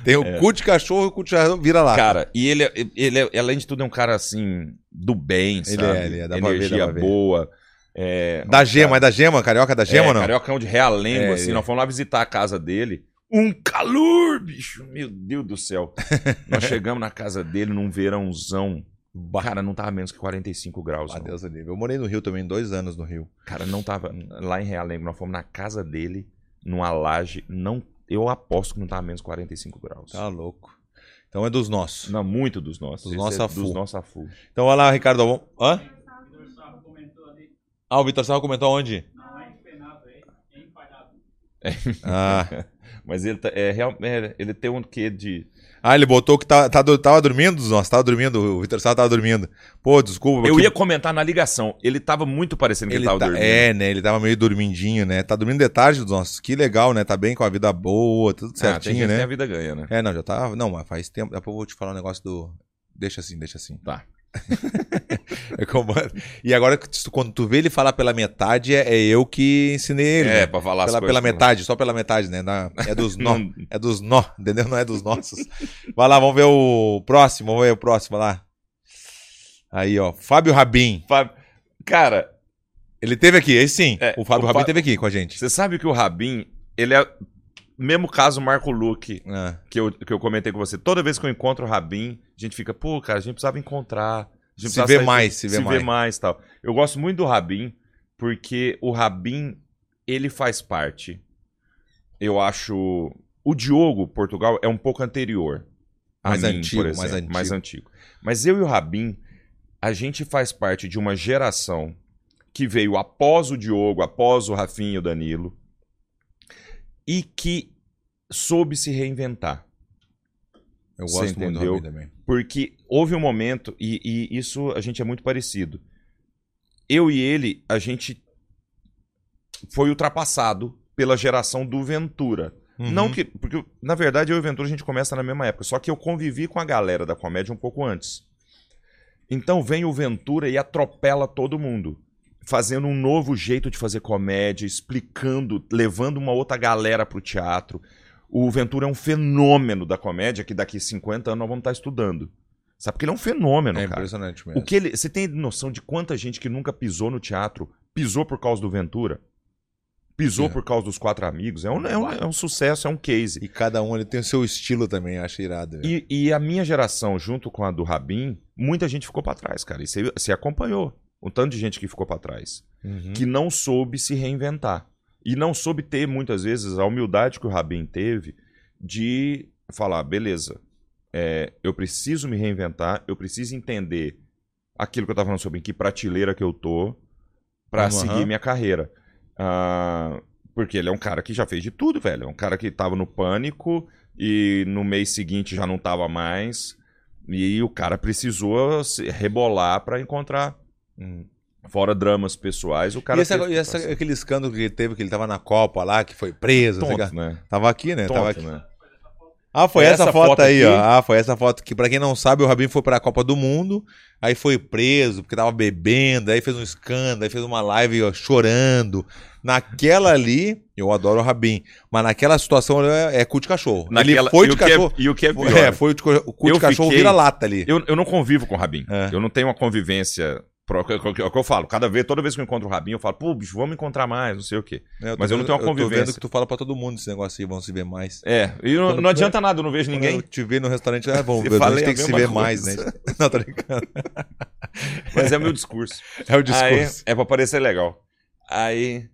A: Tem o cu de cachorro e o cu de cachorro vira-lata.
B: Cara, e ele, é- ele é- além de tudo, é um cara assim, do bem,
A: Ele
B: sabe?
A: é, ele é, dá pra ver,
B: Energia
A: dá pra ver.
B: boa. É,
A: da gema, é da gema? Carioca da gema
B: é,
A: ou não?
B: Cariocão de realengo,
A: É,
B: assim.
A: é.
B: Nós fomos lá visitar a casa dele. Um calor, bicho! Meu Deus do céu. nós chegamos na casa dele num verãozão. Cara, não tava menos que 45 graus.
A: Ah,
B: não.
A: Deus do livre. Eu morei no Rio também, dois anos no Rio.
B: Cara, não tava. Lá em Realengo, nós fomos na casa dele, numa laje. Não, eu aposto que não tava menos 45 graus.
A: Tá louco. Então é dos nossos.
B: Não, muito dos nossos.
A: Dos
B: Esse
A: nossos
B: é,
A: afu.
B: Dos nossos afu.
A: Então olha lá, Ricardo. vamos- Hã? Ah, o Vitor Sarro comentou onde?
B: é
A: Ah,
B: Mas ele, tá- é, real- é, ele tem um quê de.
A: ah ele botou que tá, tá do- tava dormindo dos nossos. Tava dormindo, o Vitor Sarro tava dormindo. Pô, desculpa.
B: Eu
A: porque
B: ia comentar na ligação. Ele tava muito parecendo que ele, tava
A: tá-
B: dormindo. Ah,
A: É, né? Ele tava meio dormindinho, né? Tá dormindo de tarde dos nossos. Que legal, né? Tá bem com a vida boa, tudo
B: Ah, tem gente
A: certinho,
B: que
A: né?
B: tem a vida ganha, né?
A: É, não, já tá. Não, mas faz tempo. Depois eu vou te falar um negócio do. Deixa assim, deixa assim.
B: Tá.
A: É como- E agora, que tu- quando tu vê ele falar pela metade, é, é eu que ensinei ele.
B: É,
A: né?
B: pra falar as
A: Pela,
B: coisas.
A: pela metade, só pela metade, né? Na- É dos nó.
B: Não,
A: é dos nó, entendeu? Não é dos nossos. Vai lá, vamos ver o próximo. Vamos ver o próximo vai lá. Aí, ó. Fábio Rabin.
B: Fábio- Cara,
A: Ele teve aqui, esse sim.
B: É,
A: o Fábio
B: o
A: Rabin
B: Fá-
A: teve aqui com a gente.
B: você sabe que o Rabin, ele é. Mesmo caso Marco Luque,
A: Ah,
B: que eu, que eu comentei com você. Toda vez que eu encontro o Rabin, a gente fica, pô, cara, a gente precisava encontrar. A gente
A: se
B: precisava
A: vê
B: sair-
A: mais, se vê mais.
B: tal. Eu gosto muito do Rabin, porque o Rabin, ele faz parte. Eu acho. O Diogo, Portugal, é um pouco anterior. a
A: Mais
B: mim,
A: antigo,
B: por
A: mais
B: exemplo,
A: antigo.
B: mais antigo. Mas eu e o Rabin, a gente faz parte de uma geração que veio após o Diogo, após o Rafinha e o Danilo, e que soube se reinventar.
A: Eu
B: Você
A: gosto muito do
B: entendeu?
A: Rabin também.
B: Porque houve um momento, e, e isso a gente é muito parecido. Eu e ele, a gente foi ultrapassado pela geração do Ventura. Não
A: Uhum.
B: que. Porque, na verdade, eu e o Ventura a gente começa na mesma época. Só que eu convivi com a galera da comédia um pouco antes. Então vem o Ventura e atropela todo mundo. Fazendo um novo jeito de fazer comédia, explicando, levando uma outra galera pro teatro. O Ventura é um fenômeno da comédia que daqui 50 anos nós vamos estar estudando. Sabe? Porque ele é um fenômeno,
A: É
B: cara.
A: impressionante mesmo.
B: O que ele, você tem noção de quanta gente que nunca pisou no teatro pisou por causa do Ventura? Pisou
A: É.
B: por causa dos quatro amigos? É um, é um- é um sucesso, é um case.
A: E cada um ele tem o seu estilo também, eu acho irado. velho.
B: E, e a minha geração, junto com a do Rabin, muita gente ficou pra trás, cara. E você você acompanhou um tanto de gente que ficou pra trás,
A: Uhum.
B: que não soube se reinventar. E não soube ter, muitas vezes, a humildade que o Rabin teve de falar: beleza, é, eu preciso me reinventar, eu preciso entender aquilo que eu tava falando sobre, em que prateleira que eu tô, pra
A: Aham.
B: seguir minha carreira. Ah, porque ele é um cara que já fez de tudo, velho. É um cara que tava no pânico e no mês seguinte já não tava mais. E o cara precisou se rebolar pra encontrar.
A: Hum.
B: Fora dramas pessoais, o cara.
A: E, essa-
B: teve-
A: e essa- aquele escândalo que ele teve, que ele tava na Copa lá, que foi preso. não sei o
B: Tonto,
A: que.
B: né?
A: Tava aqui, né?
B: Tonto,
A: Tava aqui.
B: né?
A: Ah, foi
B: É
A: essa,
B: essa
A: foto,
B: foto
A: aí,
B: aqui?
A: ó. Ah, foi essa foto que, pra quem não sabe, o Rabin foi pra Copa do Mundo, aí foi preso, porque tava bebendo, aí fez um escândalo, aí fez uma live ó, chorando. Naquela ali, eu adoro o Rabin, mas naquela situação é, é cu de cachorro.
B: Naquela-
A: Ele foi
B: e
A: de
B: o que é-
A: cachorro.
B: e o que é pior?
A: É, foi o, de co- o cu
B: Eu
A: de cachorro
B: fiquei-
A: vira-lata ali.
B: Eu, eu não convivo com o Rabin.
A: É.
B: Eu não tenho uma convivência. pro- É o que eu falo. Cada vez, toda vez que eu encontro o Rabin, eu falo, pô, bicho, vamos encontrar mais, não sei o quê.
A: É, tô
B: Mas eu não
A: vendo-
B: tenho uma
A: Eu tô vendo
B: convivência.
A: que tu fala pra todo mundo esse negócio aí, vão se ver mais.
B: É, e eu-
A: Quando-
B: não adianta nada, eu não vejo
A: Quando
B: ninguém.
A: eu te ver no restaurante, ah, vamos
B: Eu
A: ver, a gente
B: falei
A: tem
B: a
A: que se
B: mesma
A: ver
B: coisa.
A: mais, né? Não, tô brincando.
B: Mas é meu discurso.
A: É o
B: Aí,
A: discurso.
B: é pra parecer legal. Aí.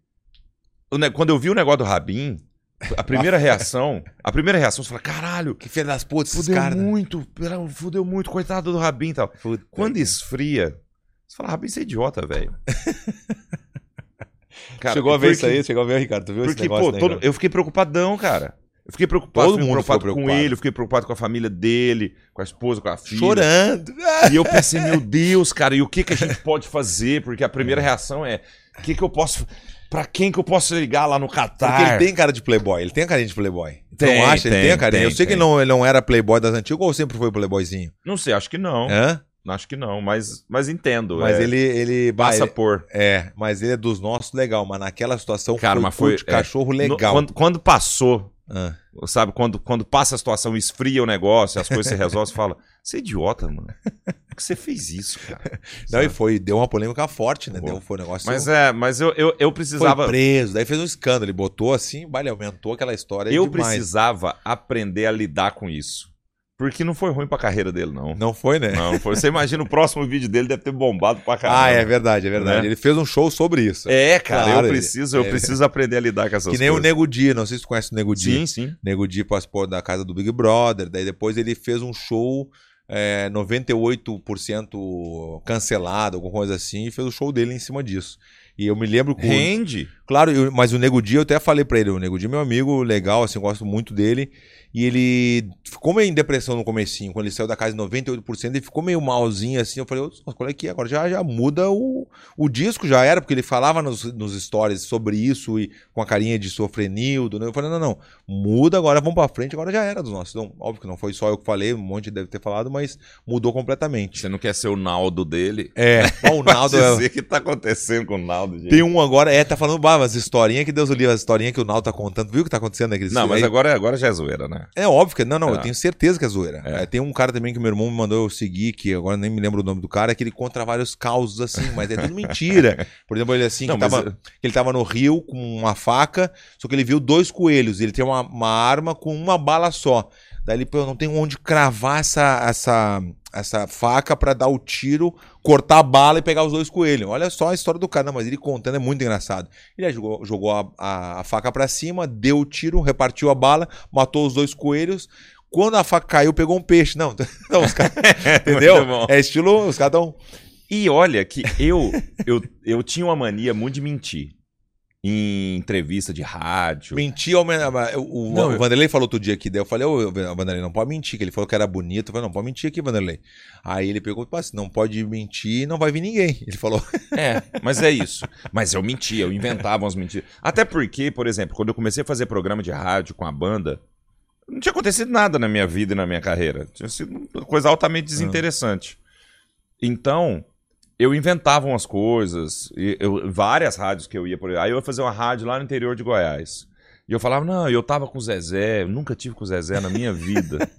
B: o ne- Quando eu vi o negócio do Rabin, a primeira reação. A primeira reação, você fala, caralho, tá-"
A: Que filho das putas, esses
B: fudeu
A: caras. né?
B: muito, pera- fudeu muito, coitado do Rabin e tal.
A: Puta
B: Quando
A: que-
B: esfria, você fala, Rabin, você é idiota, velho. Cara,
A: chegou a ver isso
B: porque-
A: aí, chegou a ver, Ricardo. Tu viu esse
B: Porque,
A: negócio?
B: pô,
A: né,
B: todo-
A: Ricardo?
B: eu fiquei preocupadão, cara. Eu fiquei preocupado,
A: Todo
B: fiquei
A: mundo ficou
B: preocupado com
A: preocupado.
B: ele, eu fiquei preocupado com a família dele, com a esposa, com a filha.
A: Chorando. Ah,
B: E eu pensei, meu Deus, cara, e o que, que a gente pode fazer? Porque a primeira reação é, O que, que eu posso. Pra quem que eu posso ligar lá no Catar?
A: Porque ele tem cara de playboy, ele tem a carinha de playboy. Tu
B: Tem,
A: não acha? ele
B: tem,
A: tem a carinha.
B: tem,
A: Eu sei que
B: tem.
A: ele não, ele não era playboy das antigas ou sempre foi playboyzinho?
B: Não sei, acho que não.
A: Hã?
B: Acho que não, mas, mas entendo.
A: É. Mas
B: é,
A: ele, ele, bah,
B: passa
A: ele-
B: por.
A: É, mas ele é dos nossos, legal. Mas naquela situação,
B: Cara,
A: foi
B: mas
A: cu
B: foi-
A: de
B: é.
A: cachorro
B: No-
A: legal.
B: quando, quando passou,
A: Ah.
B: sabe? Quando, quando passa a situação, esfria o negócio, as coisas se resolvem, você fala: você é idiota, mano. Por que você fez isso, cara?
A: Não,
B: Sabe?
A: e foi, deu uma polêmica forte, né?
B: Pô.
A: Deu, foi um negócio.
B: Mas é, mas eu, eu, eu
A: foi
B: precisava.
A: preso, daí fez um escândalo. Ele botou assim, bah, ele aumentou aquela história.
B: Eu
A: é demais.
B: precisava aprender a lidar com isso. Porque não foi ruim pra carreira dele, não.
A: Não foi, né?
B: Não, foi. Você imagina o próximo vídeo dele deve ter bombado pra caramba.
A: Ah, é verdade, é verdade.
B: Né?
A: Ele fez um show sobre isso.
B: É, cara,
A: Claro,
B: eu
A: ele-
B: preciso, eu
A: é.
B: preciso aprender a lidar com essas
A: que nem o
B: coisas.
A: Nego Di, não sei se tu conhece o Nego Di.
B: Sim, sim.
A: Nego Di participou da casa do Big Brother, daí depois ele fez um show é, 98% cancelado, alguma coisa assim, e fez o show dele em cima disso. E eu me lembro que o-
B: Rende.
A: Claro, eu- mas o Nego Di, eu até falei pra ele, o Nego Di é meu amigo, legal, assim, gosto muito dele. E ele ficou meio em depressão no comecinho, quando ele saiu da casa em 98%, ele ficou meio malzinho, assim, eu falei, "Ô, qual é que é? Agora já, já muda o, o disco, já era, porque ele falava nos, nos stories sobre isso e com a carinha de sofrenildo, né? Eu falei, não, não, muda agora, vamos pra frente, agora já era dos nossos. Então, óbvio que não foi só eu que falei, um monte deve ter falado, mas mudou completamente.
B: Você não quer ser o Naldo dele?
A: É, o Naldo
B: Vai
A: é...
B: dizer o que tá acontecendo com o Naldo, gente.
A: Tem um agora, é, tá falando, bah, as historinhas que Deus o livre, as historinhas que o Nau tá contando. Viu o que tá acontecendo naquele
B: Não, mas
A: aí-
B: agora, agora já é zoeira, né?
A: É óbvio que. Não, não, eu
B: Ah.
A: tenho certeza que é zoeira.
B: É.
A: É, tem um cara também que meu irmão me mandou eu seguir, que agora nem me lembro o nome do cara, é que ele conta vários causos assim, mas é tudo mentira. Por exemplo, ele assim,
B: Não,
A: que,
B: mas eh,
A: tava, que ele tava no rio com uma faca, só que ele viu dois coelhos, e ele tem uma, uma arma com uma bala só. Daí ele, pô, eu não tenho onde cravar essa, essa, essa faca pra dar o tiro, cortar a bala e pegar os dois coelhos. Olha só a história do cara, Não, mas ele contando é muito engraçado. Ele jogou, jogou a, a- a faca pra cima, deu o tiro, repartiu a bala, matou os dois coelhos. Quando a faca caiu, pegou um peixe. Não, não os caras. Entendeu?
B: Muito bom.
A: É estilo, os caras estão.
B: E olha que eu, eu, eu tinha uma mania muito de mentir. Em entrevista de rádio.
A: Mentir ao menos. O, o-
B: Não,
A: o
B: eu-
A: Vanderlei falou outro dia aqui, daí eu falei, ô Vanderlei, não pode mentir, que ele falou que era bonito. Eu falei, não, pode mentir aqui, Vanderlei. Aí ele pegou, pá, se não pode mentir, não vai vir ninguém. Ele falou,
B: É, mas é isso. Mas eu mentia, eu inventava umas mentiras. Até porque, por exemplo, quando eu comecei a fazer programa de rádio com a banda, não tinha acontecido nada na minha vida e na minha carreira. Tinha sido uma coisa altamente desinteressante. Então, eu inventava umas coisas, e eu- várias rádios que eu ia por aí. Aí eu ia fazer uma rádio lá no interior de Goiás. E eu falava, não, eu tava com o Zezé, eu nunca tive com o Zezé na minha vida.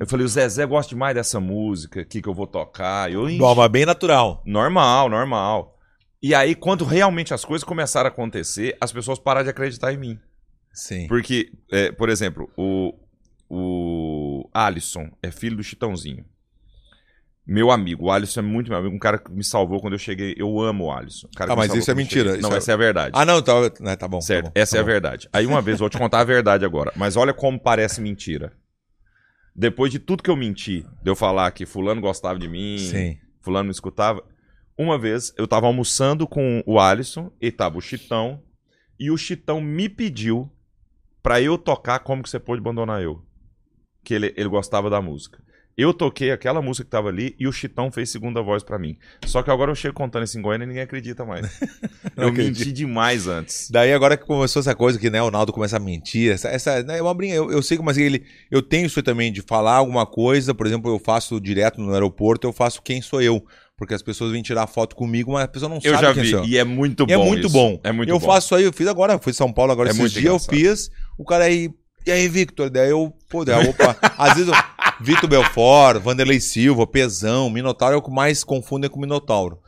B: Eu falei, o Zezé gosta demais dessa música aqui que eu vou tocar. Eu
A: de uma forma bem natural.
B: Normal, normal. E aí, quando realmente as coisas começaram a acontecer, as pessoas pararam de acreditar em mim.
A: Sim.
B: Porque, é, por exemplo, o, o Alisson é filho do Chitãozinho. Meu amigo, o Alisson é muito meu amigo, um cara que me salvou quando eu cheguei. Eu amo o Alisson. O cara
A: Ah,
B: que me
A: mas
B: salvou
A: isso é
B: quando eu
A: mentira,
B: cheguei. Não,
A: isso é-
B: essa é a verdade.
A: Ah, não, tá, né, tá bom.
B: Certo,
A: tá bom,
B: essa
A: tá
B: é a
A: bom.
B: verdade. Aí uma vez, vou te contar a verdade agora, mas olha como parece mentira. Depois de tudo que eu menti, de eu falar que fulano gostava de mim,
A: Sim.
B: fulano me escutava. Uma vez eu tava almoçando com o Alisson e tava o Chitão, e o Chitão me pediu pra eu tocar Como Que Você Pôde Abandonar Eu. Que ele, ele gostava da música. Eu toquei aquela música que tava ali e o Chitão fez segunda voz pra mim. Só que agora eu chego contando isso em Goiânia e ninguém acredita mais.
A: Não
B: eu
A: acredito.
B: menti demais antes.
A: Daí agora que começou essa coisa que né, o Naldo começa a mentir, essa, essa né, é uma brinca, eu, eu sei que mas ele eu tenho isso aí também de falar alguma coisa, por exemplo, eu faço direto no aeroporto, eu faço quem sou eu, porque as pessoas vêm tirar foto comigo, mas a pessoa não
B: Eu
A: sabe
B: já
A: quem
B: vi
A: sou eu.
B: e é muito
A: é
B: bom.
A: muito
B: isso.
A: bom.
B: É muito
A: eu
B: bom.
A: faço aí, eu fiz agora, fui em São Paulo agora
B: É
A: esses
B: muito
A: dias, eu
B: engraçado.
A: fiz, o cara aí, e aí, Victor, daí eu, pô, daí, opa, às vezes eu, Vitor Belfort, Vanderlei Silva, Pesão, Minotauro é o que mais confundem com Minotauro.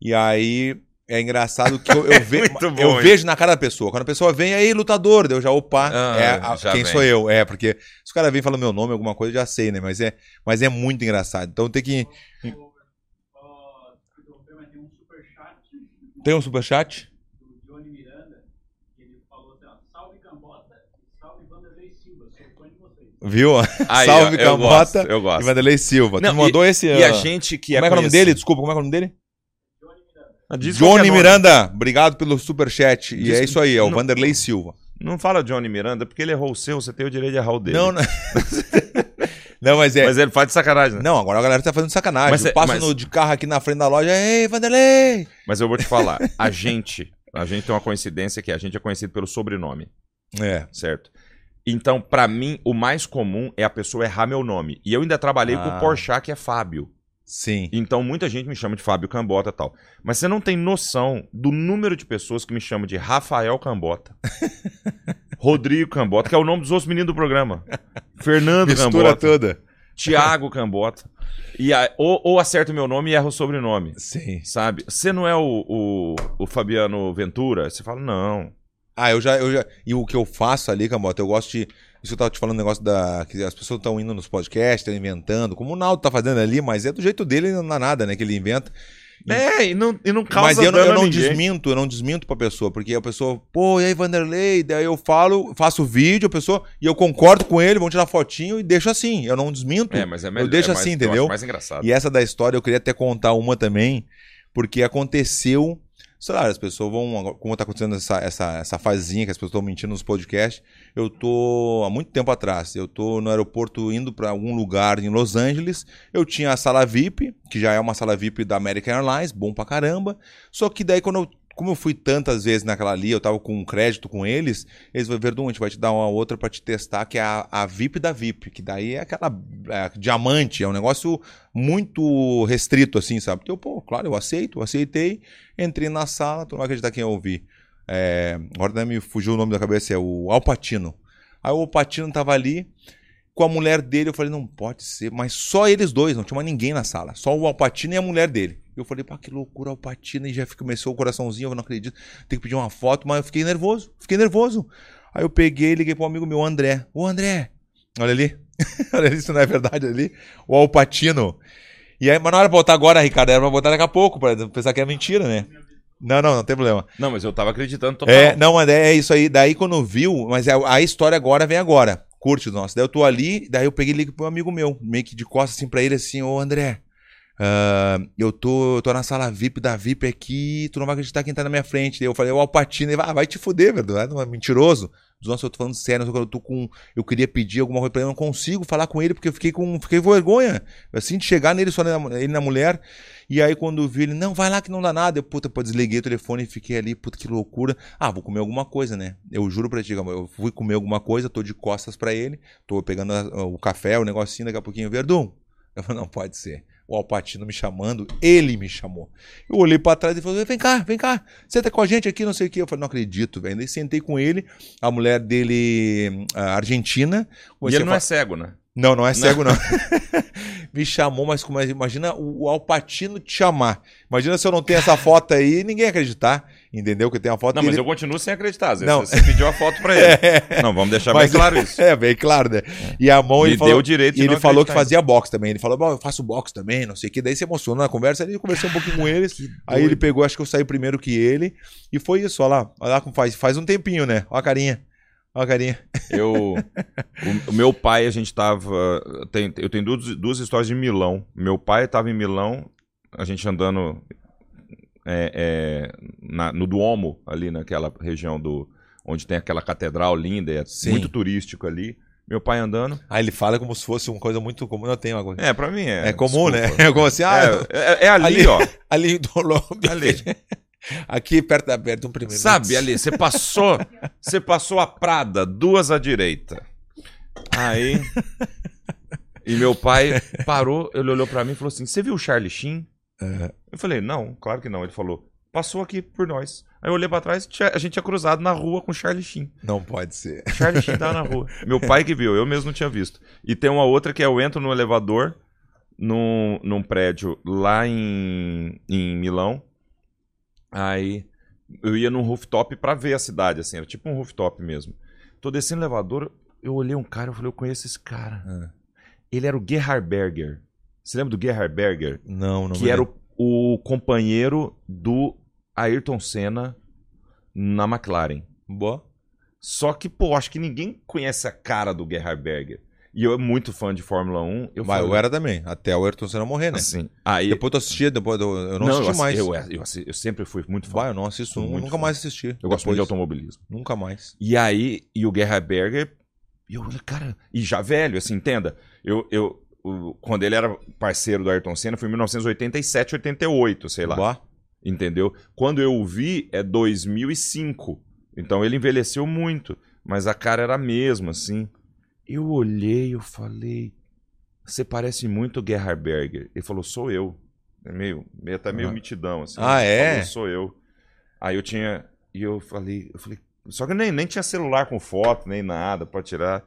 A: E aí é engraçado que eu, eu, ve-
B: Muito bom
A: eu
B: isso.
A: vejo na cara da pessoa. Quando a pessoa vem, aí, lutador, daí eu já, opa,
B: Ah,
A: é, a-
B: já
A: quem
B: vem.
A: sou eu? É, porque se o cara vem e fala meu nome, alguma coisa, eu já sei, né? Mas é, mas é muito engraçado. Então tem que.
D: Ó, interromper, mas tem um superchat
A: Tem um superchat?
D: do Johnny Miranda, que ele falou assim, ó, salve Cambota e salve Vanderlei Silva, sou fã de vocês.
A: Viu?
B: Aí, ó,
A: Salve,
B: eu gosto,
A: Cambota.
B: Eu
A: E
B: gosto.
A: Vanderlei Silva.
B: Não,
A: tu me mandou esse.
B: E a
A: ah,
B: gente que é
A: como é que é o nome
B: conhecido-
A: dele? Desculpa, como é que é o nome dele?
B: Ah, diz qualquer
A: Johnny
B: nome.
A: Miranda. Obrigado pelo superchat. E
B: Diz-
A: é isso aí, é o
B: não-
A: Vanderlei Silva.
B: Não fala Johnny Miranda, porque ele errou o seu, você tem o direito de errar o dele.
A: Não, não. né? Não, mas é.
B: Mas ele faz de sacanagem, né?
A: Não, agora a galera tá fazendo sacanagem.
B: Mas
A: eu
B: é-
A: passo
B: mas-
A: no- de carro aqui na frente da loja. Ei, Vanderlei!
B: Mas eu vou te falar, a gente, a gente tem uma coincidência que a gente é conhecido pelo sobrenome,
A: É.
B: certo? Então, pra mim, o mais comum é a pessoa errar meu nome. E eu ainda trabalhei com
A: Ah.
B: o Porchat, que é Fábio.
A: Sim.
B: Então, muita gente me chama de Fábio Cambota e tal. Mas você não tem noção do número de pessoas que me chamam de Rafael Cambota, Rodrigo Cambota, que é o nome dos outros meninos do programa, Fernando
A: Mistura
B: Cambota,
A: toda.
B: Tiago Cambota. E a- ou, ou acerta o meu nome e erra o sobrenome.
A: Sim.
B: Sabe? Você não é o, o, o Fabiano Ventura? Você fala, não.
A: Ah, eu já, eu já. E o que eu faço ali, Cambota, eu gosto de. Isso que eu tava te falando, um negócio da. Que as pessoas estão indo nos podcasts, estão inventando, como o Naldo tá fazendo ali, mas é do jeito dele não dá nada, né? Que ele inventa.
B: É, e não, e não causa
A: mas eu, não-
B: dano
A: eu
B: a
A: não
B: ninguém.
A: desminto, eu não desminto pra pessoa, porque a pessoa, pô, e aí, Vanderlei? Daí eu falo, faço vídeo, a pessoa, e eu concordo com ele, vão tirar fotinho e deixo assim. Eu não desminto.
B: É, mas é melhor.
A: Eu deixo
B: é mais-
A: assim,
B: eu
A: entendeu?
B: acho mais engraçado.
A: E essa da história eu queria até contar uma também, porque aconteceu. Sei lá, as pessoas vão. agora, Como tá acontecendo essa, essa, essa fazinha que as pessoas estão mentindo nos podcasts, eu tô. Há muito tempo atrás, eu tô no aeroporto indo para algum lugar em Los Angeles. Eu tinha a sala VIP, que já é uma sala VIP da American Airlines, bom pra caramba. Só que daí quando eu. Como eu fui tantas vezes naquela ali, eu tava com um crédito com eles, eles vão, Verdun, a gente vai te dar uma outra pra te testar, que é a, a VIP da VIP, que daí é aquela é, diamante, é um negócio muito restrito, assim, sabe? Então, pô, claro, eu aceito, eu aceitei, entrei na sala, tu não vai acreditar quem eu ouvi. É, agora até me fugiu o nome da cabeça, é o Alpatino. Aí o Alpatino tava ali com a mulher dele, eu falei, não pode ser, mas só eles dois, não tinha mais ninguém na sala, só o Alpatino e a mulher dele. Eu falei, pá, que loucura, Alpatino, e já começou o coraçãozinho, eu não acredito, tem que pedir uma foto, mas eu fiquei nervoso, fiquei nervoso. Aí eu peguei e liguei pro amigo meu, André. Ô, André, olha ali. olha ali, isso não é verdade ali. O Alpatino. E aí, mas não era pra botar agora, Ricardo, era pra botar daqui a pouco, pra pensar que é mentira, né? Não, não, não tem problema.
B: Não, mas eu tava acreditando total.
A: É, não, mas é isso aí. Daí quando viu, mas é, a, a história agora vem agora. Curte o nosso. Daí eu tô ali, daí eu peguei e ligo pro amigo meu, meio que de costas assim pra ele assim, ô André, ah, eu tô, eu tô na sala VIP da VIP aqui, tu não vai acreditar quem tá na minha frente. Daí eu falei, o Alpatino, ele vai, ah, vai te fuder, verdade? Não é mentiroso. Nossa, eu tô falando sério, eu tô- eu tô com. Eu queria pedir alguma coisa pra ele, eu não consigo falar com ele porque eu fiquei com. Fiquei com vergonha. Assim, de chegar nele, só na, ele na mulher. E aí, quando eu vi ele, não, vai lá que não dá nada. Eu, puta, pô, desliguei o telefone e fiquei ali, puta, que loucura. Ah, vou comer alguma coisa, né? Eu juro pra ti, Gama, eu fui comer alguma coisa, tô de costas pra ele, tô pegando a- o café, o negocinho, daqui a pouquinho, Verdun. Eu falei, não pode ser. O Alpatino me chamando, ele me chamou. Eu olhei pra trás e falei, vem cá, vem cá, senta com a gente aqui, não sei o quê. Eu falei, não acredito, velho. Daí sentei com ele, a mulher dele, hum, a argentina.
B: E
A: comecei
B: ele
A: a
B: não é cego, né?
A: não, não é cego, não. Me chamou, mas como- mas imagina o o Alpatino te chamar. Imagina se eu não tenho essa foto aí e ninguém acreditar. Entendeu? Que eu tenho a foto
B: Não,
A: e
B: mas
A: ele-
B: eu continuo sem acreditar. Às vezes
A: Não.
B: Você pediu a foto pra ele. Não, vamos deixar bem
A: Mas-
B: claro isso.
A: É, bem claro, né? E a mão
B: É. Ele
A: ele falou.
B: deu o direito de
A: e ele
B: não
A: falou que
B: acreditar ainda.
A: fazia boxe também. Ele falou, bom, eu faço boxe também, não sei o que. Daí se emocionou na conversa, aí eu conversei um pouquinho com eles. Aí ele pegou, acho que eu saí primeiro que ele. E foi isso, olha lá. Olha lá como faz. Faz um tempinho, né? Olha a carinha. Olha a carinha.
B: Eu, o, o meu pai, a gente tava. tem- eu tenho duas, duas histórias de Milão. Meu pai tava em Milão, a gente andando é, é, na- no Duomo, ali naquela região do. onde tem aquela catedral linda, é
A: Sim.
B: muito turístico ali. Meu pai andando.
A: Aí ele fala como se fosse uma coisa muito comum. Não tem uma coisa.
B: É, pra mim é.
A: É, comum,
B: desculpa.
A: né? É como assim, ah, eu-
B: É, é- é ali,
A: Ali.
B: ó.
A: Ali em Dolombi.
B: Ali.
A: Aqui perto da perto um primeiro.
B: Sabe ali, você passou, você passou a Prada, duas à direita. Aí. E meu pai parou, ele olhou pra mim e falou assim: "Você viu o Charlie Sheen?"
A: É.
B: Eu falei: "Não, claro que não". Ele falou: "Passou aqui por nós". Aí eu olhei pra trás, tinha- a gente tinha cruzado na rua com o Charlie Sheen.
A: Não pode ser.
B: Charlie Sheen tava na rua. Meu pai que viu, eu mesmo não tinha visto. E tem uma outra que é eu entro no elevador num, num prédio lá em, em Milão. Aí eu ia num rooftop pra ver a cidade, assim, era tipo um rooftop mesmo. Tô descendo o elevador, eu olhei um cara, eu falei, eu conheço esse cara. Ele era o Gerhard Berger. Você lembra do Gerhard Berger?
A: Não, não.
B: que era o, o companheiro do Ayrton Senna na McLaren.
A: Boa.
B: Só que, pô, acho que ninguém conhece a cara do Gerhard Berger. E eu é muito fã de Fórmula 1. Eu
A: Mas
B: falei,
A: eu era também. Até o Ayrton Senna morrer, né?
B: assim. Aí,
A: Depois tu assistia, depois eu, eu não, assisti
B: eu, assi-
A: mais.
B: Eu, eu assi- eu sempre fui muito fã.
A: Vai, eu não assisto,
B: Muito
A: nunca
B: fã.
A: mais assisti.
B: eu gosto muito de
A: Depois,
B: automobilismo.
A: Nunca mais.
B: E aí, e o Gerhard Berger E eu, cara. E já velho, assim, entenda. Eu, eu, o- quando ele era parceiro do Ayrton Senna, foi em 1987, 88, sei lá.
A: Bah.
B: Entendeu? Quando eu o vi, é 2005. Então ele envelheceu muito, mas a cara era a mesma, assim. Eu olhei, eu falei, você parece muito Gerhard Berger. Ele falou, sou eu. É meio, meio até meio
A: Ah.
B: mitidão, assim.
A: Ah,
B: Ele
A: é?
B: falou, sou eu. Aí eu tinha, e eu falei, eu falei, só que eu nem, nem tinha celular com foto, nem nada pra tirar.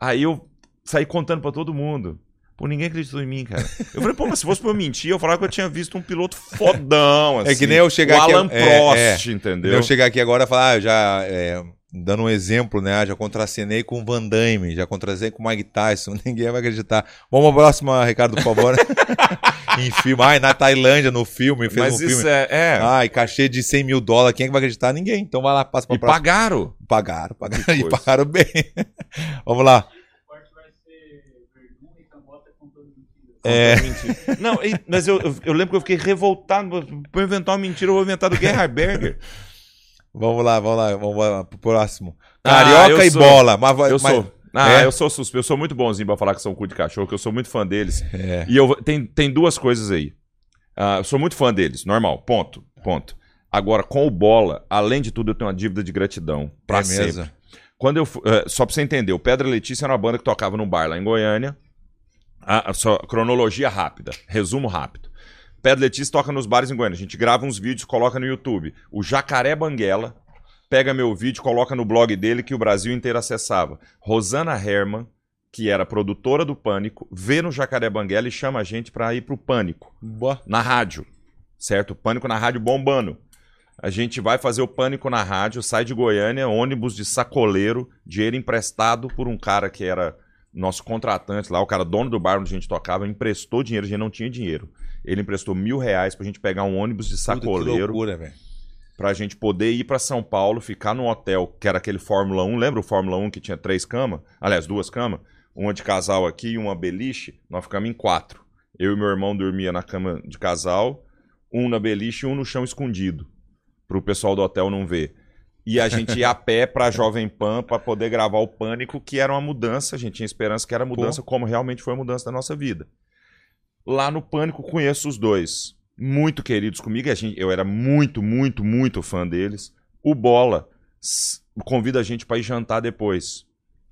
B: Aí eu saí contando pra todo mundo. Pô, ninguém acreditou em mim, cara. Eu falei, pô, mas se fosse pra eu mentir, eu falava que eu tinha visto um piloto fodão, assim.
A: É que nem eu chegar
B: o
A: aqui-
B: Alan
A: é,
B: Prost, entendeu?
A: Eu chegar aqui agora e falar, ah, eu já. é, dando um exemplo, né? Já contracenei com o Van Damme, já contracenei com o Mike Tyson, ninguém vai acreditar. Vamos à próxima, Ricardo, por favor. em filme. Ai, na Tailândia, no filme, fez
B: Mas
A: um
B: isso
A: filme.
B: é... é.
A: Ai, cachê de 100 mil dólares, quem é que vai acreditar? Ninguém. Então vai lá, passa pra
B: e pagaram.
A: Pagaram, pagaram. E
B: coisa.
A: pagaram bem. Vamos lá.
D: O corte vai ser Verdun e Cambota contando mentiras.
A: É.
B: Não, e- mas eu, eu, eu lembro que eu fiquei revoltado. Pra eu inventar uma mentira, eu vou inventar do Gerhard Berger.
A: Vamos lá, vamos lá, vamos lá pro próximo.
B: Ah,
A: Carioca
B: eu
A: e
B: sou-
A: bola. Mas, vai-
B: Eu
A: mas-
B: sou. Ah,
A: É?
B: eu sou suspeito. Eu sou muito bonzinho pra falar que são cu de cachorro, que eu sou muito fã deles.
A: É.
B: E eu vou- tem, tem duas coisas aí. Ah, eu sou muito fã deles, normal. Ponto. Ponto. Agora, com o bola, além de tudo, eu tenho uma dívida de gratidão. Pra
A: É
B: sempre.
A: mesmo.
B: Quando eu, fu- eh, só pra você entender, o Pedra Letícia era uma banda que tocava num bar lá em Goiânia. Ah, só, cronologia rápida, resumo rápido. Pedra Letícia toca nos bares em Goiânia. A gente grava uns vídeos, coloca no YouTube. O Jacaré Banguela pega meu vídeo, coloca no blog dele que o Brasil inteiro acessava. Rosana Herman, que era produtora do Pânico, vê no Jacaré Banguela e chama a gente pra ir pro Pânico
A: Boa.
B: na rádio, certo? Pânico na rádio bombando. A gente vai fazer o pânico na rádio, sai de Goiânia, ônibus de sacoleiro, dinheiro emprestado por um cara que era nosso contratante lá, o cara dono do bar onde a gente tocava, emprestou dinheiro, a gente não tinha dinheiro. Ele emprestou mil reais pra gente pegar um ônibus de
A: Puta, que
B: sacoleiro
A: loucura, velho.
B: pra gente poder ir pra São Paulo, ficar num hotel, que era aquele Fórmula 1, lembra o Fórmula 1 que tinha três camas? Aliás, duas camas, uma de casal aqui e uma beliche, nós ficamos em quatro. Eu e meu irmão dormia na cama de casal, um na beliche e um no chão escondido, pro pessoal do hotel não ver. E a gente ia a pé pra Jovem Pan pra poder gravar o Pânico, que era uma mudança, a gente tinha esperança que era mudança, como realmente foi a mudança da nossa vida. Lá no Pânico conheço os dois. Muito queridos comigo. e a gente- eu era muito, muito, muito fã deles. O Bola s- convida a gente pra ir jantar depois.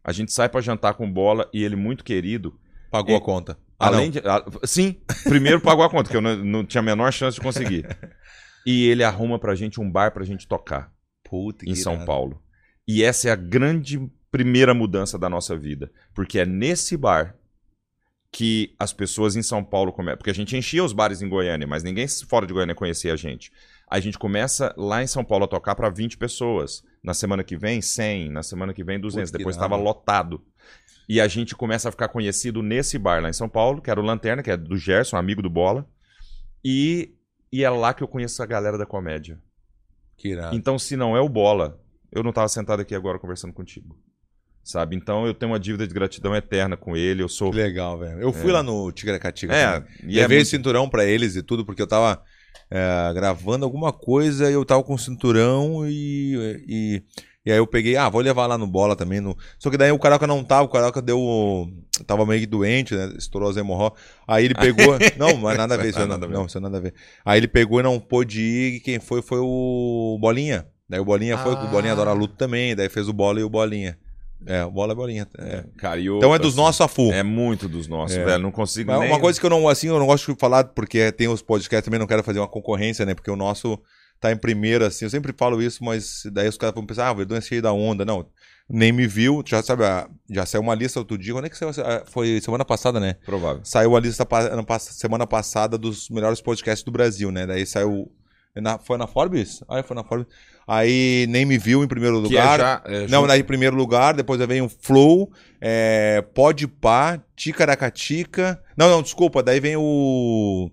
B: A gente sai pra jantar com o Bola e ele, muito querido,
A: Pagou
B: E-
A: a conta. Ah,
B: Além
A: não.
B: de. ah, sim, primeiro pagou a conta, que eu não, não tinha a menor chance de conseguir. E ele arruma pra gente um bar pra gente tocar
A: Puta, que
B: em São
A: irado.
B: Paulo. E essa é a grande primeira mudança da nossa vida. Porque é nesse bar que as pessoas em São Paulo começam. Porque a gente enchia os bares em Goiânia, mas ninguém fora de Goiânia conhecia a gente. A gente começa lá em São Paulo a tocar pra 20 pessoas. Na semana que vem, 100. Na semana que vem, 200.
A: Puta, que
B: Depois
A: irado.
B: estava lotado. E a gente começa a ficar conhecido nesse bar lá em São Paulo, que era o Lanterna, que é do Gerson, amigo do Bola. E, e é lá que eu conheço a galera da comédia.
A: Que irado.
B: Então, se não é o bola, eu não tava sentado aqui agora conversando contigo. Sabe? Então eu tenho uma dívida de gratidão eterna com ele. Eu sou.
A: Que legal, velho. Eu fui lá no Tigracatiga.
B: É, e é
A: Levei o
B: muito...
A: cinturão pra eles e tudo, porque eu tava é, gravando alguma coisa e eu tava com o cinturão e, e. e aí eu peguei, ah, vou levar lá no bola também. No... Só que daí o Carioca não tava, o Carioca deu. Tava meio que doente, né? Estourou as hemorroias. Aí ele pegou. não, mas nada a ver, isso
B: Ah,
A: não,
B: nada a ver.
A: não, isso nada a ver. Aí ele pegou e não pôde ir, e quem foi foi o Bolinha. Daí o Bolinha foi, o Bolinha
B: Ah.
A: adora luto também, daí fez o bola e o Bolinha. É, o bola e Bolinha. é.
B: Cara, e eu-
A: Então é dos nossos a full.
B: É muito dos nossos, velho. Não consigo
A: Mas
B: nem.
A: Uma coisa que eu não, assim, eu não gosto de falar, porque tem os podcasts também, não quero fazer uma concorrência, né? Porque o nosso tá em primeiro, assim, eu sempre falo isso, mas daí os caras vão pensar, ah, o Verdun é cheio da onda. Não, nem me viu, já sabe, ah, já saiu uma lista outro dia, quando é que saiu? essa- ah, Foi semana passada, né?
B: Provável.
A: Saiu a lista pa- ano pass- semana passada dos melhores podcasts do Brasil, né? Daí saiu, na- foi na Forbes? Ah, foi na Forbes. Aí nem me viu em primeiro
B: Que é
A: lugar.
B: já- é
A: Não,
B: junto-
A: daí em primeiro lugar, depois vem o Flow, é, Pode Pá, Ticaracatica. Não, não, desculpa, daí vem o.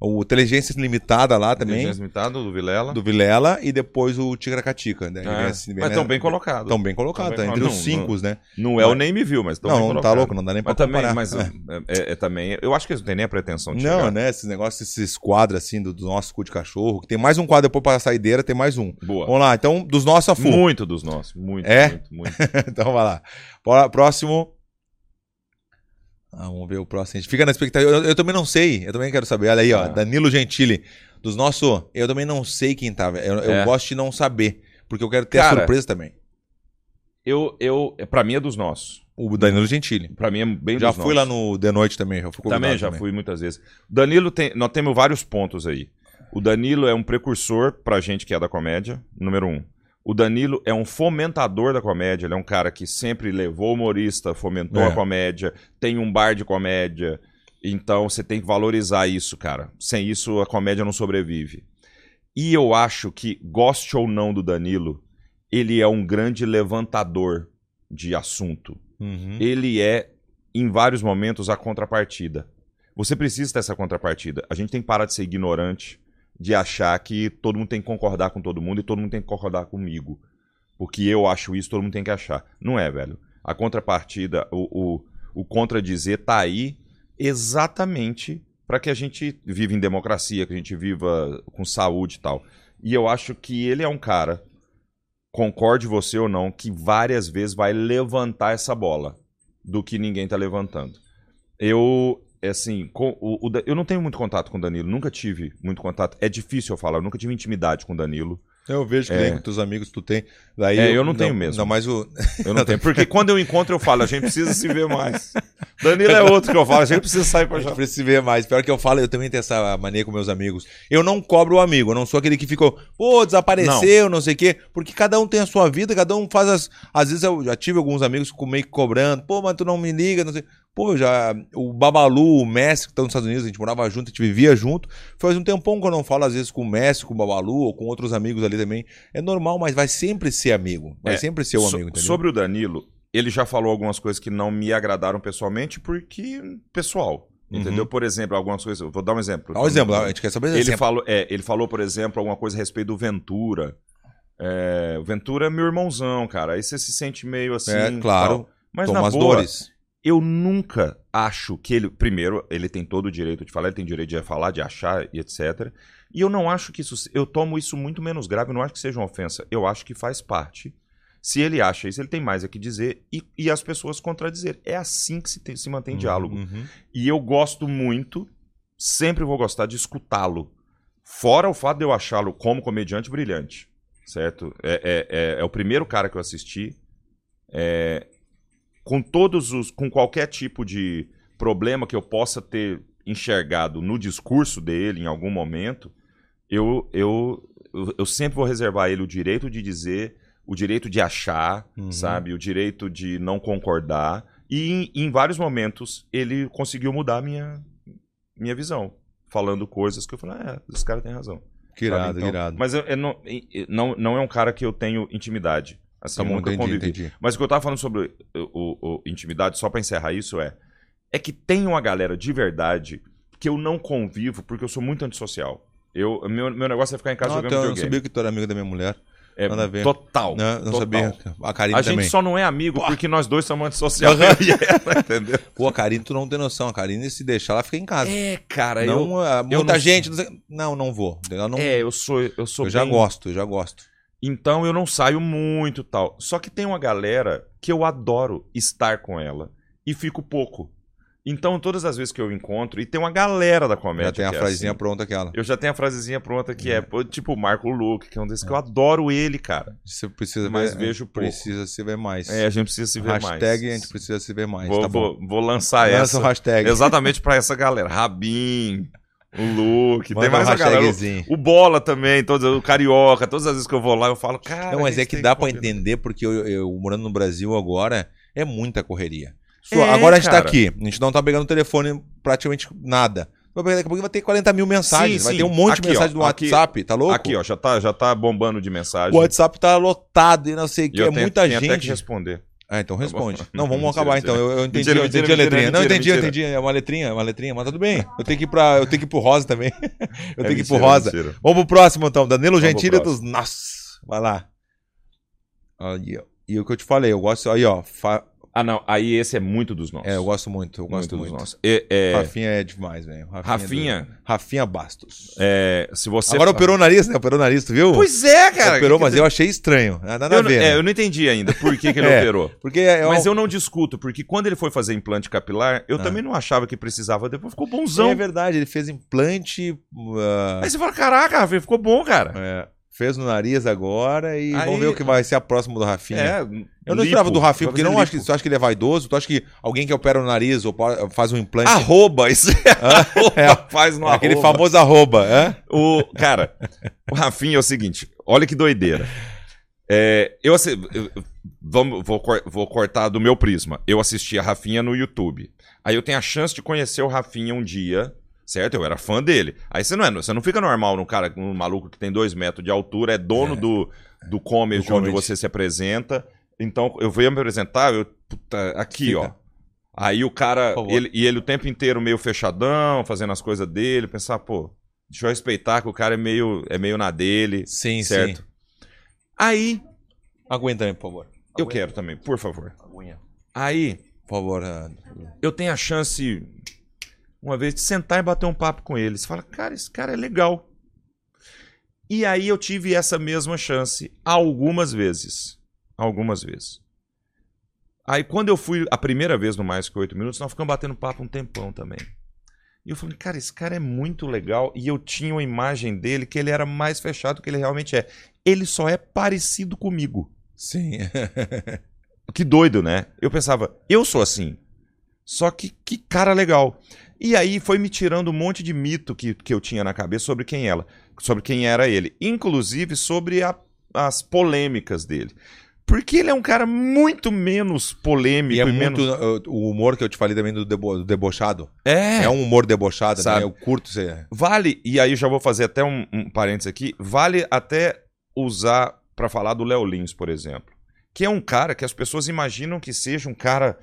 A: O Inteligência Limitada lá também,
B: Inteligência Limitada, é do Vilela.
A: do Vilela, e depois o Tigra Catica. Né?
B: É, mas tão bem colocado.
A: Estão bem colocados,
B: Tão bem
A: tá entre os
B: colocado. Não,
A: cinco, né?
B: Não é o nem me viu, mas tão bem
A: Não, não tá
B: colocado.
A: louco, não dá nem pra
B: Mas também,
A: comparar.
B: mas é. é- é também, eu acho que eles não têm nem a pretensão de
A: Não,
B: chegar.
A: né? Esses negócios, esses quadros assim do, do nosso cu de cachorro. que Tem mais um quadro depois pra saideira, tem mais um.
B: Boa.
A: Vamos lá, então, dos nossos a full.
B: Muito dos nossos, muito,
A: É?
B: muito, muito.
A: então vai lá. Bora, próximo. Ah, vamos ver o próximo. A gente fica na expectativa. Eu, eu também não sei. Eu também quero saber. Olha aí, ó.
B: Ah.
A: Danilo Gentili. Dos nossos. Eu também não sei quem tá. velho. Eu, eu
B: É.
A: gosto de não saber. Porque eu quero ter a
B: Cara.
A: surpresa também.
B: Eu, eu, pra mim é dos nossos.
A: O Danilo Gentili.
B: Pra mim é bem
A: Já
B: dos
A: fui
B: nossos.
A: lá no The Noite também. Já fui convidado
B: Também, já fui muitas vezes. Danilo, tem, nós temos vários pontos aí. O Danilo é um precursor pra gente que é da comédia, número um. O Danilo é um fomentador da comédia, ele é um cara que sempre levou o humorista, fomentou
A: É.
B: a comédia, tem um bar de comédia. Então você tem que valorizar isso, cara. Sem isso a comédia não sobrevive. E eu acho que, goste ou não do Danilo, ele é um grande levantador de assunto
A: Uhum.
B: ele é, em vários momentos, a contrapartida. Você precisa dessa contrapartida. A gente tem que parar de ser ignorante, de achar que todo mundo tem que concordar com todo mundo e todo mundo tem que concordar comigo. Porque eu acho isso, todo mundo tem que achar. Não é, velho. A contrapartida, o, o, o contradizer tá aí exatamente para que a gente viva em democracia, que a gente viva com saúde e tal. E eu acho que ele é um cara, concorde você ou não, que várias vezes vai levantar essa bola do que ninguém tá levantando. Eu, assim, com- o- o Da- eu não tenho muito contato com o Danilo, nunca tive muito contato. É difícil eu falar, eu nunca tive intimidade com o Danilo.
A: Eu vejo que
B: É.
A: tem com teus amigos, tu tem. Daí
B: É, eu não tenho mesmo.
A: Ainda mais o,
B: Eu não tenho, porque quando eu encontro eu falo, a gente precisa se ver mais. Danilo é outro que eu falo, a gente precisa sair pra
A: A gente
B: jantar.
A: precisa se ver mais. Pior que eu falo, eu também tenho essa mania com meus amigos. Eu não cobro o amigo, eu não sou aquele que ficou, pô, desapareceu, não, sei o quê. Porque cada um tem a sua vida, cada um faz as. Às vezes eu já tive alguns amigos com- meio que cobrando, pô, mas tu não me liga, não sei. Pô, já. O Babalu, o Messi, que estão nos Estados Unidos, a gente morava junto, a gente vivia junto. Faz um tempão que eu não falo, às vezes, com o Messi, com o Babalu, ou com outros amigos ali também. É normal, mas vai sempre ser amigo. Vai
B: É,
A: sempre ser o
B: So-
A: amigo, entendeu?
B: Sobre o Danilo, ele já falou algumas coisas que não me agradaram pessoalmente, porque. pessoal.
A: Uhum.
B: Entendeu? Por exemplo, algumas coisas. eu Vou dar um exemplo.
A: Dá um exemplo, a gente quer saber
B: Ele
A: exemplo.
B: falou, é, ele falou, por exemplo, alguma coisa a respeito do Ventura. É, o Ventura é meu irmãozão, cara. Aí você se sente meio assim.
A: é, claro,
B: tal. Mas
A: toma
B: na
A: as
B: boa,
A: dores.
B: eu nunca acho que ele. Primeiro, ele tem todo o direito de falar, ele tem direito de falar, de achar e etc. E eu não acho que isso. Eu tomo isso muito menos grave, eu não acho que seja uma ofensa. Eu acho que faz parte. Se ele acha isso, ele tem mais a que dizer e, e as pessoas contradizer. É assim que se, tem- se mantém diálogo.
A: Uhum.
B: E eu gosto muito, sempre vou gostar de escutá-lo. Fora o fato de eu achá-lo como comediante brilhante, certo? É, é- é- é o primeiro cara que eu assisti. é, com todos os. com qualquer tipo de problema que eu possa ter enxergado no discurso dele em algum momento, eu, eu, eu, eu sempre vou reservar a ele o direito de dizer, o direito de achar,
A: Uhum.
B: sabe? O direito de não concordar. E em, em vários momentos ele conseguiu mudar a minha, minha visão. Falando coisas que eu falei, ah, é, esse cara tem razão.
A: Que
B: sabe?
A: irado,
B: Então,
A: que irado.
B: Mas eu, eu não, eu não, não é um cara que eu tenho intimidade. Assim,
A: Tá bom,
B: nunca
A: entendi,
B: convivi.
A: entendi.
B: Mas o que eu tava falando sobre o, o- o intimidade, só pra encerrar isso, é. É que tem uma galera de verdade que eu não convivo porque eu sou muito antissocial. Eu, meu, meu negócio é ficar em casa
A: Não,
B: jogando
A: então, eu não
B: videogame.
A: sabia que tu era amigo da minha mulher.
B: É
A: nada a ver.
B: total.
A: Não, não
B: total.
A: sabia. A Karine
B: A gente
A: também.
B: só não é amigo porque nós dois somos antissocial. E ela, entendeu?
A: Pô, a Karine, tu não tem noção. A Karine, se deixar, ela fica em casa.
B: É, cara,
A: não, ah,
B: eu
A: muita
B: não-
A: gente. Não, sei- não, não vou. Eu, não,
B: eu. É, eu sou. Eu, sou
A: eu já
B: bem-
A: gosto, eu já gosto.
B: Então eu não saio muito e tal. Só que tem uma galera que eu adoro estar com ela e fico pouco. Então todas as vezes que eu encontro, e tem uma galera da comédia.
A: Já tem a
B: que é
A: frasezinha
B: assim.
A: pronta aquela.
B: Eu já tenho a frasezinha pronta que é, pô, tipo o Marco Luke, que é um desses que eu adoro ele, cara.
A: Você precisa
B: Mas
A: ver.
B: vejo pouco.
A: Precisa se ver mais.
B: É, a gente precisa se ver mais.
A: hashtag a gente precisa se ver mais.
B: vou,
A: tá bom.
B: vou, vou lançar
A: Lança
B: essa.
A: o hashtag.
B: Exatamente pra essa galera. Rabin, o Luke,
A: Manda
B: tem mais
A: um
B: a galera.
A: hashtagzinho.
B: O Bola também, todos, o Carioca, todas as vezes que eu vou lá eu falo, cara.
A: Não, mas é
B: a gente
A: que
B: tem
A: dá pra
B: combinar.
A: entender, porque eu, eu morando no Brasil agora, é muita correria.
B: É,
A: agora a gente
B: cara.
A: tá aqui, a gente não tá pegando o telefone praticamente nada. Vai pegar- Daqui a pouco vai ter 40 mil mensagens,
B: Sim,
A: vai
B: sim.
A: ter um monte
B: Aqui,
A: de mensagem
B: ó,
A: do
B: aqui-
A: WhatsApp, tá louco?
B: Aqui, ó, já tá, já tá bombando de mensagem.
A: O WhatsApp tá lotado e não sei o
B: E
A: que, é
B: tenho-
A: muita
B: tenho até que
A: gente.
B: responder.
A: Ah, então
B: bom.
A: responde. não, vamos
B: Mentira,
A: acabar então. Eu, eu entendi,
B: Mentira,
A: eu entendi
B: mentira,
A: a letrinha.
B: mentira,
A: não, eu
B: mentira,
A: entendi, eu
B: mentira.
A: entendi. É uma letrinha, é uma letrinha, mas tudo bem. Eu tenho que ir pra, eu tenho que ir pro rosa também. Eu tenho que ir pro rosa. Vamos pro próximo, então. Danilo
B: É Vamos pro
A: Gentili dos. Nossa, vai lá. Aí, ó. e o que eu te falei, eu gosto. Aí, ó. fa-
B: Ah, não. Aí esse é muito dos nossos.
A: É, eu gosto muito, eu gosto muito.
B: dos nossos. É, é,
A: Rafinha é demais, velho.
B: Rafinha,
A: é do- Rafinha Bastos.
B: é, se você.
A: Agora
B: fala-
A: operou o nariz, né? Operou o nariz, tu viu?
B: Pois é, cara.
A: operou,
B: que
A: mas
B: que
A: eu achei estranho. Nada
B: Eu
A: a
B: não-
A: ver.
B: é,
A: né?
B: eu não entendi ainda por que, que ele
A: É.
B: operou.
A: Porque é,
B: Mas
A: um-
B: eu não discuto, porque quando ele foi fazer implante capilar, eu também não achava que precisava, depois ficou bonzão.
A: é verdade, ele fez implante. ah,
B: Aí você fala, caraca, Rafinha, ficou bom, cara.
A: é, fez no nariz agora e
B: Aí-
A: vamos ver o que vai ser a próxima do Rafinha. Eu não
B: É, lipo,
A: esperava do Rafinha,
B: vai
A: porque
B: fazer
A: não acho que,
B: lipo.
A: tu acha que ele é vaidoso? Tu acha que alguém que opera o nariz ou pa- faz um implante.
B: Arroba, isso é arroba,
A: É,
B: faz no
A: é aquele
B: arroba.
A: famoso arroba, é?
B: O, cara, o Rafinha é o seguinte, olha que doideira. É, eu, assi- eu- vamos, vou, cor- vou cortar do meu prisma. Eu assisti a Rafinha no YouTube. Aí eu tenho a chance de conhecer o Rafinha um dia, certo? Eu era fã dele. Aí você não é, você não fica normal num cara, num maluco que tem dois metros de altura, é dono do, do comedy
A: Do comedy.
B: onde você se apresenta. Então eu venho me apresentar, eu puta, aqui,
A: Fica.
B: ó. Aí o cara,
A: Por favor.
B: ele, e ele o tempo inteiro meio fechadão, fazendo as coisas dele, pensar, pô, deixa eu respeitar que o cara é meio, é meio na dele,
A: Sim,
B: certo? Aí,
A: Aguenta aí, por favor.
B: eu quero também, por favor.
A: Aguinha.
B: Aí,
A: Por favor. ah,
B: eu tenho a chance, uma vez, de sentar e bater um papo com ele. Você fala, cara, esse cara é legal. E aí eu tive essa mesma chance algumas vezes. Algumas vezes. Aí quando eu fui a primeira vez no Mais Que Oito Minutos, nós ficamos batendo papo um tempão também. E eu falei, cara, esse cara é muito legal. E eu tinha uma imagem dele que ele era mais fechado do que ele realmente é. Ele só é parecido comigo.
A: Sim.
B: Que doido, né? Eu pensava, eu sou assim. Só que que cara legal. E aí foi me tirando um monte de mito que, que eu tinha na cabeça sobre quem ela, sobre quem era ele, inclusive sobre a- as polêmicas dele. Porque ele é um cara muito menos polêmico
A: E
B: e,
A: é
B: menos
A: muito. ah, O humor que eu te falei também do, debo- do debochado.
B: é,
A: É. um humor debochado,
B: Sabe?
A: né? Eu curto ser.
B: Vale, e aí já vou fazer até um, um parênteses aqui, vale até usar pra falar do Léo Lins, por exemplo. Que é um cara que as pessoas imaginam que seja um cara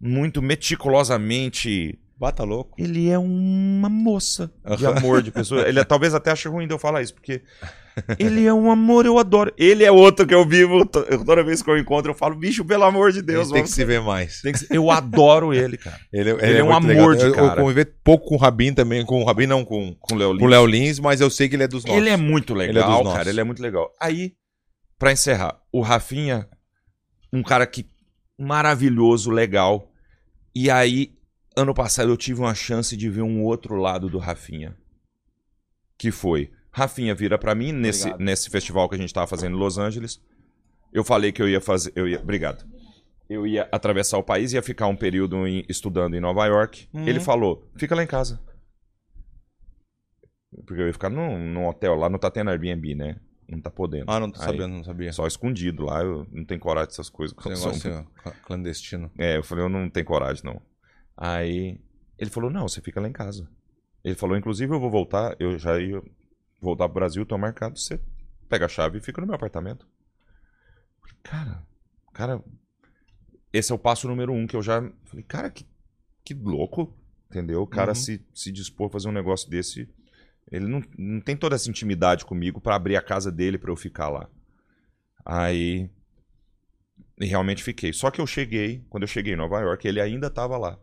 B: muito meticulosamente.
A: Bata louco.
B: Ele é uma moça de amor de pessoa. Ele é- talvez até ache ruim de eu falar isso, porque ele é um amor, eu adoro. Ele é outro que eu vivo. to- eu- Toda vez que eu encontro, eu falo, bicho, pelo amor de
A: Deus,
B: Deus,
A: tem que
B: vamos-
A: se ver mais.
B: tem que ser- Eu adoro ele, cara.
A: Ele,
B: Ele é um
A: muito
B: amor de
A: Eu- Eu,
B: cara.
A: convivi pouco com o Rabin também, com o Rabin não, com,
B: Com o Léo Lins.
A: com o Léo Lins, mas eu sei que ele é dos nossos.
B: Ele é muito legal,
A: Ele é dos nossos.
B: cara. Ele é muito legal. Aí, pra encerrar, o Rafinha, um cara que maravilhoso, legal. E aí, ano passado eu tive uma chance de ver um outro lado do Rafinha, que foi Rafinha vira pra mim nesse,
A: Obrigado.
B: nesse festival que a gente tava fazendo em Los Angeles. Eu falei que eu ia fazer, eu ia, obrigado. Eu ia atravessar o país, ia ficar um período em- estudando em Nova York.
A: Uhum.
B: Ele falou: "Fica lá em casa". Porque eu ia ficar num, num hotel lá, não tá tendo Airbnb, né? Não tá podendo.
A: Ah, não tô
B: Aí,
A: sabendo, não sabia.
B: É só escondido lá, eu não tenho coragem dessas coisas. um
A: Esse negócio cla- clandestino.
B: É, eu falei, eu não tenho coragem, não. Aí ele falou, não, você fica lá em casa. Ele falou, inclusive eu vou voltar, eu já ia voltar pro Brasil, tô marcado, você pega a chave e fica no meu apartamento. Falei, Cara, cara, esse é o passo número um que eu já. Falei, cara, que, que louco, entendeu? O cara
A: Uhum.
B: se, se dispor a fazer um negócio desse. Ele não, não tem toda essa intimidade comigo pra abrir a casa dele pra eu ficar lá. Aí. E realmente fiquei. Só que eu cheguei, quando eu cheguei em Nova York, ele ainda tava lá.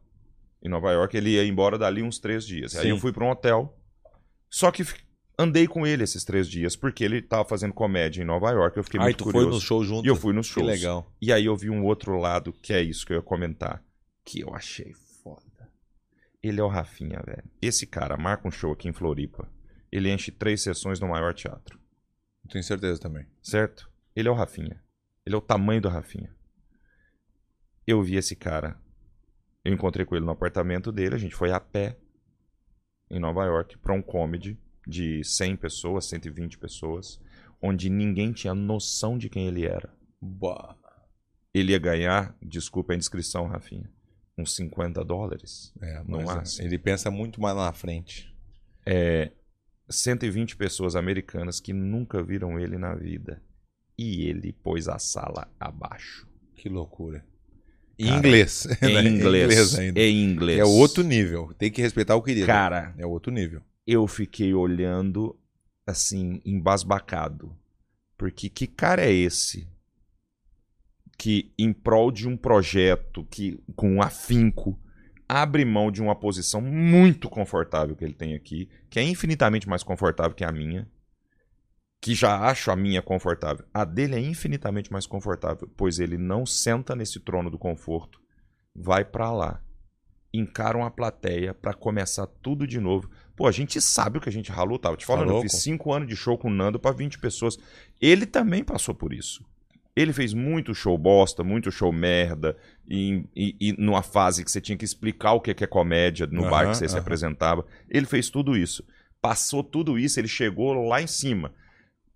B: Em Nova York, ele ia embora dali uns três dias. Aí
A: Sim.
B: eu fui pra um hotel. Só que fi- andei com ele esses três dias, porque ele tava fazendo comédia em Nova York. Eu fiquei
A: Aí
B: muito
A: tu
B: curioso.
A: foi no show junto.
B: E eu fui nos shows.
A: Que legal.
B: E aí eu vi um outro lado, que é isso que eu ia comentar, que eu achei foda. Ele é o Rafinha, velho. Esse cara marca um show aqui em Floripa. Ele enche três sessões no maior teatro,
A: Tenho certeza também.
B: certo? Ele é o Rafinha. Ele é o tamanho do Rafinha. Eu vi esse cara. Eu encontrei com ele no apartamento dele. A gente foi a pé em Nova York pra um comedy de 100 pessoas, 120 pessoas, onde ninguém tinha noção de quem ele era
A: Boa.
B: ele ia ganhar, desculpa a inscrição, Rafinha, uns 50 dólares.
A: É, mas
B: Não
A: é,
B: há, assim.
A: Ele pensa muito mais lá na frente.
B: É, 120 pessoas americanas que nunca viram ele na vida. E ele pôs a sala abaixo.
A: Que loucura. Em inglês. né?
B: Em inglês.
A: ainda.
B: Em inglês.
A: É outro nível. Tem que respeitar o querido.
B: Cara,
A: É outro nível.
B: eu fiquei olhando assim, embasbacado. Porque que cara é esse que, em prol de um projeto que com um afinco, abre mão de uma posição muito confortável que ele tem aqui, que é infinitamente mais confortável que a minha, que já acho a minha confortável. A dele é infinitamente mais confortável, pois ele não senta nesse trono do conforto, vai pra lá, encara uma plateia pra começar tudo de novo. Pô, a gente sabe o que a gente ralou, tava te falando,
A: Tá
B: eu
A: louco?
B: fiz cinco anos de show com o Nando pra 20 pessoas. Ele também passou por isso. Ele fez muito show bosta, muito show merda, e, e- e numa fase que você tinha que explicar o que é que é comédia no
A: Aham,
B: bar que você se
A: aham.
B: apresentava. Ele fez tudo isso. Passou tudo isso, ele chegou lá em cima.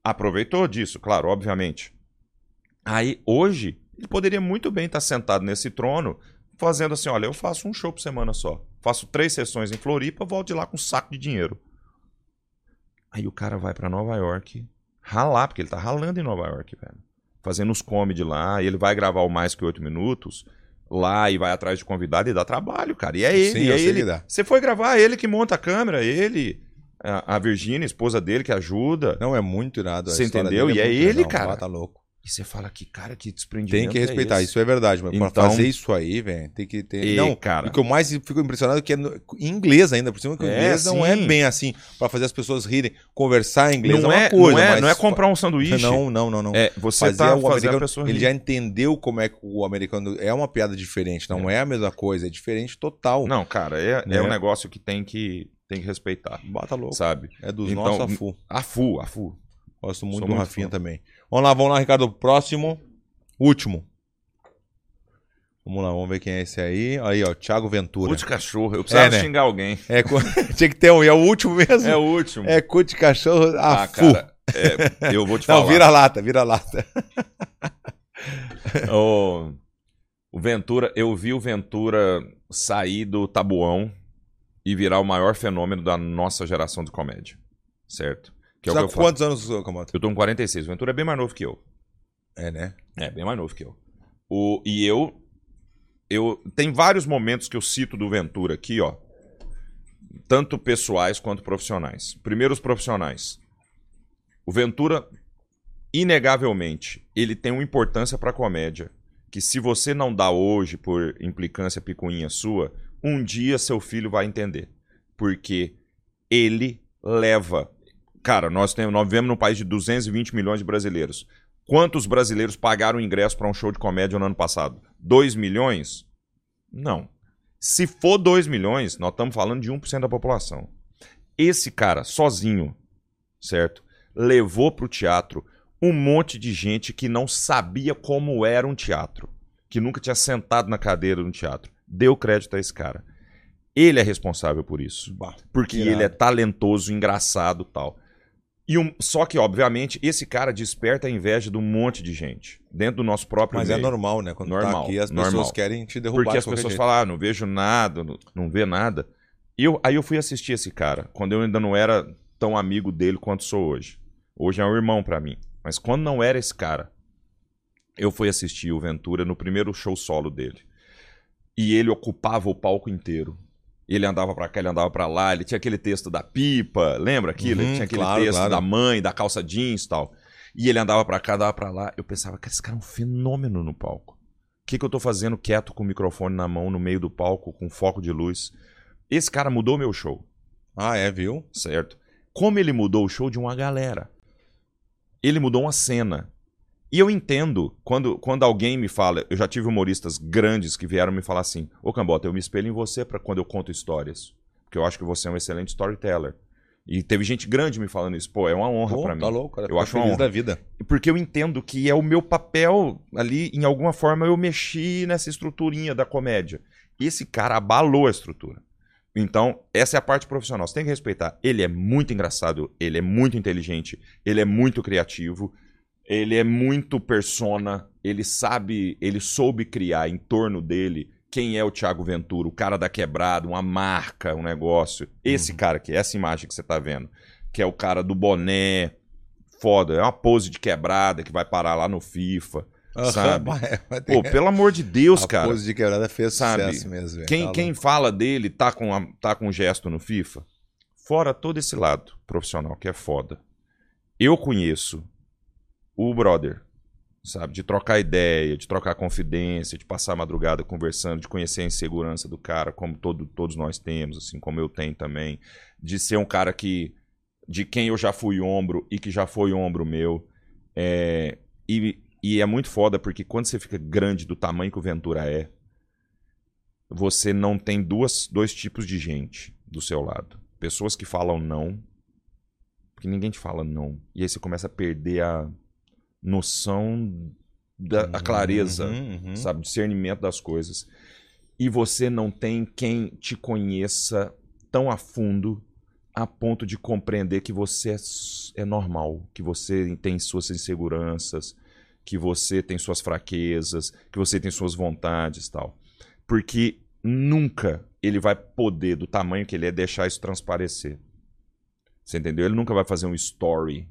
B: Aproveitou disso, claro, obviamente. Aí, hoje, ele poderia muito bem estar sentado nesse trono, fazendo assim: olha, eu faço um show por semana só. Faço três sessões em Floripa, volto de lá com um saco de dinheiro. Aí o cara vai pra Nova York ralar, porque ele tá ralando em Nova York, velho. Fazendo os comedy lá, e ele vai gravar o mais que oito minutos lá e vai atrás de convidado e dá trabalho, cara. E é ele,
A: Sim, eu
B: é
A: sei
B: ele.
A: que dá.
B: Você foi gravar, é ele que monta a câmera, ele, a, a Virgínia, esposa dele, que ajuda.
A: Não, é muito irado. a
B: Você
A: história
B: entendeu?
A: dele
B: E é
A: muito
B: ele,
A: legal.
B: cara.
A: Ah, tá louco.
B: E você fala que cara que desprendimento.
A: Tem que respeitar.
B: é
A: isso é verdade. Mas pra
B: Então-
A: fazer isso aí, velho, tem que ter...
B: E,
A: não,
B: cara.
A: o que eu mais fico impressionado é que é no- em inglês ainda, por cima, que o
B: É,
A: inglês não é
B: sim.
A: bem assim. Pra fazer as pessoas rirem. Conversar em inglês
B: Não
A: é uma
B: é,
A: coisa,
B: não é,
A: mas...
B: não é comprar um sanduíche.
A: Não, não, não. não.
B: É, você
A: Então, fazer
B: tá
A: o
B: fazendo a
A: americano,
B: pessoa
A: ele
B: rir.
A: já entendeu como é que o americano é uma piada diferente, não é, a mesma coisa, é diferente total.
B: Não, cara, é, é
A: É.
B: um negócio que tem que, tem que respeitar,
A: Bota louco.
B: sabe?
A: É dos
B: Então,
A: nossos a fu.
B: A FU, a FU.
A: Gosto
B: sou
A: muito do
B: muito
A: Rafinha
B: fã.
A: também. Vamos lá, vamos lá, Ricardo. Próximo. Último. Vamos lá, vamos ver quem é esse aí. Aí, ó, Thiago Ventura.
B: Putz cachorro, eu precisava
A: É, né?
B: xingar alguém.
A: É, cu- tinha que ter um, e é o último mesmo.
B: É
A: É,
B: o último.
A: cu de cachorro a
B: ah,
A: fu.
B: cara, é, eu vou te
A: Não,
B: falar.
A: vira lata, vira lata.
B: O, o Ventura, eu vi o Ventura sair do tabuão e virar o maior fenômeno da nossa geração de comédia, certo? Que é o
A: Sabe
B: que eu falo.
A: quantos anos, ô, Camoto?
B: Eu tô com 46, o Ventura é bem mais novo que eu.
A: É, né?
B: É, bem mais novo que eu. O, e eu, eu. Tem vários momentos que eu cito do Ventura aqui, ó. Tanto pessoais quanto profissionais. Primeiro, os profissionais. O Ventura, inegavelmente, ele tem uma importância pra comédia. Que se você não dá hoje por implicância picuinha sua, um dia seu filho vai entender. Porque ele leva. Cara, nós, temos, nós vivemos num país de 220 milhões de brasileiros. Quantos brasileiros pagaram ingresso para um show de comédia no ano passado? 2 milhões? Não. Se for 2 milhões, nós estamos falando de 1% da população. Esse cara, sozinho, certo? Levou para o teatro um monte de gente que não sabia como era um teatro, que nunca tinha sentado na cadeira de um teatro. Deu crédito a esse cara. Ele é responsável por isso. Porque
A: Irado.
B: ele é talentoso, engraçado tal. E um, só que, obviamente, esse cara desperta a inveja de um monte de gente. Dentro do nosso próprio
A: Mas é
B: meio.
A: normal, né? Quando tá
B: Normal,
A: aqui, as pessoas
B: normal.
A: querem te derrubar.
B: Porque
A: de
B: as
A: qualquer
B: pessoas
A: jeito.
B: falam, ah, não vejo nada, não, não vê nada. E eu, aí eu fui assistir esse cara, quando eu ainda não era tão amigo dele quanto sou hoje. Hoje é um irmão pra mim. Mas quando não era esse cara, eu fui assistir o Ventura no primeiro show solo dele. E ele ocupava o palco inteiro. Ele andava pra cá, ele andava pra lá, ele tinha aquele texto da pipa, lembra aquilo?
A: Uhum,
B: ele tinha aquele
A: claro,
B: texto
A: claro.
B: da mãe, da calça jeans e tal. E ele andava pra cá, andava pra lá. Eu pensava, cara, esse cara é um fenômeno no palco. O que, que eu tô fazendo quieto com o microfone na mão, no meio do palco, com foco de luz? Esse cara mudou meu show,
A: Ah, é, viu?
B: certo? Como ele mudou o show de uma galera. Ele mudou uma cena. E eu entendo quando, quando alguém me fala, eu já tive humoristas grandes que vieram me falar assim: Ô Cambota, eu me espelho em você para quando eu conto histórias. Porque eu acho que você é um excelente storyteller. E teve gente grande me falando isso. Pô, é uma honra
A: Pô,
B: pra mim.
A: Tá louco, cara.
B: Eu
A: Fica
B: acho uma
A: feliz
B: honra.
A: da vida.
B: Porque eu entendo que é o meu papel ali, em alguma forma, eu mexi nessa estruturinha da comédia. Esse cara abalou a estrutura. Então, essa é a parte profissional. Você tem que respeitar. Ele é muito engraçado, ele é muito inteligente, ele é muito criativo, ele é muito persona, ele sabe, ele soube criar em torno dele quem é o Thiago Ventura, o cara da quebrada, uma marca, um negócio. Esse cara aqui, essa imagem que você tá vendo, que é o cara do boné, foda, é uma pose de quebrada que vai parar lá no FIFA. sabe?
A: Mas tem-
B: Pô, pelo amor de Deus,
A: a
B: cara.
A: pose de quebrada fez
B: sabe,
A: sucesso mesmo. velho.
B: Quem,
A: Tá
B: quem
A: louco.
B: fala dele tá com, a, tá com gesto no FIFA, fora todo esse lado profissional, que é foda. Eu conheço o brother, sabe? De trocar ideia, de trocar confidência, de passar a madrugada conversando, de conhecer a insegurança do cara, como todo, todos nós temos, assim, como eu tenho também. De ser um cara que. De quem eu já fui ombro e que já foi ombro meu. É, e, e é muito foda porque quando você fica grande do tamanho que o Ventura é, você não tem duas, dois tipos de gente do seu lado. Pessoas que falam não, porque ninguém te fala não. E aí você começa a perder a noção, da, a clareza,
A: Uhum, uhum.
B: sabe, discernimento das coisas. E você não tem quem te conheça tão a fundo a ponto de compreender que você é, s- é normal, que você tem suas inseguranças, que você tem suas fraquezas, que você tem suas vontades e tal. Porque nunca ele vai poder, do tamanho que ele é, deixar isso transparecer. Você entendeu? Ele nunca vai fazer um story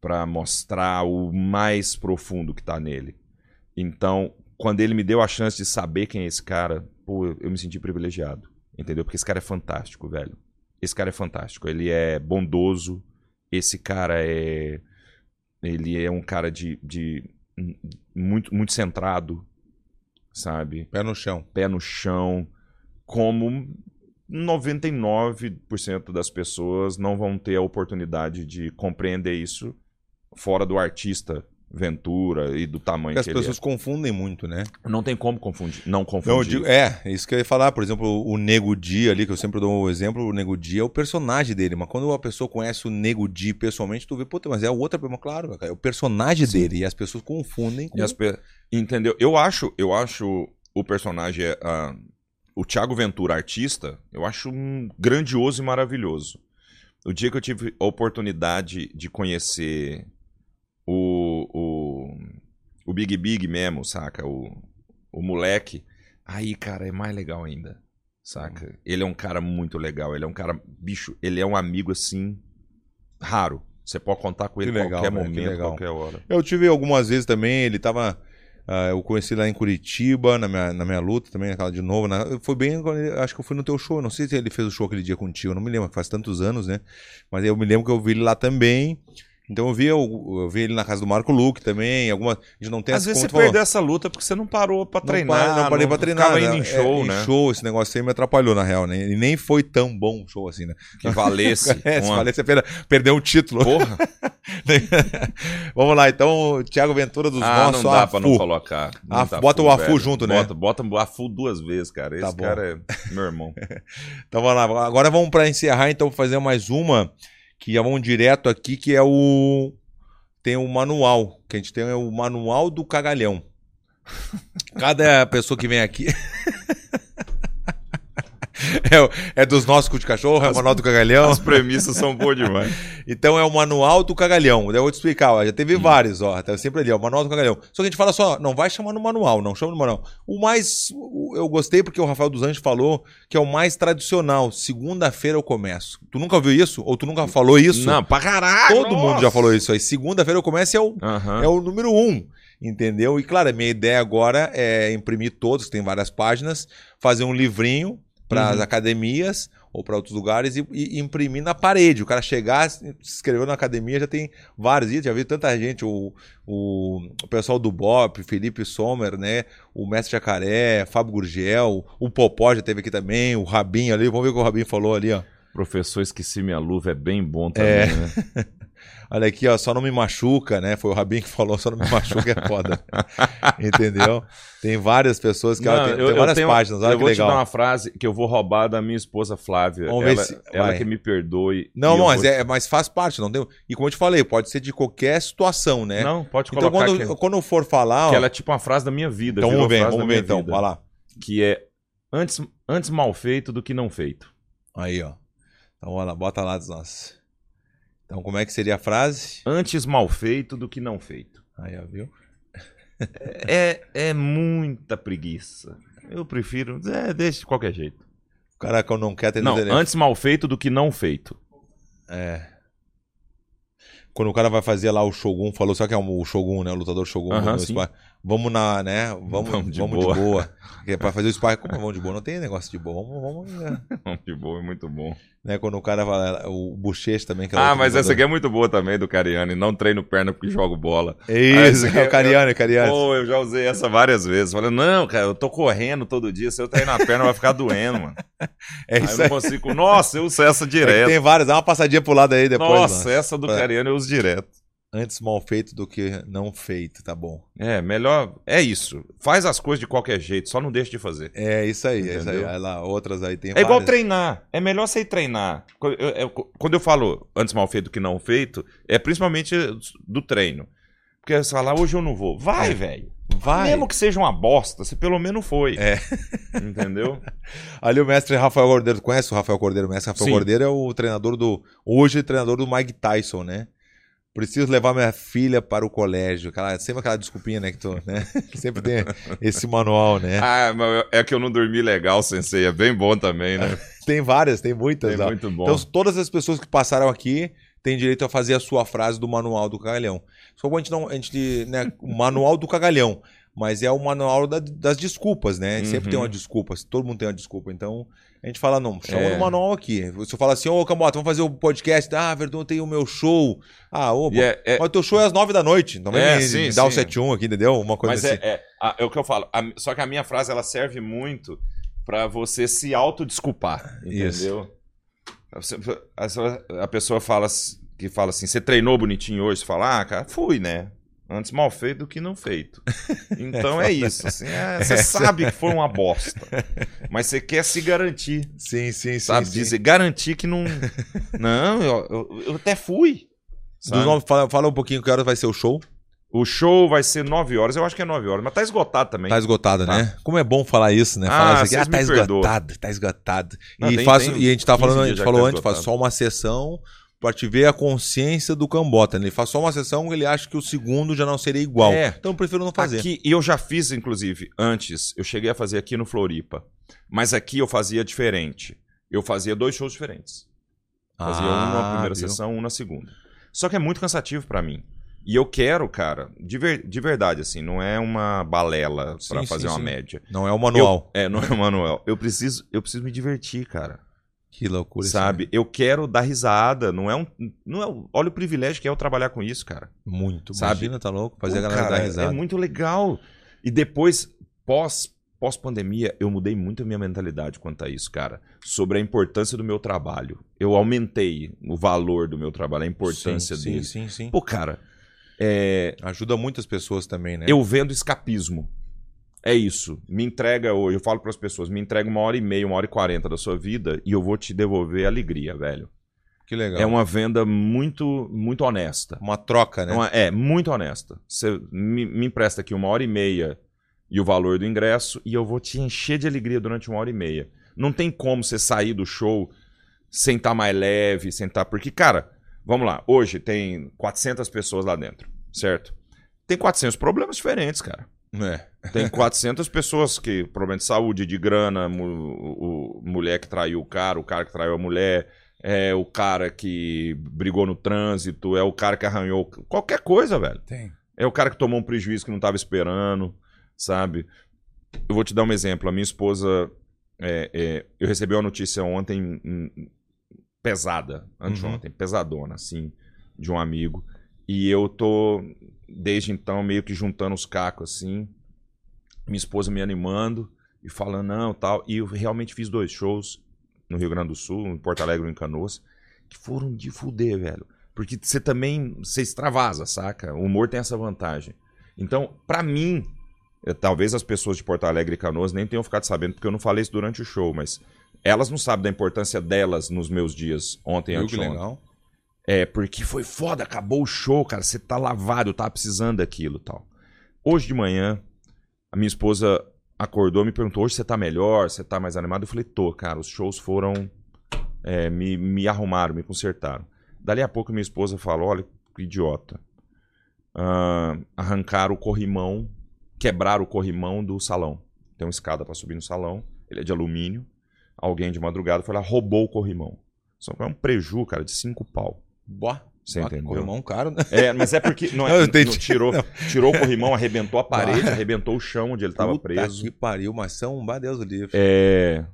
B: pra mostrar o mais profundo que tá nele. Então, quando ele me deu a chance de saber quem é esse cara, pô, eu eu me senti privilegiado. Entendeu? Porque esse cara é fantástico, velho. Esse cara é fantástico. Ele é bondoso. Esse cara é. Ele é um cara de. de muito, muito centrado, sabe?
A: Pé no chão.
B: pé no chão, como 99% das pessoas não vão ter a oportunidade de compreender isso fora do artista Ventura e do tamanho
A: Porque as
B: que ele
A: pessoas confundem muito, né?
B: é. Não tem como confundir, não confundir.
A: Não, eu digo- é, isso que eu ia falar. Por exemplo, o Nego Di ali, que eu sempre dou o exemplo, o Nego Di é o personagem dele. Mas quando a pessoa conhece o Nego Di pessoalmente, tu vê, puta, mas é a outra pessoa. Claro, cara, é o personagem dele. E as pessoas confundem com...
B: E as pe- Entendeu? Eu acho, eu acho o personagem, é, ah, o Thiago Ventura, artista, eu acho um grandioso e maravilhoso. O dia que eu tive a oportunidade de conhecer o, o, o Big Big mesmo, saca? O, o moleque. Aí, cara, é mais legal ainda, saca?
A: Uhum.
B: Ele é um cara muito legal, ele é um cara, bicho, ele é um amigo assim, raro. Você pode contar com ele
A: Que
B: a
A: legal,
B: qualquer
A: velho, que
B: momento,
A: legal.
B: qualquer hora.
A: Eu tive algumas vezes também, ele tava. ah, eu conheci lá em Curitiba, na minha, na minha luta também, naquela de novo. na- foi bem. quando ele- Acho que eu fui no teu show. Não sei se ele fez o show aquele dia contigo, não me lembro, faz tantos anos, né? Mas eu me lembro que eu vi ele lá também. Então eu vi, eu, eu vi ele na casa do Marco Luque também. Alguma, a gente não tem
B: Às
A: essa-
B: vezes
A: como
B: você
A: tu falou,
B: perdeu essa luta porque você não parou pra treinar.
A: Não, pa- não parei pra treinar.
B: Ficava indo
A: né?
B: em show,
A: É,
B: né?
A: Em show, esse negócio aí me atrapalhou, na real, né? E nem foi tão bom o show assim, né?
B: Que valesse.
A: É, se
B: uma
A: valesse a pena perder um título.
B: Porra,
A: Vamos lá, então, Thiago Ventura dos
B: ah,
A: Nossos.
B: não dá
A: Afu.
B: pra não colocar. Muito
A: Afu, bota o Afu
B: velho.
A: junto, né?
B: Bota, bota o Afu duas vezes, cara. Esse
A: Tá bom.
B: cara é meu irmão.
A: Então vamos lá. Agora vamos para encerrar, então, fazer mais uma, que já vamos direto aqui, que é o. Tem o manual. Que a gente tem é o manual do cagalhão. Cada pessoa que vem aqui. É, o- é dos nossos cu de cachorro, é o manual do cagalhão.
B: As premissas são boas demais.
A: Então é o manual do cagalhão. Daí Eu vou te explicar, ó, já teve vários, ó. Tá sempre ali, ó, o manual do cagalhão. Só que a gente fala só, não vai chamar no manual, não chama no manual. O mais. o- eu gostei porque o Rafael dos Anjos falou que é o mais tradicional. Segunda-feira eu começo. Tu nunca ouviu isso? Ou tu nunca falou isso?
B: Não, pra caralho.
A: Todo mundo já falou isso aí. Segunda-feira eu começo é o
B: Aham.
A: é o número um, entendeu? E claro, a minha ideia agora é imprimir todos, tem várias páginas, fazer um livrinho para as
B: Uhum.
A: academias ou para outros lugares e, e imprimir na parede. O cara chegar, se inscreveu na academia, já tem vários. Ih, Já vi tanta gente, o, o, o pessoal do Bop, Felipe Sommer, né? O Mestre Jacaré, Fábio Gurgel, o Popó já teve aqui também, o Rabinho ali. Vamos ver o que o Rabinho falou ali, ó.
B: Professor, esqueci minha luva, é bem bom também,
A: É.
B: né?
A: Olha aqui, ó, só não me machuca, né? Foi o Rabinho que falou, só não me machuca é foda. Entendeu? Tem várias pessoas que
B: Não,
A: ó, tem, tem várias
B: tenho-
A: páginas, olha
B: eu
A: que
B: vou te dar
A: legal.
B: uma frase que eu vou roubar da minha esposa Flávia.
A: Vamos ver
B: ela
A: se-
B: ela
A: vai.
B: que me perdoe.
A: Não,
B: e eu
A: mas,
B: vou-
A: é, mas faz parte, não tem. E como eu te falei, pode ser de qualquer situação, né?
B: Não, pode
A: então,
B: colocar
A: quando,
B: que,
A: quando eu for falar, ó,
B: que ela é tipo uma frase da minha vida.
A: então
B: virou
A: vamos ver,
B: frase da
A: vamos
B: minha
A: ver então,
B: vida.
A: vai lá.
B: que é antes, antes mal feito do que não feito.
A: Aí, ó. Então, olha lá, bota lá dos nossos. Então, como é que seria a frase?
B: Antes mal feito do que não feito.
A: Aí, ó, viu?
B: É, é muita preguiça. Eu prefiro. É, deixa de qualquer jeito.
A: O cara que né? não quer ter no
B: Não,
A: telefone.
B: antes mal feito do que não feito.
A: É. Quando o cara vai fazer lá o Shogun, falou, sabe que é um- o Shogun, né? O lutador Shogun.
B: Aham,
A: no
B: sim.
A: spa. Vamos na, né? Vamos, vamos, de, boa. Porque pra fazer o spa, é como vamos de boa? Não tem negócio de boa. Vamos, vamos. né?
B: Que bom, é muito bom.
A: né? Quando o cara vai lá, o Bochecha também. Que é
B: Ah,
A: outro
B: mas essa aqui
A: lutador.
B: é muito boa também, do Cariani. Não treino perna porque jogo bola.
A: Isso,
B: Ah, essa
A: é
B: aqui
A: o Cariano, é o Cariano.
B: Pô, eu já usei essa várias vezes. Falei, não, cara, eu tô correndo todo dia. Se eu treinar a perna, vai ficar doendo, mano.
A: é
B: Aí eu
A: isso
B: não
A: aí.
B: consigo. Nossa, eu uso essa
A: É que
B: direto.
A: tem várias, dá uma passadinha pro lado aí depois.
B: Nossa,
A: mano.
B: essa do
A: É.
B: Cariano eu uso direto.
A: Antes mal feito do que não feito, tá bom.
B: É, melhor. É isso. Faz as coisas de qualquer jeito, só não deixa de fazer.
A: É isso aí, é isso aí.
B: Entendeu?
A: Aí lá, outras aí tem
B: É igual
A: várias.
B: treinar. É melhor você ir treinar. Co- eu- eu- Quando eu falo antes mal feito que não feito, é principalmente do treino. Porque você fala, "Ah, hoje eu não vou. Vai, velho.
A: É. Vai.
B: Mesmo que seja uma bosta, você pelo menos foi.
A: É.
B: Entendeu?
A: Ali o mestre Rafael Cordeiro, tu conhece o Rafael Cordeiro? O mestre Rafael
B: Sim.
A: Cordeiro é o treinador do. Hoje, treinador do Mike Tyson, né? Preciso levar minha filha para o colégio. Aquela, sempre aquela desculpinha, né? Que tu, né? Sempre tem esse manual, né?
B: Ah, mas eu- é que eu não dormi legal, sensei. É bem bom também, né?
A: Tem várias, tem muitas.
B: É
A: ó.
B: muito bom.
A: Então, todas as pessoas que passaram aqui têm direito a fazer a sua frase do manual do cagalhão. Só que a gente não. A gente, né, o manual do cagalhão. Mas é o manual da- das desculpas, né? Sempre
B: Uhum.
A: tem uma desculpa. Todo mundo tem uma desculpa. Então, a gente fala, não, chama
B: É.
A: no manual aqui. Se eu falar assim, ô Camota, vamos fazer o podcast. Ah, Verdun, tem o meu show. Ah, ô,
B: E é- é-
A: mas o teu show é às nove da noite. Também
B: É,
A: me,
B: sim,
A: me dá o
B: sim.
A: 7-1 aqui, entendeu? Uma coisa
B: mas
A: assim.
B: é, é, a- é o que eu falo. A- só que a minha frase ela serve muito pra você se autodesculpar.
A: assim. Isso.
B: Entendeu? Você- A, pessoa- a pessoa fala s- que fala assim: você treinou bonitinho hoje? Você fala, ah, cara, fui, né? Antes mal feito do que não feito. Então é isso. assim, é, você sabe que foi uma bosta. Mas você quer se garantir.
A: Sim, sim, sim.
B: sabe?
A: sim.
B: Dizer, garantir que não. não, eu, eu- eu até fui.
A: Dos
B: sabe?
A: nove- fala, fala um pouquinho que horas vai ser o show.
B: O show vai ser 9 horas, eu acho que é 9 horas, mas tá esgotado também.
A: Tá esgotado,
B: Tá.
A: né? Como é bom falar isso, né? Falar
B: Ah,
A: isso aqui,
B: vocês
A: ah, tá
B: me perdoam.
A: esgotado, tá esgotado.
B: Não,
A: e,
B: tem-
A: faço,
B: tem
A: e a gente tá
B: 15
A: falando, a
B: dias
A: gente
B: já
A: falou
B: que tá
A: antes, faz
B: esgotado.
A: só uma sessão pra te ver a consciência do Cambota. né? Ele faz só uma sessão, ele acha que o segundo já não seria igual.
B: É.
A: Então eu prefiro não fazer.
B: Aqui, e eu já fiz, inclusive, antes, eu cheguei a fazer aqui no Floripa. Mas aqui eu fazia diferente. Eu fazia dois shows diferentes. Fazia um na primeira
A: Ah, viu?
B: sessão, um na segunda. Só que é muito cansativo pra mim. E eu quero, cara, de, ver- de verdade, assim, não é uma balela pra
A: Sim,
B: fazer
A: sim,
B: uma
A: sim.
B: média.
A: Não é o manual.
B: É, não é manual. Eu preciso, eu preciso me divertir, cara.
A: Que loucura isso, né?
B: sabe? Eu quero dar risada. Não é um, não é um- olha o privilégio que é eu trabalhar com isso, cara.
A: né? Muito.
B: Sabe?
A: Imagina, tá louco? Fazer
B: Pô,
A: a galera
B: cara,
A: dar risada.
B: É muito legal. E depois, pós, pós pandemia, eu mudei muito a minha mentalidade quanto a isso, cara. Sobre a importância do meu trabalho. Eu aumentei o valor do meu trabalho, a importância
A: sim,
B: dele.
A: Sim, sim, sim.
B: Pô, cara, é,
A: Ajuda muitas pessoas também, né?
B: eu vendo escapismo. É isso. Me entrega hoje. Eu falo para as pessoas, me entrega uma hora e meia, uma hora e quarenta da sua vida e eu vou te devolver alegria, velho.
A: Que legal.
B: É uma venda muito, muito honesta.
A: Uma troca, né?
B: Então, é, muito honesta. Você me, me empresta aqui uma hora e meia e o valor do ingresso e eu vou te encher de alegria durante uma hora e meia. Não tem como você sair do show sem estar mais leve, sem estar... Porque, cara, vamos lá. Hoje tem 400 pessoas lá dentro, certo? Tem 400 problemas diferentes, cara.
A: É.
B: Tem 400 pessoas que... Problema de saúde, de grana, mu- o, o- mulher que traiu o cara, o cara que traiu a mulher... É o cara que brigou no trânsito, é o cara que arranhou. Qualquer coisa, velho.
A: Tem.
B: É o cara que tomou um prejuízo que não estava esperando, sabe? Eu vou te dar um exemplo. A minha esposa. é, é, eu recebi uma notícia ontem hum, pesada, anteontem, pesadona, assim, de um amigo. E eu tô, desde então, meio que juntando os cacos, assim. Minha esposa me animando e falando, não, tal. E eu realmente fiz dois shows no Rio Grande do Sul, em Porto Alegre e em Canoas, que foram de fuder, velho. Porque você também, você extravasa, saca? O humor tem essa vantagem. Então, pra mim, eh, talvez as pessoas de Porto Alegre e Canoas nem tenham ficado sabendo, porque eu não falei isso durante o show, mas elas não sabem da importância delas nos meus dias ontem e
A: Viu que
B: anteontem.
A: legal?
B: É, porque foi foda, acabou o show, cara. Você tá lavado, eu tava precisando daquilo e tal. Hoje de manhã, a minha esposa acordou e me perguntou: hoje você tá melhor? Você tá mais animado? Eu falei: tô, cara. Os shows foram. é, me, me arrumaram, me consertaram. Dali a pouco, minha esposa falou: olha, que idiota. Ah, arrancaram o corrimão, quebraram o corrimão do salão. Tem uma escada pra subir no salão, ele é de alumínio. Alguém de madrugada foi lá, roubou o corrimão. Só que é um preju, cara, de cinco pau.
A: Boa.
B: Você
A: Ah, que
B: entendeu?
A: Corrimão caro, né?
B: É, mas é porque. Não, é-
A: Não, eu entendi.
B: não tirou, tirou o corrimão, arrebentou a parede, arrebentou o chão onde ele estava
A: Puta
B: preso.
A: Que pariu, mas são, bah, Deus do livro.
B: É,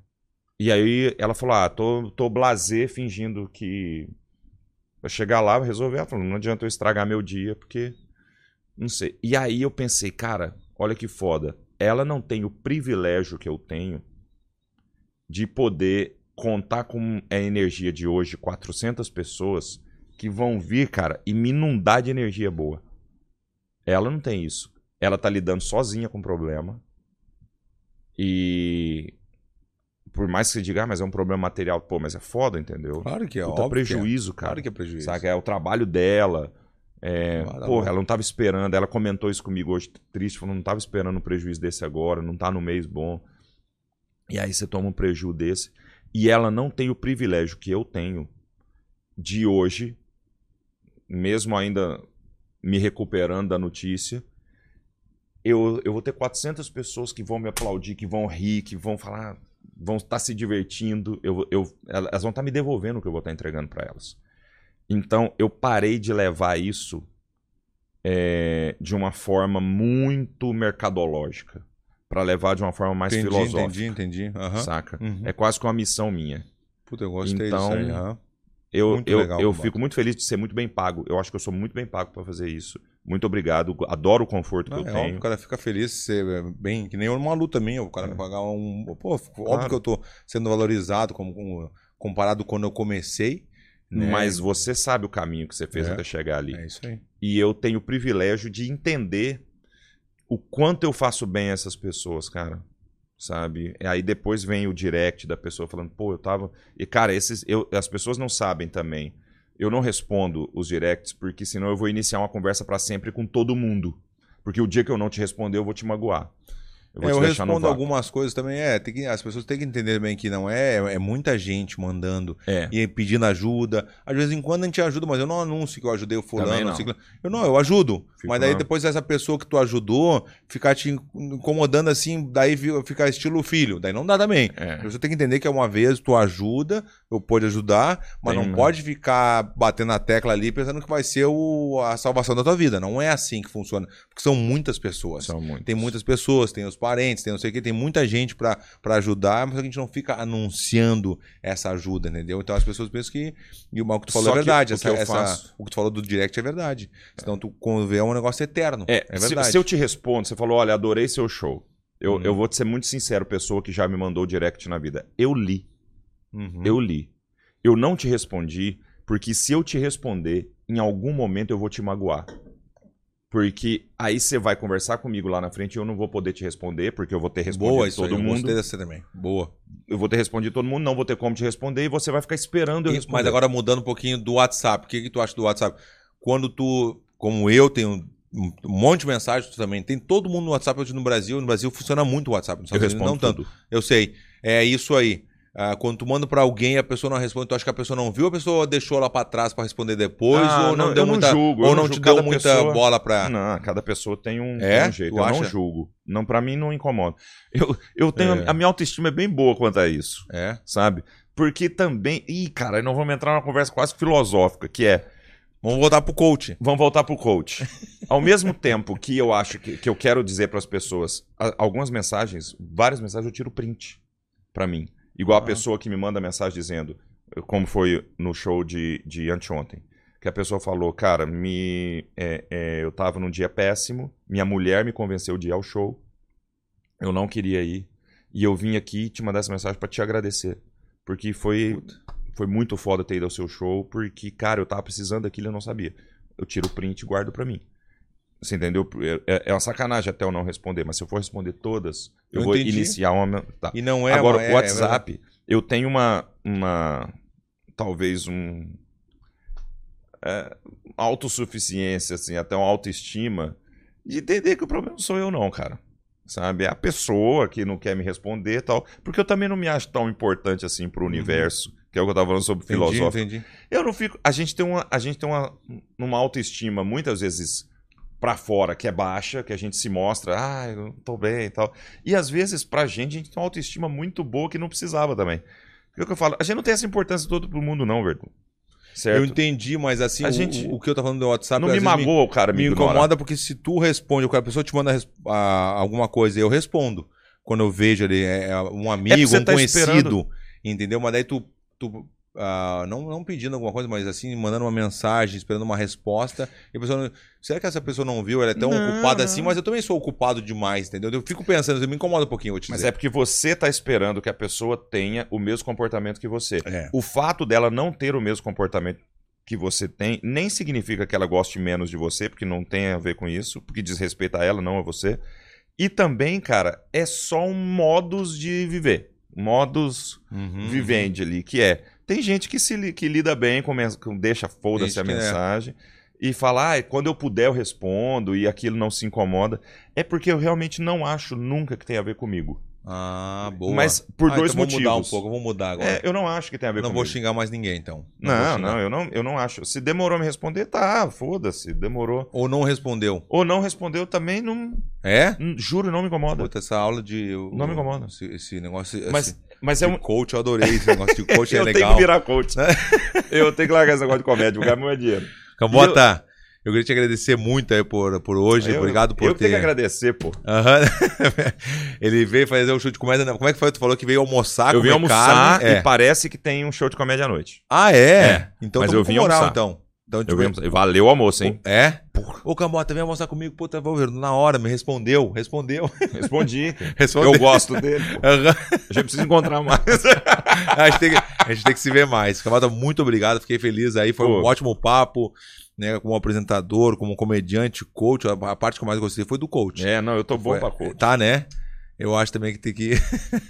B: E aí ela falou: ah, tô, tô blazer fingindo que. Pra chegar lá, eu resolver. Ela falou: não adianta eu estragar meu dia, porque. Não sei. E aí eu pensei, cara, olha que foda. Ela não tem o privilégio que eu tenho de poder contar com a energia de hoje, 400 pessoas que vão vir, cara, e me inundar de energia boa. Ela não tem isso. Ela tá lidando sozinha com o problema. E por mais que você diga, ah, mas é um problema material, pô, mas é foda, entendeu?
A: Claro que é,
B: Puta
A: óbvio. que
B: prejuízo,
A: é. Claro
B: cara.
A: que é prejuízo.
B: Saca? É o trabalho dela. É,
A: Ah, tá bom.
B: porra, ela não tava esperando. Ela comentou isso comigo hoje, triste, falou, não tava esperando um prejuízo desse agora, não tá no mês bom. E aí você toma um prejuízo desse. E ela não tem o privilégio que eu tenho de hoje, mesmo ainda me recuperando da notícia, eu, eu vou ter 400 pessoas que vão me aplaudir, que vão rir, que vão falar, vão estar se divertindo, eu, vou- eu, elas vão estar me devolvendo o que eu vou estar entregando para elas. Então, eu parei de levar isso é, de uma forma muito mercadológica, para levar de uma forma mais
A: entendi,
B: filosófica,
A: entendi, entendi, aham.
B: saca?
A: Uhum.
B: É quase que uma missão minha.
A: Puta, eu gostei
B: Então,
A: disso aí. aham.
B: Eu,
A: Muito
B: eu,
A: legal,
B: eu
A: Bob.
B: fico muito feliz de ser muito bem pago. Eu acho que eu sou muito bem pago para fazer isso. Muito obrigado. Adoro o conforto que
A: Não,
B: eu
A: é óbvio,
B: tenho.
A: o cara fica feliz, ser é, bem, que nem uma luta minha, o cara
B: É.
A: me pagar um. Pô,
B: Claro.
A: óbvio que eu tô sendo valorizado como, como- comparado quando eu comecei. né?
B: Mas você sabe o caminho que você fez
A: É.
B: até chegar ali.
A: É isso aí.
B: E eu tenho o privilégio de entender o quanto eu faço bem a essas pessoas, cara. Sabe? E Aí depois vem o direct da pessoa falando, pô, eu tava. E, cara, esses. eu- as pessoas não sabem também. Eu não respondo os directs, porque senão eu vou iniciar uma conversa pra sempre com todo mundo. Porque o dia que eu não te responder, eu vou te magoar. Eu vou
A: É,
B: te
A: eu
B: deixar no
A: respondo
B: vácuo.
A: algumas coisas também. É, tem que- as pessoas têm que entender bem que não é, é muita gente mandando
B: É.
A: e pedindo ajuda. Às vezes em quando a gente ajuda, mas eu não anuncio que eu ajudei o
B: Também
A: fulano,
B: não.
A: o ciclano. Eu não, eu ajudo.
B: Fico
A: mas daí
B: na-
A: depois essa pessoa que tu ajudou ficar te incomodando assim, daí vi- fica estilo filho. Daí não dá também.
B: É.
A: Você tem que entender que é uma vez tu ajuda, eu pode ajudar, mas
B: Tem
A: não
B: uma-
A: pode ficar batendo a tecla ali pensando que vai ser o- a salvação da tua vida. Não é assim que funciona. Porque são muitas pessoas.
B: São muitos.
A: Tem muitas pessoas, tem os parentes, tem não sei o que, tem muita gente pra pra ajudar, mas a gente não fica anunciando essa ajuda, entendeu? Então as pessoas pensam que. E o mal que tu falou
B: Só
A: é
B: que
A: verdade.
B: o
A: essa-
B: que eu
A: essa-
B: faço-
A: o que tu falou do direct é verdade. Senão tu convê é um negócio eterno.
B: É, se-
A: verdade. Uhum.
B: Se, eu te respondo, você falou, olha, adorei seu show. Eu, eu vou te ser muito sincero, pessoa que já me mandou direct na vida. Eu li,
A: Uhum.
B: eu li. Eu não te respondi, porque se eu te responder, em algum momento eu vou te magoar. Porque aí você vai conversar comigo lá na frente e eu não vou poder te responder, porque eu vou ter respondido
A: Boa isso
B: todo
A: aí, Eu
B: mundo.
A: gostei dessa também. Boa.
B: Eu vou ter respondido todo mundo, não vou ter como te responder e você vai ficar esperando eu
A: E-
B: responder.
A: mas agora mudando um pouquinho do WhatsApp, o que, que tu acha do WhatsApp? Quando tu, como eu, tenho um monte de mensagem, tu também tem todo mundo no WhatsApp hoje no Brasil. No Brasil funciona muito o WhatsApp, nos
B: eu
A: Estados Unidos
B: respondo
A: não tanto.
B: tudo.
A: Eu sei. É isso aí. Ah, quando tu manda pra alguém e a pessoa não responde, tu acha que a pessoa não viu, a pessoa deixou ela pra trás pra responder depois,
B: Ah,
A: ou não,
B: não,
A: deu
B: eu não
A: muita,
B: julgo, eu
A: ou
B: não
A: não
B: julgo
A: te deu
B: cada
A: muita
B: pessoa. Hum.
A: bola pra.
B: Não, cada pessoa tem um,
A: Ah. É?
B: tem um jeito.
A: Tu
B: Eu não
A: acha?
B: julgo. Não, para mim não incomoda. Eu, eu tenho
A: É.
B: a minha autoestima é bem boa quanto a isso,
A: É.
B: sabe? Porque também, ih, cara, aí nós vamos entrar numa conversa quase filosófica, que é,
A: Vamos voltar pro coach.
B: vamos voltar pro coach. Ao mesmo tempo que eu acho que, que eu quero dizer pras pessoas, a- algumas mensagens, várias mensagens eu tiro print pra mim. Igual a
A: Ah.
B: pessoa que me manda mensagem dizendo, como foi no show de, de anteontem, que a pessoa falou, cara, me, é, é, eu tava num dia péssimo, minha mulher me convenceu de ir ao show, eu não queria ir, e eu vim aqui te mandar essa mensagem pra te agradecer. Porque foi, foi muito foda ter ido ao seu show, porque, cara, eu tava precisando daquilo e eu não sabia. Eu tiro o print e guardo pra mim. Você entendeu? É, é uma sacanagem até eu não responder, mas se eu for responder todas, eu,
A: Eu
B: vou
A: entendi.
B: iniciar uma. Tá.
A: E não é
B: Agora,
A: é-
B: o WhatsApp, eu tenho uma, uma. Talvez um. é, autossuficiência, assim, até uma autoestima, de entender que o problema não sou eu, não, cara. Sabe? É a pessoa que não quer me responder e tal. Porque eu também não me acho tão importante assim pro universo, que é o que eu tava falando sobre
A: é, Uhum. entendi,
B: filosofia.
A: entendi.
B: Eu não fico. A gente tem uma, a gente tem uma, uma autoestima muitas vezes pra fora que é baixa, que a gente se mostra, ah, eu tô bem e tal. E às vezes pra gente a gente tem uma autoestima muito boa que não precisava também. É o que eu falo, a gente não tem essa importância toda pro mundo não, Verdun.
A: Eu
B: certo?
A: entendi, mas assim,
B: A
A: o,
B: gente-
A: o que eu tava falando do WhatsApp.
B: não
A: às
B: me
A: vezes
B: magoa o cara me,
A: Me
B: ignorar.
A: incomoda porque se tu responde, a pessoa te manda res- a- alguma coisa e eu respondo. Quando eu vejo ali, é, é um amigo,
B: você
A: um
B: tá
A: conhecido,
B: esperando.
A: entendeu? Mas daí tu, tu, ah, não, não pedindo alguma coisa, mas assim, mandando uma mensagem, esperando uma resposta. E a pessoa, não- será que essa pessoa não viu? Ela é tão
B: Não,
A: ocupada
B: não.
A: assim, mas eu também sou ocupado demais, entendeu? Eu fico pensando, isso me incomoda um pouquinho, eu vou te
B: Mas
A: dizer.
B: é porque você tá esperando que a pessoa tenha o mesmo comportamento que você.
A: É.
B: O fato dela não ter o mesmo comportamento que você tem nem significa que ela goste menos de você, porque não tem a ver com isso, porque diz respeito a ela, não a você. E também, cara, é só um modus de viver. Modus
A: Uhum.
B: vivendi ali, que é. Tem gente que se li- que lida bem com, mens- com deixa foda-se
A: Gente
B: a
A: que é.
B: mensagem. E fala, ah, quando eu puder eu respondo e aquilo não se incomoda. É porque eu realmente não acho nunca que tem a ver comigo.
A: Ah, boa.
B: Mas por
A: Ah,
B: dois
A: então
B: motivos.
A: Vou mudar um pouco, eu vou mudar agora.
B: É, eu não acho que tem a ver
A: não
B: comigo.
A: vou xingar mais ninguém, então. vou
B: Não,
A: xingar.
B: não, eu não, eu não acho. Se demorou a me responder, tá, foda-se, demorou.
A: Ou não respondeu.
B: Ou não respondeu também, não,
A: É?
B: n- juro, não me incomoda.
A: Puta, essa aula de. eu-
B: Não me incomoda.
A: Esse, esse negócio.
B: Mas,
A: esse-
B: mas
A: de
B: é um.
A: coach, eu adorei esse negócio de coach, assim, é
B: eu tenho
A: legal. É.
B: que virar coach. eu tenho que largar esse negócio de comédia, vou ganhar meu dinheiro.
A: Cambota, tá. eu... queria te agradecer muito aí por, por hoje.
B: Ah, Eu-
A: Obrigado por
B: Eu que tenho que
A: ter.
B: agradecer, pô.
A: Aham. Ele veio fazer o chute de comédia. Como é que foi? Tu falou que veio almoçar,
B: eu vim
A: Tá comer
B: almoçar
A: carne.
B: e
A: É.
B: parece que tem um show de comédia à noite.
A: Ah, é?
B: É,
A: Então
B: mas
A: tamo
B: eu
A: com
B: vim
A: moral,
B: almoçar.
A: então. Então,
B: Eu vim almoçar. E Valeu o almoço, hein?
A: É? Ô, Cambota, vem almoçar comigo. Puta, vou ver. Na hora, me respondeu. Respondeu.
B: Respondi. cara.
A: Respondeu.
B: Eu gosto dele. pô.
A: Aham.
B: A gente precisa encontrar mais.
A: a, gente tem que, a gente tem que se ver mais. Camada, muito obrigado, fiquei feliz aí. Foi um
B: Pô.
A: ótimo papo, né? Como apresentador, como comediante, coach. A, a parte que eu mais gostei foi do coach.
B: É, não, eu tô bom
A: Foi-
B: pra coach.
A: Tá, né? Eu acho também que tem que.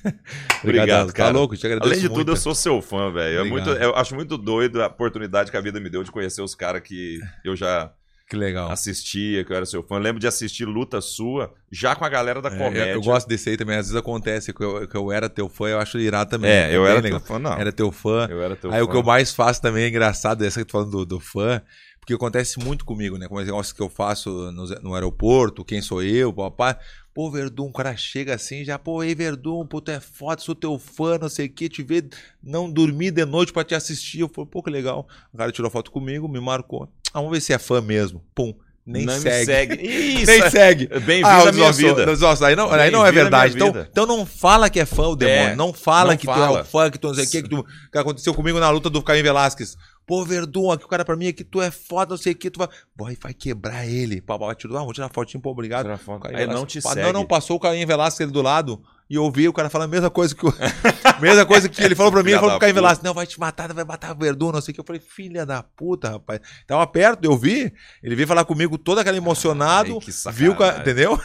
B: Obrigado,
A: Tá
B: cara.
A: louco? Te agradeço
B: Além de
A: muito.
B: tudo, eu sou seu fã, velho. É
A: Obrigado.
B: muito- Eu acho muito doido a oportunidade que a vida me deu de conhecer os caras que eu já
A: Que legal.
B: assistia, que eu era seu fã. Eu lembro de assistir luta sua, já com a galera da
A: É,
B: comédia.
A: eu, eu gosto desse aí também. Às vezes acontece que eu, que eu era teu fã, eu acho irado também.
B: É, eu
A: Bem
B: era
A: legal.
B: teu fã, não.
A: Era teu fã.
B: Eu era teu
A: Aí
B: fã.
A: o que eu mais faço também é engraçado, essa que tu falando do, do fã, porque acontece muito comigo, né? Com os negócios que eu faço no, no aeroporto, quem sou eu, papá. Pô, Verdun, o cara chega assim já, pô, ei, Verdun, pô, tu é foda, sou teu fã, não sei o que, te ver, não dormi de noite pra te assistir. Eu falei, pô, que legal. O cara tirou foto comigo, me marcou. Ah, vamos ver se é fã mesmo. Pum, nem
B: Não me
A: segue.
B: Isso. é
A: Nem segue.
B: Bem-vindo
A: Ah,
B: à minha
A: nossa,
B: vida.
A: nossa, nossa, aí não, aí não
B: Bem-vindo à
A: é verdade.
B: minha
A: Então,
B: vida.
A: então não fala que é fã o demônio.
B: É,
A: não fala
B: não
A: que tu é
B: fala.
A: um fã, que tu não sei o quê, que, tu- que, aconteceu comigo na luta do Caim Velasquez. Pô, Verdun, aqui o cara pra mim é que tu é foda, não sei o que, tu vai. Vai, vai quebrar ele. Papai, tirou, ah, vou tirar fotinho, pô, obrigado.
B: Tira
A: O
B: foto.
A: Caim
B: Aí não
A: Velasquez,
B: te
A: pá,
B: segue.
A: Não, não, passou o Caim Velasquez ali do lado e eu ouvi o cara falar a mesma coisa que o, mesma coisa que ele falou pra mim, ele
B: Filha
A: falou
B: da
A: pro Caim
B: puta.
A: Velasquez, não, vai te matar, vai matar o Verdun, não sei o que. Eu falei, filha da puta, rapaz. Tava perto, eu vi, ele veio falar comigo todo aquele emocionado,
B: Ai, que sacanagem.
A: viu, o cara- entendeu?
B: Pô.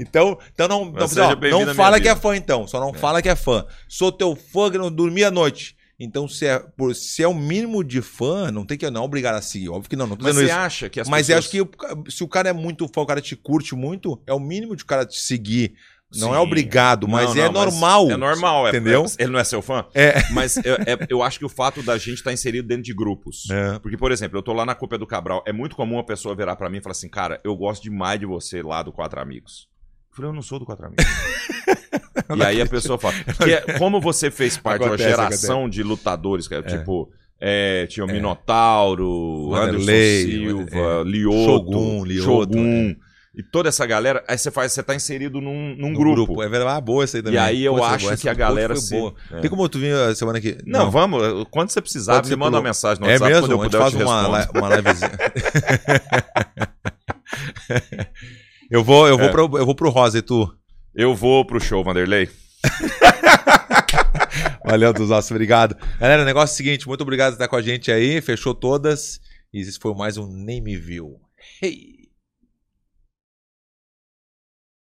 A: Então, então não,
B: Mas
A: não,
B: seja
A: ó,
B: bem-vindo à
A: não
B: minha
A: fala que é
B: vida.
A: fã, então. Só não fala que é fã. Sou teu fã que não dormi a noite. Então, se é, por- se é o mínimo de fã, não tem que não é obrigado a seguir. Óbvio que não, não tô
B: Mas
A: dizendo
B: você
A: isso.
B: acha que as
A: Mas eu
B: pessoas...
A: acho que o- se o cara é muito fã, o cara te curte muito, é o mínimo de o cara te seguir. Não
B: Sim.
A: é obrigado, mas
B: Não,
A: é
B: não,
A: normal.
B: É normal, é,
A: Entendeu?
B: é- ele não é seu fã?
A: É.
B: Mas eu, é- eu acho que o fato da gente estar inserido dentro de grupos.
A: É.
B: Porque, por exemplo, eu tô lá na Copa do Cabral, é muito comum a pessoa virar pra mim e falar assim, cara, eu gosto demais de você lá do Quatro Amigos. Eu falei, eu não sou do Quatro Amigos. e aí a pessoa fala, que é- como você fez parte
A: Acontece,
B: de uma geração de lutadores, cara,
A: É.
B: tipo, é, tinha o Minotauro,
A: Vanderlei,
B: Anderson Silva, Lioto,
A: é. Shogun, Lioto, né?
B: Shogun, e toda essa galera, aí você faz, você tá inserido num, num
A: No
B: grupo.
A: É verdade, ah, boa essa aí também.
B: E aí eu
A: Pô, essa-
B: acho
A: essa
B: que a
A: do coach
B: galera
A: foi
B: se-
A: boa.
B: é.
A: Tem como tu vir a semana que.
B: Não, vamos, quando você precisar,
A: Pode
B: me
A: ser
B: manda
A: pelo-
B: uma mensagem no
A: É
B: WhatsApp,
A: mesmo?
B: quando eu
A: a gente
B: puder eu
A: faz
B: te
A: uma,
B: respondo.
A: li- uma livezinha. eu, vou, eu, vou
B: É.
A: pro, eu vou pro Rosa e tu.
B: Eu vou pro show, Vanderlei.
A: Valeu, dos nossos, obrigado. Galera, o negócio é o seguinte: muito obrigado por estar com a gente aí. Fechou todas. E esse foi mais um Nem Me Viu. Hey!